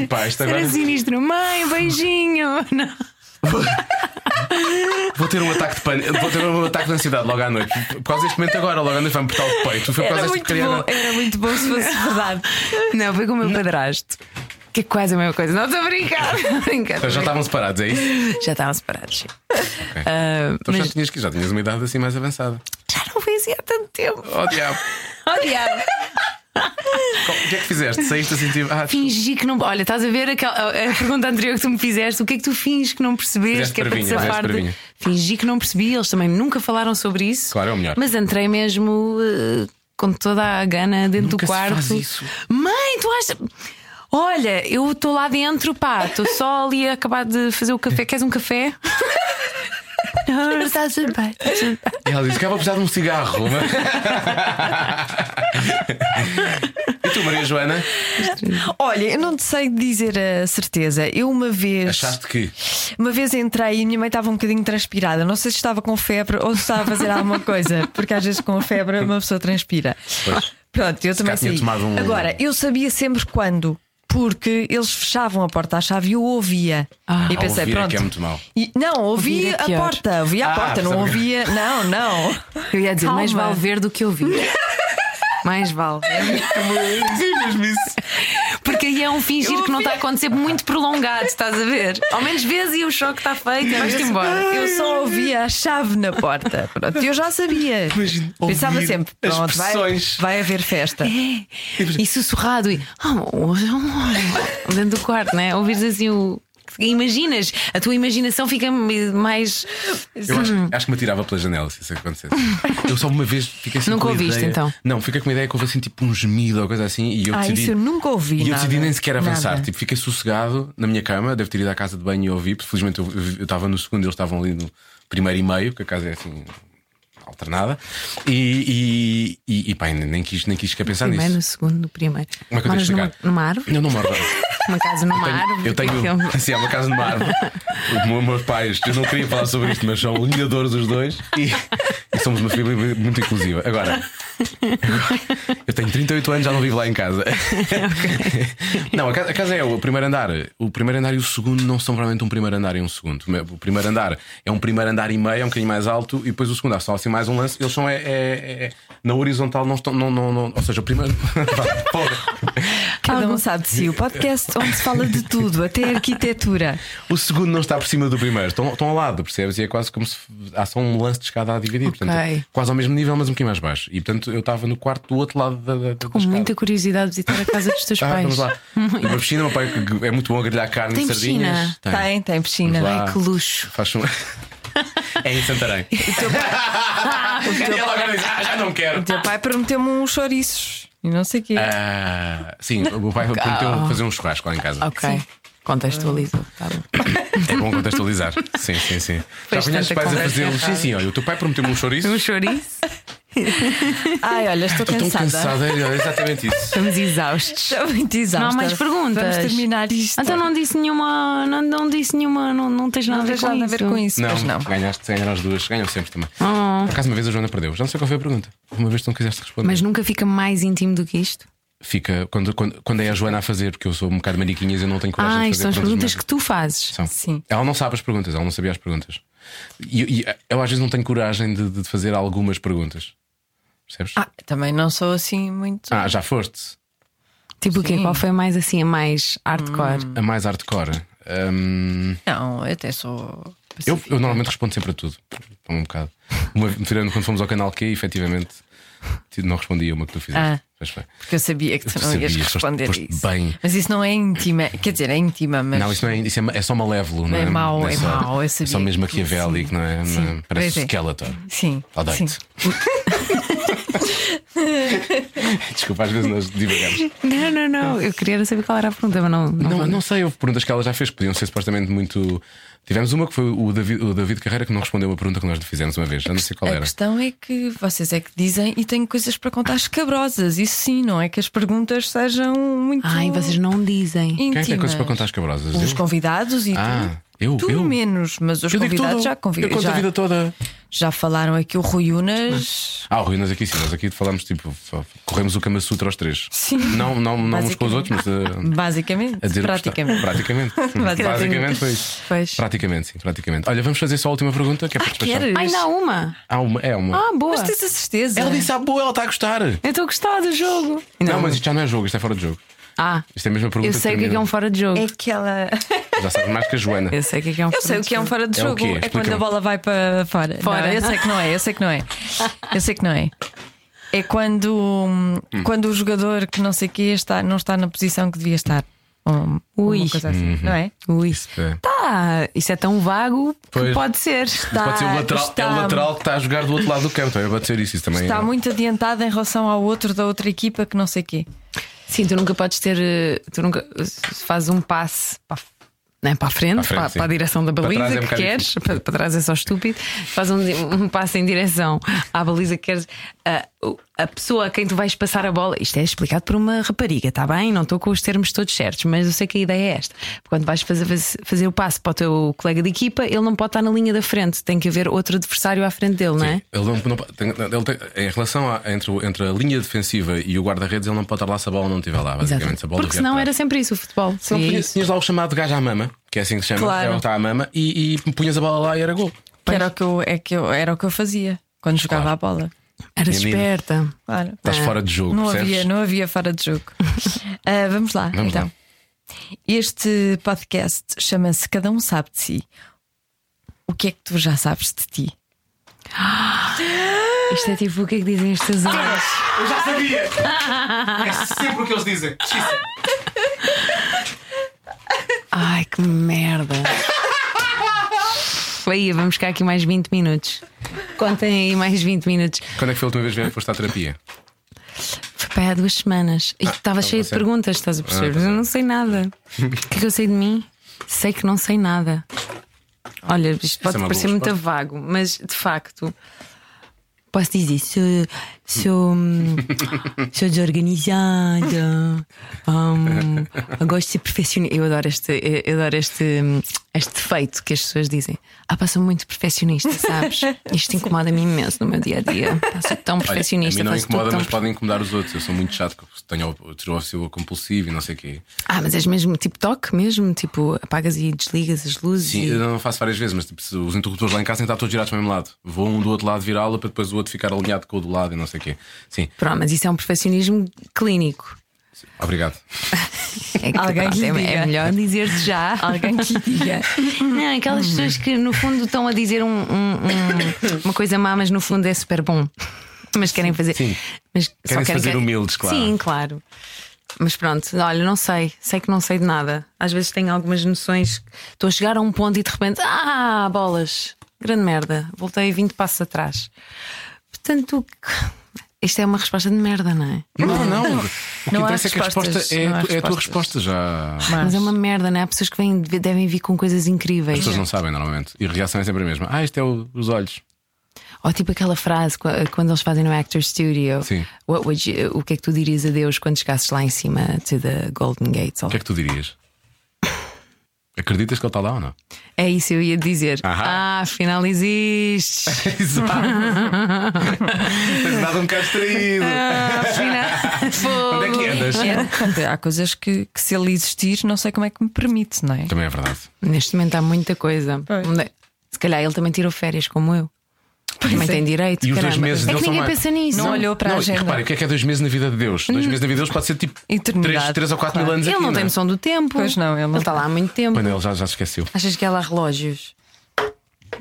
C: pá, isto
B: Isso era
C: agora-
B: sinistro. Mãe, beijinho! Não.
C: Vou ter um ataque de pânico, vou ter um ataque de ansiedade logo à noite. Por causa deste momento agora, logo à noite vai-me apertar o peito. Foi por causa
D: Era
C: desta
D: muito, bom,
C: pequena.
D: era muito bom se fosse verdade.
B: não, foi com o meu padrasto. Que é quase a mesma coisa. Não estou a brincar. Estou a brincar.
C: Já estavam separados, é isso?
B: Já estavam separados. sim.
C: Ok.
B: Ah,
C: Então já
B: mas
C: tinhas, que- já tinhas uma idade assim mais avançada.
B: já não foi assim há tanto tempo.
C: Oh, diabo.
B: Oh, diabo.
C: Qual- O que é que fizeste? Saíste assim tipo. Ah,
B: Fingi que não. Olha, estás a ver aquela, a pergunta anterior que tu me fizeste? O que é que tu finges que não percebeste?
C: Fizeste
B: Que é para te
C: parvinha,
B: safar
C: fizeste
B: de... Fingi que não percebi, eles também nunca falaram sobre isso.
C: Claro, é o melhor.
B: Mas entrei mesmo eh, com toda a gana dentro
C: Nunca
B: do
C: se faz
B: quarto.
C: isso.
B: Mãe, tu acha. Olha, eu estou lá dentro, pá, estou só ali a acabar de fazer o café. Queres um café? Não, está tudo bem. está tudo bem.
C: E ela disse: Acaba a precisar de um cigarro. e tu, Maria Joana,
D: Olha, eu não te sei dizer a certeza. Eu uma vez.
C: achaste que.
D: Uma vez entrei e a minha mãe estava um bocadinho transpirada. Não sei se estava com febre ou se estava a fazer alguma coisa, porque às vezes com a febre uma pessoa transpira. Pronto, eu também
C: calhar tinha
D: sei.
C: tomado um-
D: Agora, eu sabia sempre quando, porque eles fechavam a porta à chave e eu ouvia. e pensei,
C: ouvir é
D: pronto.
C: que é muito mau.
D: E- não,
B: Ouvir
D: ouvia
B: é
D: a
B: pior.
D: porta, ouvia a
C: Ah,
D: porta, não
C: pensava que-
D: ouvia. Não, não.
B: Eu ia dizer, mais
D: Calma.
B: vale ver do que ouvir. Mais vale.
C: Sim, mesmo isso.
B: Porque aí é um fingir que não está a acontecer muito prolongado, estás a ver? Ao menos vês e o choque está feito é e vais-te embora.
D: Eu só ouvia a chave na porta. Pronto, eu já sabia.
C: Imagino,
D: Pensava
C: ouvir
D: sempre,
C: as
D: pronto, vai,
C: pressões.
D: vai haver festa.
B: É, E sussurrado e. "Oh, Dentro do quarto, né? Ouvires assim o. Imaginas, a tua imaginação fica mais.
C: Eu acho, acho que me atirava pela janela se isso acontecesse. Eu só uma vez fiquei assim
B: Nunca
C: com a
B: ouviste,
C: ideia.
B: então?
C: Não, fiquei com uma ideia que houve assim tipo um gemido ou coisa assim e eu
D: Ah,
C: decidi.
D: isso eu nunca ouvi.
C: E eu
D: nada.
C: decidi nem sequer avançar.
D: Nada.
C: Tipo, fiquei sossegado na minha cama, devo ter ido à casa de banho e ouvi. porque Felizmente eu eu estava no segundo, eles estavam ali no primeiro e meio, que a casa é assim alternada. E, e, e, e pá, nem nem quis, nem quis sequer pensar
B: Primeiro, no
C: nisso.
B: segundo, no primeiro.
C: Como é que eu tenho
B: Moras
C: de
B: numa,
C: explicar?
B: numa árvore,
C: Eu não moro.
B: uma casa numa árvore. é?
C: Eu tenho.
B: aquele-
C: Assim, há uma casa de árvore. Os meus- meus pais, eu não queria falar sobre isto, mas são linhadores os dois e, e somos uma família muito inclusiva. Agora, agora, eu tenho 38 anos, já não vivo lá em casa. Não, a casa, a casa é o primeiro andar. O primeiro andar e o segundo não são realmente um primeiro andar e um segundo. O primeiro andar é um primeiro andar e meio, é um bocadinho mais alto, e depois o segundo andar só assim mais um lance. Eles são é, é- é- na horizontal, não estão. Não, não, não- ou seja, o primeiro. Porra.
B: Ah,
D: Cada um sabe de si. O podcast onde se fala de tudo, até arquitetura.
C: O segundo não está por cima do primeiro, estão, estão ao lado, percebes? E é quase como se há só um lance de escada a dividir.
B: Ok.
C: Portanto, é quase ao mesmo nível, mas um bocadinho mais baixo. E portanto eu estava no quarto do outro lado da, da, da
B: Com
C: escada.
B: muita curiosidade de visitar a casa dos teus
C: Ah,
B: pais.
C: vamos lá. Uma piscina, meu pai que é muito bom a grelhar carne
B: Tem
C: e sardinhas.
B: piscina?
D: Tem, tem piscina.
C: Vamos lá.
B: Ai, que luxo.
C: Faz um. é em Santarém. e ela agora diz: Ah, já não quero.
D: O teu pai prometeu-me uns chouriços e não sei o quê.
C: Ah, sim, o meu pai prometeu fazer um churrasco lá em casa.
B: Ok. Contextualiza. Tá bom.
C: É bom contextualizar. Sim, sim, sim.
B: Pois
C: já apanhaste
B: tanta
C: os pais a
B: conversa
C: fazê-los? Sim,
B: errada.
C: sim, olha, o teu pai prometeu-me um chouriço.
B: Um chouriço?
D: Ai, olha, estou
C: Estou
D: cansada.
C: cansada, é exatamente isso.
B: Estamos exaustos.
D: Estou muito exausta.
B: Não há mais perguntas?
D: Vamos terminar isto.
B: Então não disse nenhuma. Não, não disse nenhuma. Não, não tens nada,
D: não
B: a, ver
D: tens nada a ver É com isso, pois não.
C: ganhaste, ganharam as duas, ganham sempre também.
B: Oh.
C: Por acaso, uma vez a Joana perdeu, já não sei qual foi a pergunta. Uma vez tu não quiseste responder.
B: Mas nunca fica mais íntimo do que isto.
C: Fica, quando, quando, quando é a Joana a fazer, porque eu sou um bocado mariquinhas, eu não tenho coragem
B: Ah,
C: de
B: isto
C: fazer
B: são as perguntas
C: mesmo.
B: que tu fazes.
C: São.
D: Sim.
C: Ela não sabe as perguntas, ela não sabia as perguntas. E, e eu às vezes não tenho coragem de, de fazer algumas perguntas. Percebes?
D: Ah, também não sou assim muito.
C: Ah, já foste.
B: Tipo o quê? Qual foi a mais assim, a mais hardcore?
C: A mais hardcore. Hum,
D: Não, eu até sou.
C: eu, eu normalmente respondo sempre a tudo. Um bocado. Uma, tirando quando fomos ao canal Q, efetivamente, não respondi a uma que tu fizeste.
D: Ah.
C: Mas foi.
D: Porque eu sabia que tu
C: Eu
D: não ias
C: sabia, foste-
D: responder
C: foste
D: isso.
C: bem.
D: Mas isso não é íntima. Quer dizer, é íntima, mas.
C: Não, isso, não é, isso é, ma- é só malévolo, não é?
D: É mau,
C: Não
D: é
C: só-
D: mau, eu
C: É
D: sabia
C: só mesmo
D: que-
C: maquiavélico, não é?
D: Sim,
C: Não- Parece
D: pois é.
C: Skeletor.
D: Sim.
C: Odeio-te.
D: sim.
C: Desculpa, às vezes nós divagamos.
B: Não, não, não. Eu queria saber qual era a pergunta, mas não. não,
C: Não,
B: vou-
C: não sei, houve perguntas que ela já fez que podiam ser supostamente muito. Tivemos uma que foi o David, o David Carreira que não respondeu uma pergunta que nós lhe fizemos uma vez, já não sei qual
D: A
C: era.
D: questão é que vocês é que dizem e tenho coisas para contar escabrosas. Isso sim, não é que as perguntas sejam muito.
B: Ai, vocês não dizem.
C: Quem é
D: íntimas.
C: que tem coisas para contar as cabrosas?
D: Os
C: Eu?
D: convidados e
C: Ah,
D: tu.
C: eu,
D: tu
C: eu.
D: menos, mas os
C: Eu digo
D: convidados
C: tudo.
D: já
C: Eu conto a
D: convidaram.
C: vida toda.
D: Já falaram aqui o Rui Unas.
C: Ah, o Rui, nós aqui sim, nós aqui falámos tipo, f- corremos o Kama Sutra aos três.
D: Sim.
C: Não, não, não uns com os outros, mas uh,
D: Basicamente.
C: a, dizer o que está-
D: praticamente.
C: Praticamente.
D: Basicamente.
C: praticamente foi isso.
D: Pois.
C: Praticamente, sim, praticamente. Olha, vamos fazer só a última pergunta que é para despachar.
D: queres?
B: Ai, não, uma.
C: Ah, uma, é uma.
B: Ah, boa.
D: Mas tens a certeza.
C: ela disse, ah, boa, ela está a gostar.
B: Eu estou a gostar do jogo.
C: Não, mas isto já não é jogo, isto é fora de jogo.
B: Ah,
C: Isto é a mesma pergunta
B: eu sei o que é, que é
C: termina-
B: um fora de jogo.
D: É que ela.
C: Já sabes mais que a Joana.
B: Eu sei o que é, que é um
D: Eu
B: fora
D: sei o
B: de
D: que é um
B: jogo.
D: fora de
C: É o
D: jogo.
C: quê?
D: É, quando
C: Explica-me.
D: a bola vai para fora.
B: Fora.
D: Não, eu sei que não é, eu sei que não é. Eu sei que não é. É quando, hum, quando o jogador que não sei quê está, não está na posição que devia estar. Ou
B: Ui.
D: Uma coisa
C: Uhum.
D: assim, não é?
B: Ui.
C: É.
B: Tá, isso é tão vago que
C: Pois.
B: pode ser.
C: Pode ser o
D: Está-
C: lateral, é
D: está-
C: o lateral que está a jogar do outro lado do campo. Também pode ser isso, isso também.
D: Está
C: é.
D: muito adiantado em relação ao outro da outra equipa que não sei quê.
B: Sim, tu nunca podes ter. eh, Tu nunca se fazes um passe para, a f- né, para a frente,
C: Para a
B: para,
C: frente, sim.
B: para a direção da
C: Para trás
B: baliza
C: é um
B: que
C: bocado
B: queres. Para, para trás é só estúpido. Faz um, um passe em direção à baliza que queres. A, o- a pessoa a quem tu vais passar a bola. Isto é explicado por uma rapariga, está bem? Não estou com os termos todos certos, mas eu sei que a ideia é esta. Quando vais fazer, fazer o passe para o teu colega de equipa, ele não pode estar na linha da frente. Tem que haver outro adversário à frente dele, não é?
C: Ele não, não pode- tem- ele tem- é em relação à- entre, o- entre a linha defensiva e o guarda-redes, ele não pode estar lá se a bola não estiver lá, basicamente. Se a bola
B: Porque
C: vier
B: senão
C: para
B: era assim.
C: trás.
B: sempre isso o futebol.
C: Senão
B: Seria
C: punhas,
B: isso.
C: tinhas lá o chamado gajo à mama, que é assim que se chama,
D: Claro.
C: é o que está à mama, e, e punhas a bola lá e era gol.
D: Que era, o que eu, é que eu, era o que eu fazia quando jogava
C: Claro. Tá
D: a bola.
B: Era
C: Minha menina.
B: esperta.
D: Claro.
C: Estás
B: É.
C: fora de jogo,
D: Não
C: percebes?
D: havia, não havia fora de jogo. Ah, vamos lá,
C: Vamos
D: então.
C: lá.
D: Este podcast chama-se Cada Um Sabe de Si. O que é que tu já sabes de ti?
B: Isto é tipo o que é que dizem estas horas?
C: Eu já sabia! É sempre o que eles dizem.
B: Ai que merda! Aí, vamos ficar aqui mais 20 minutos. Contem aí mais 20 minutos.
C: Quando é que foi a última vez que foste à terapia?
B: Foi para há duas semanas. E estava cheio de
C: você-
B: perguntas, estás a perceber?
C: Ah, tá
B: Mas eu não sei nada. O que é que eu sei de mim? Sei que não sei nada. Olha, isto
C: é
B: pode
C: uma boa
B: parecer muito
C: resposta.
B: vago, mas de facto. Posso dizer, sou, sou, hum, sou desorganizada, hum, gosto de ser perfeccionista. Eu adoro este, eu adoro este, hum, este defeito que as pessoas dizem. Ah, pá, sou muito perfeccionista, sabes? Isto incomoda-me imenso no meu dia a dia. Pá, sou tão
C: Olha,
B: perfeccionista,
C: a mim não
B: faço tudo
C: incomoda,
B: tão
C: mas podem incomodar os outros. Eu sou muito chato, porque tenho o tiro compulsivo e não sei o quê.
B: Ah, mas és mesmo tipo toque mesmo? Tipo, apagas e desligas as luzes?
C: Sim,
B: e-
C: eu não faço várias vezes, mas tipo, se os interruptores lá em casa têm que estar todos girados para o mesmo lado. Vou um do outro lado virá-la para depois o outro ficar alinhado com o do lado e não sei o quê. Sim,
B: Pronto, mas isso é um perfeccionismo clínico.
C: Obrigado.
B: É que,
D: Alguém que
B: pronto,
D: lhe
B: é,
D: diga.
B: é melhor dizer-te já.
D: Alguém que lhe diga.
B: Não, aquelas pessoas que no fundo estão a dizer um- um- um- uma coisa má, mas no fundo é super bom. Mas querem fazer. Mas
C: Querem se fazer humildes, claro.
B: Sim, claro. Mas pronto, olha, não sei, sei que não sei de nada. Às vezes tenho algumas noções. Estou a chegar a um ponto e de repente, ah, bolas, grande merda, voltei 20 passos atrás. Portanto, isto é uma resposta de merda, não é?
C: Não, não. O que
D: Não há
C: interessa é que a
D: respostas,
C: resposta é,
D: não há
C: é a tua
D: respostas.
C: resposta já.
B: Mas é uma merda, não é? Há pessoas que vêm, devem vir com coisas
C: As
B: incríveis.
C: pessoas não sabem normalmente. E a reação é sempre a mesma. Ah, isto é o- os olhos.
B: Ou tipo aquela frase qu- quando eles fazem no Actor Studio:
C: Sim.
B: What would you- O que é que tu dirias a Deus quando chegasses lá em cima to the Golden Gates?
C: O que é que tu dirias? Acreditas que ele está lá ou não?
B: É isso eu ia dizer.
C: Ahá.
B: Ah, afinal existes.
C: Exato. Tens dado um bocado distraído.
B: Ah, afinal.
C: Onde é que andas?
D: É, há coisas que, que se ele existir, não sei como é que me permite, não é?
C: Também é verdade.
B: Neste momento há muita coisa.
D: Pois.
B: Onde é- Se calhar ele também tirou férias, como eu. também
D: é.
B: tem direito.
C: E os dois
B: caramba.
C: meses
B: é
C: dele
B: que
C: são
B: ninguém
C: mais-
B: pensa nisso.
D: Não olhou para a
C: não, e
D: agenda.
C: reparem, o que é que é dois meses na vida de Deus? Dois meses na vida de Deus pode ser tipo
D: Eternidade.
C: três, três ou quatro mil anos
B: Ele
C: aqui,
B: não tem
C: é?
B: noção do tempo.
D: Pois não, ele tá não
B: está lá há muito tempo.
C: Quando ele já, já se esqueceu.
B: Achas que ela há relógios?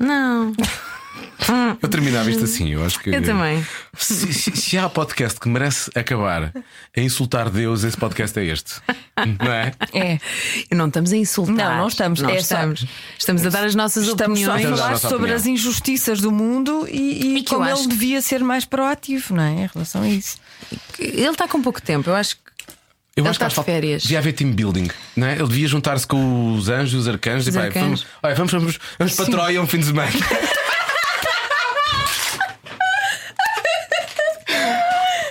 B: Não.
C: Eu terminava isto assim, eu acho que.
B: Eu também.
C: Se, se- se há podcast que merece acabar a insultar Deus, esse podcast é este. Não é?
D: É.
B: E Não estamos a insultar.
D: Não, não estamos.
B: Não
D: É só-
B: estamos. Estamos a dar as nossas
D: Estamos só a
B: opiniões.
C: Estamos a dar a
D: falar
C: nossa
D: sobre
C: opinião.
D: as injustiças do mundo e, e
B: E que eu
D: como
B: acho
D: ele
B: que-
D: devia ser mais proativo, não é? Em relação a isso.
B: Ele está com pouco tempo, eu acho que.
C: Eu
B: Ele
C: acho que
B: está
C: há
B: de
C: falta-
B: férias.
C: Devia haver team building, não é? Ele devia juntar-se com os anjos, os arcanjos
B: Os
C: e pá,
B: arcanjos.
C: vamos, olha, vamos, vamos, vamos para Troia um fim de semana.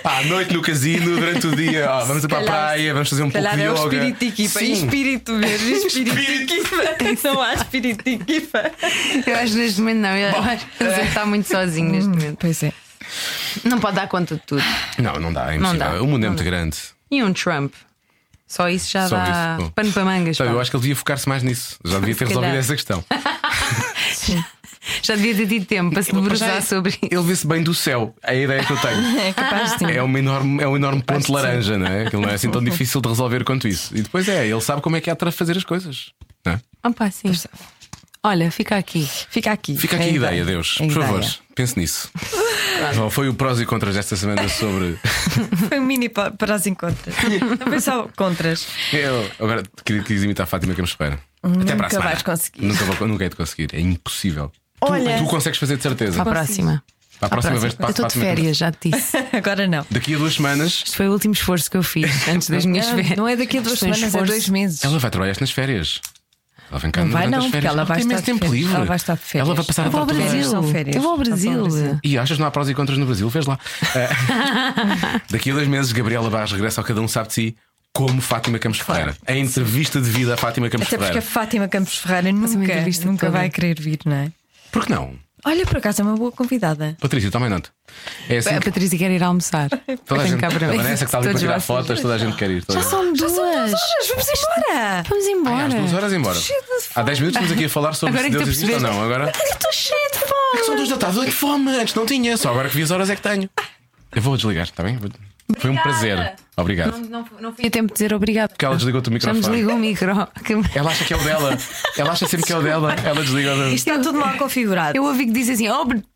C: Pá, à noite no casino, durante o dia, ó, vamos para a
D: calhar-
C: praia, vamos fazer um pouco
D: Calhar
C: de
D: é o
C: yoga.
D: espírito de equipa. E
C: Sim.
D: espírito mesmo. e Espírito de equipa. Não há espírito de equipa.
B: Eu acho neste momento não. Eu acho que ele está muito sozinho neste momento.
D: Pois é.
B: Não pode dar conta de tudo.
C: Não, não dá, é
B: Não
C: impossível.
B: dá,
C: O mundo é
B: não
C: muito
B: dá.
C: grande.
B: E um Trump. Só isso já
C: Só
B: dá
C: isso. Bom.
B: pano para mangas.
C: Então,
B: pá.
C: eu acho que ele devia focar-se mais nisso. Já devia ter
B: Se
C: resolvido
B: calhar.
C: essa questão.
B: Já devia ter tido tempo para se debruçar sobre isso.
C: Ele vê-se bem do céu. É a ideia que eu tenho.
D: É capaz de sim.
C: É um enorme, é um enorme ponto laranja, não é? Aquilo não é assim tão difícil de resolver quanto isso. E depois é, ele sabe como é que há para fazer as coisas. não é?
B: Ah, pá, sim. Olha, fica aqui.
D: Fica aqui.
C: Fica aqui
D: É
C: a ideia, Deus.
D: É
C: Por favor,
D: ideia.
C: pense nisso. Bom, foi o prós e contras desta semana sobre.
D: Foi um mini pa- para as encontras. Também só contras.
C: Eu agora queria quis imitar a Fátima Campos Pereira. Até para a
D: Nunca
C: semana.
D: vais conseguir.
C: Nunca, vou, nunca hei de conseguir. É impossível. Tu-
D: Olha.
C: Tu, consegues fazer de certeza.
B: Para a
C: Para
B: próxima.
C: a próxima vez,
B: Eu
C: para
B: estou de férias, já te disse.
D: Agora não.
C: Daqui a duas semanas
B: Isto foi o último esforço que eu fiz antes das minhas
D: Não,
B: férias.
D: não é daqui a duas
B: Isto foi um
D: semanas, é
B: esforço.
D: dois meses.
C: Ela vai trabalhar nas férias. Ela vem cá
D: Não vai
C: durante
D: não,
C: as
D: porque
C: férias.
D: ela vai
C: tem
D: estar
C: imenso
D: de
C: tempo
D: férias.
C: livre.
D: Ela vai estar de férias.
C: Ela vai passar
D: Eu
C: a
B: Vou ao
C: tarde toda.
B: Brasil.
D: São férias.
B: Eu vou ao
D: São
B: Brasil.
D: férias.
C: E achas que não há prós e contras no Brasil? Vês lá. Eh, Daqui a dois meses, Gabriela Barros regressa ao Cada Um Sabe de Si como Fátima Campos Ferreira. A entrevista de vida a Fátima Campos
D: Até porque a
C: Ferreira.
D: Fátima Campos Ferreira
I: é
B: uma
D: nunca,
B: entrevista
D: nunca
B: toda.
D: vai querer vir, não é?
C: Por que não?
D: Olha, por acaso é uma boa convidada.
C: Patrícia, também nota. É assim
B: A
C: que
B: Patrícia quer ir almoçar.
C: toda a
B: Tenho
C: gente,
B: cá
C: a
B: para mim.
C: Vanessa que está ali para
B: Todos
C: tirar
B: vocês.
C: fotos, toda a gente quer ir. toda a
B: Já
C: gente.
B: são duas.
D: Mas vamos embora!
B: Vamos
C: Ai,
B: embora.
C: Às duas horas embora. Há 10 minutos estamos aqui a falar sobre
B: Agora
C: se
B: é que
C: Deus
B: tu
C: existe ou
B: percebeste.
C: não. Agora.
B: Estou cheia de fome.
C: Ah, São duas da tarde, doido de fome. Antes não tinha, só agora que vi as horas é que tenho. Eu vou desligar, está bem? Vou- Foi um prazer. Obrigado.
B: Não, não fui a tempo de dizer obrigado.
C: Porque ela desligou-te o
B: Já
C: microfone.
B: me desligou o micro. Que-
C: Ela acha que é o dela. Ela acha sempre que é o dela. Ela desliga o dela.
D: Isto está tudo mal configurado.
B: Eu ouvi que diz assim: obrigada.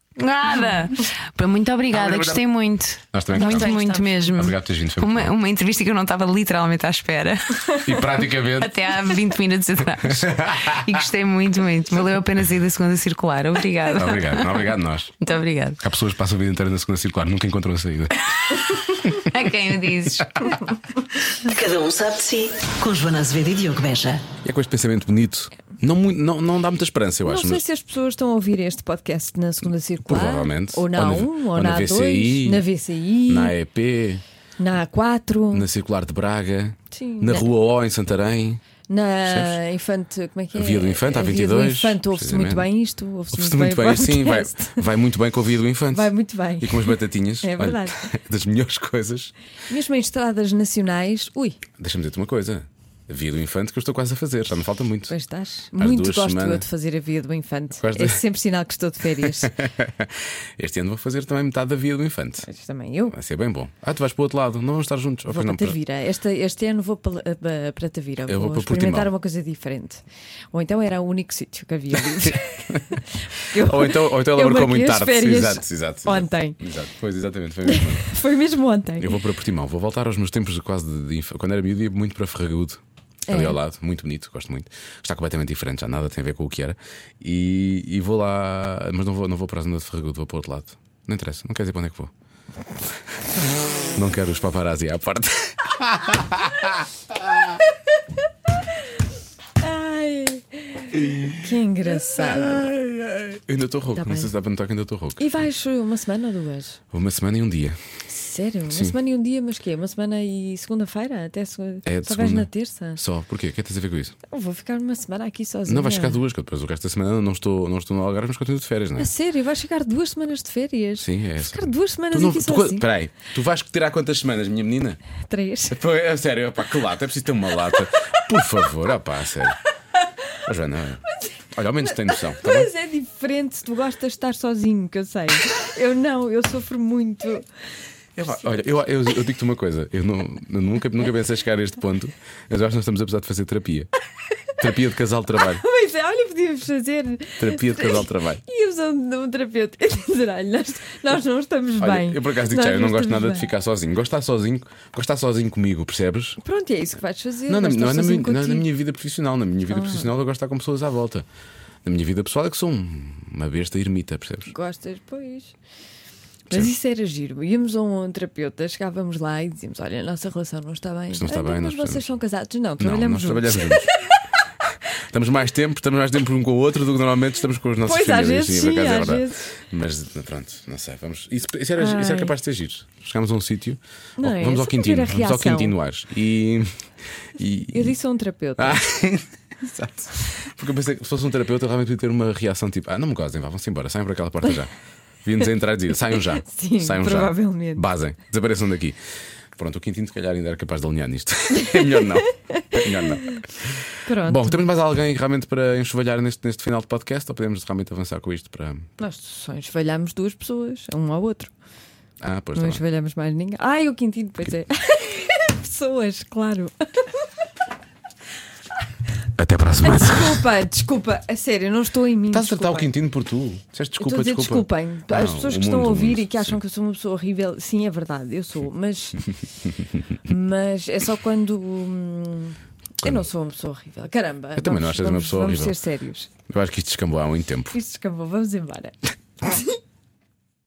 B: Pá, Muito obrigada,
C: Obrigado.
B: gostei muito.
C: Nós também
B: Muito,
C: gostamos.
B: muito mesmo.
C: Obrigado por teres vindo. Foi muito
B: Uma, uma entrevista que eu não estava literalmente à espera,
C: E praticamente.
B: até há 20 minutos atrás. E gostei muito, muito. Valeu a pena sair da segunda circular. Obrigada.
C: Obrigado, não, obrigado nós.
B: Muito obrigada.
C: Há pessoas que passam a vida inteira na segunda circular, nunca encontram a saída.
B: A quem o dizes?
A: Cada um sabe de si. Com Joana Azevedo e Diogo Beja.
E: É com este pensamento bonito. Não, mui- não, não dá muita esperança, eu
I: Não
E: acho.
I: sei
E: mas
I: se as pessoas estão a ouvir este podcast na segunda circular.
E: Provavelmente.
I: Ou na
E: Ou na-
I: A1, ou,
E: ou
I: na,
E: na VCI,
I: A2, na VCI,
E: Na EP,
I: na A4,
E: na Circular de Braga,
I: Sim.
E: na
I: Na-
E: Rua O em Santarém.
I: na
E: percebes?
I: Infante, como é que é?
E: Via do Infante, há
I: Via
E: 22,
I: do Infante, ouve-se muito
E: precisamente.
I: bem isto, ouve-se
E: Ouve-se
I: muito,
E: muito
I: bem,
E: bem,
I: o
E: assim, vai,
I: podcast.
E: vai muito bem com o ouvido infante.
I: Vai muito bem.
E: E com umas batatinhas.
I: É verdade.
E: Olha, das melhores coisas.
I: Mesmo em estradas nacionais, ui,
E: Deixa-me dizer-te uma coisa.
C: Via do Infante, que eu estou quase a fazer, já me falta muito.
D: Pois estás.
C: Às
D: Muito
C: duas
D: gosto
C: semanas.
D: eu de fazer a via do infante.
C: Gosto.
D: É sempre sinal que estou de férias.
C: Este ano vou fazer também metade da Via do Infante.
D: Mas também eu.
C: Vai ser bem bom. Ah, tu vais para o outro lado, não vamos estar juntos. Oh,
D: Vou
C: pois não,
D: para Tavira. Este, este ano vou pela- eh, para, para Tavira.
C: Eu vou para Portimão.
D: experimentar uma coisa diferente. Ou então era o único sítio que havia. livre. Eu-
C: Ou então, ou então ela
D: eu
C: marcou
D: marquei
C: muito
D: as
C: tarde.
D: férias
C: Exato, exato, exato.
D: Ontem.
C: Exato. Pois, exatamente, foi mesmo.
D: Foi mesmo ontem.
C: Eu vou para Portimão, vou voltar aos meus tempos de quase de, de infa- Quando era miúdo, ia muito para Ferragudo.
D: É.
C: Ali ao lado, muito bonito, gosto muito. Está completamente diferente, já nada tem a ver com o que era. E, e vou lá, mas não vou, não vou para a zona de Ferragudo, vou para o outro lado. Não interessa, não quer dizer para onde é que vou. Não quero os paparazzi à porta.
D: Ai, que engraçado.
C: Eu ainda estou rouco,
D: Tá
C: não sei
D: bem.
C: se dá para notar que ainda estou rouco.
D: E vais eh, uma semana ou duas?
C: Uma semana e um dia.
D: Sério? Uma
C: Sim.
D: semana e um dia, mas quê? Uma semana e segunda-feira? Até segunda.
C: É de
D: Só vais
C: segunda.
D: na terça?
C: Só, porquê? O que é que tens a ver com isso?
D: Eu vou ficar uma semana aqui sozinha.
C: Não vais ficar duas, que depois o resto da semana não estou, não estou no Algarve, mas continuo de férias, não é?
D: A sério, vais chegar duas semanas de férias?
C: Sim, é
D: Vais
C: essa.
D: Ficar duas
C: Tu
D: semanas
C: não,
D: aqui
C: tu,
D: sozinha?
C: espera aí, tu vais tirar quantas semanas, minha menina?
D: Três.
C: Pô, é sério, opá, que lata, é preciso ter uma lata. Por favor, opá, a sério. Ó, Joana, olha, ao menos tem noção. tá bem?
D: Mas é diferente se tu gostas de estar sozinho, que eu sei. Eu não, eu sofro muito.
C: Eu, olha, eu, eu, eu digo-te uma coisa, eu, não, eu nunca, nunca pensei chegar a este ponto, mas eu acho que nós estamos a precisar de fazer terapia. Terapia de casal de trabalho.
D: Pois é, olha, podíamos fazer.
C: Terapia de casal de trabalho.
D: Íamos a um, um terapeuta e dizer: olha, nós, nós não estamos
C: Olha,
D: bem.
C: eu por acaso digo
D: Nós
C: já, eu não gosto
D: estamos
C: nada de
D: bem.
C: ficar sozinho. Gosto de estar sozinho, gosto de estar sozinho comigo, percebes?
D: Pronto, e é isso que vais fazer.
C: Não, na,
D: vais estar
C: não é na,
D: sozinho
C: minha, não é na
D: contigo. Ah.
C: minha vida profissional. Na minha vida profissional eu gosto de estar com pessoas à volta. Na minha vida pessoal é que sou um- uma besta ermita, percebes?
D: Gostas, pois. Mas isso era giro. Íamos a um terapeuta, chegávamos lá e dizíamos: Olha, a nossa relação não está bem.
C: Isto não está
D: "Ah,
C: bem,
D: então,
C: nós
D: mas vocês
C: precisamos."
D: são casados? Não,
C: Não, nós
D: trabalhamos juntos.
C: trabalhamos juntos. Estamos mais tempo, estamos mais tempo um com o outro do que normalmente estamos com os nossos
D: Pois, às
C: filhos.
D: vezes
C: por
D: sim,
C: acaso é
D: às
C: verdade.
D: vezes.
C: Mas pronto, não sei. Vamos... Isso, isso era, isso era
D: Ai.
C: capaz de ser giro. Chegámos a um sítio,
D: Não
C: ó,
D: é?
C: vamos
D: Só
C: ao
D: para ver
C: Quintino,
D: a
C: vamos ao
D: reação.
C: Quintino Ares. E. e-
D: Eu disse a um terapeuta.
C: Ah, exato. Porque eu pensei que se fosse um terapeuta, eu realmente podia ter uma reação tipo: ah, não me gozem, vá, vão-se embora, saiam para aquela porta já. Vim-nos a entrar e dizer: saiam já.
D: Sim,
C: saiam
D: provavelmente.
C: já. Basem, desapareçam daqui. Pronto, o Quintino, se calhar, ainda era capaz de alinhar nisto. É melhor não. É melhor não.
D: Pronto.
C: Bom, temos mais alguém realmente para enxovalhar neste, neste final de podcast ou podemos realmente avançar com isto para.
D: Nós só enxovalhámos duas pessoas, um ao outro.
C: Ah, pois está
D: não
C: bem.
D: enxovalhámos mais ninguém. Ai, o Quintino, pois é. pessoas, claro.
C: Até para a semana.
D: Desculpa, desculpa, a sério, não estou em mim.
C: Estás a tratar o
D: desculpem.
C: Quintino por tu. Disseste
D: Eu Estou
C: desculpa,
D: a dizer
C: desculpa.
D: desculpem.
C: Ah,
D: As pessoas
C: o
D: que estão
C: mundo,
D: a
C: o
D: ouvir
C: mundo,
D: e que acham
C: sim.
D: que eu sou uma pessoa horrível, sim, é verdade, eu sou, mas. mas é só quando. hum, Eu não sou uma pessoa horrível. Caramba.
C: Eu também não acho que és uma pessoa
D: vamos
C: horrível.
D: ser sérios.
C: Eu acho que isto descambou há muito tempo.
D: Isto descambou, vamos embora.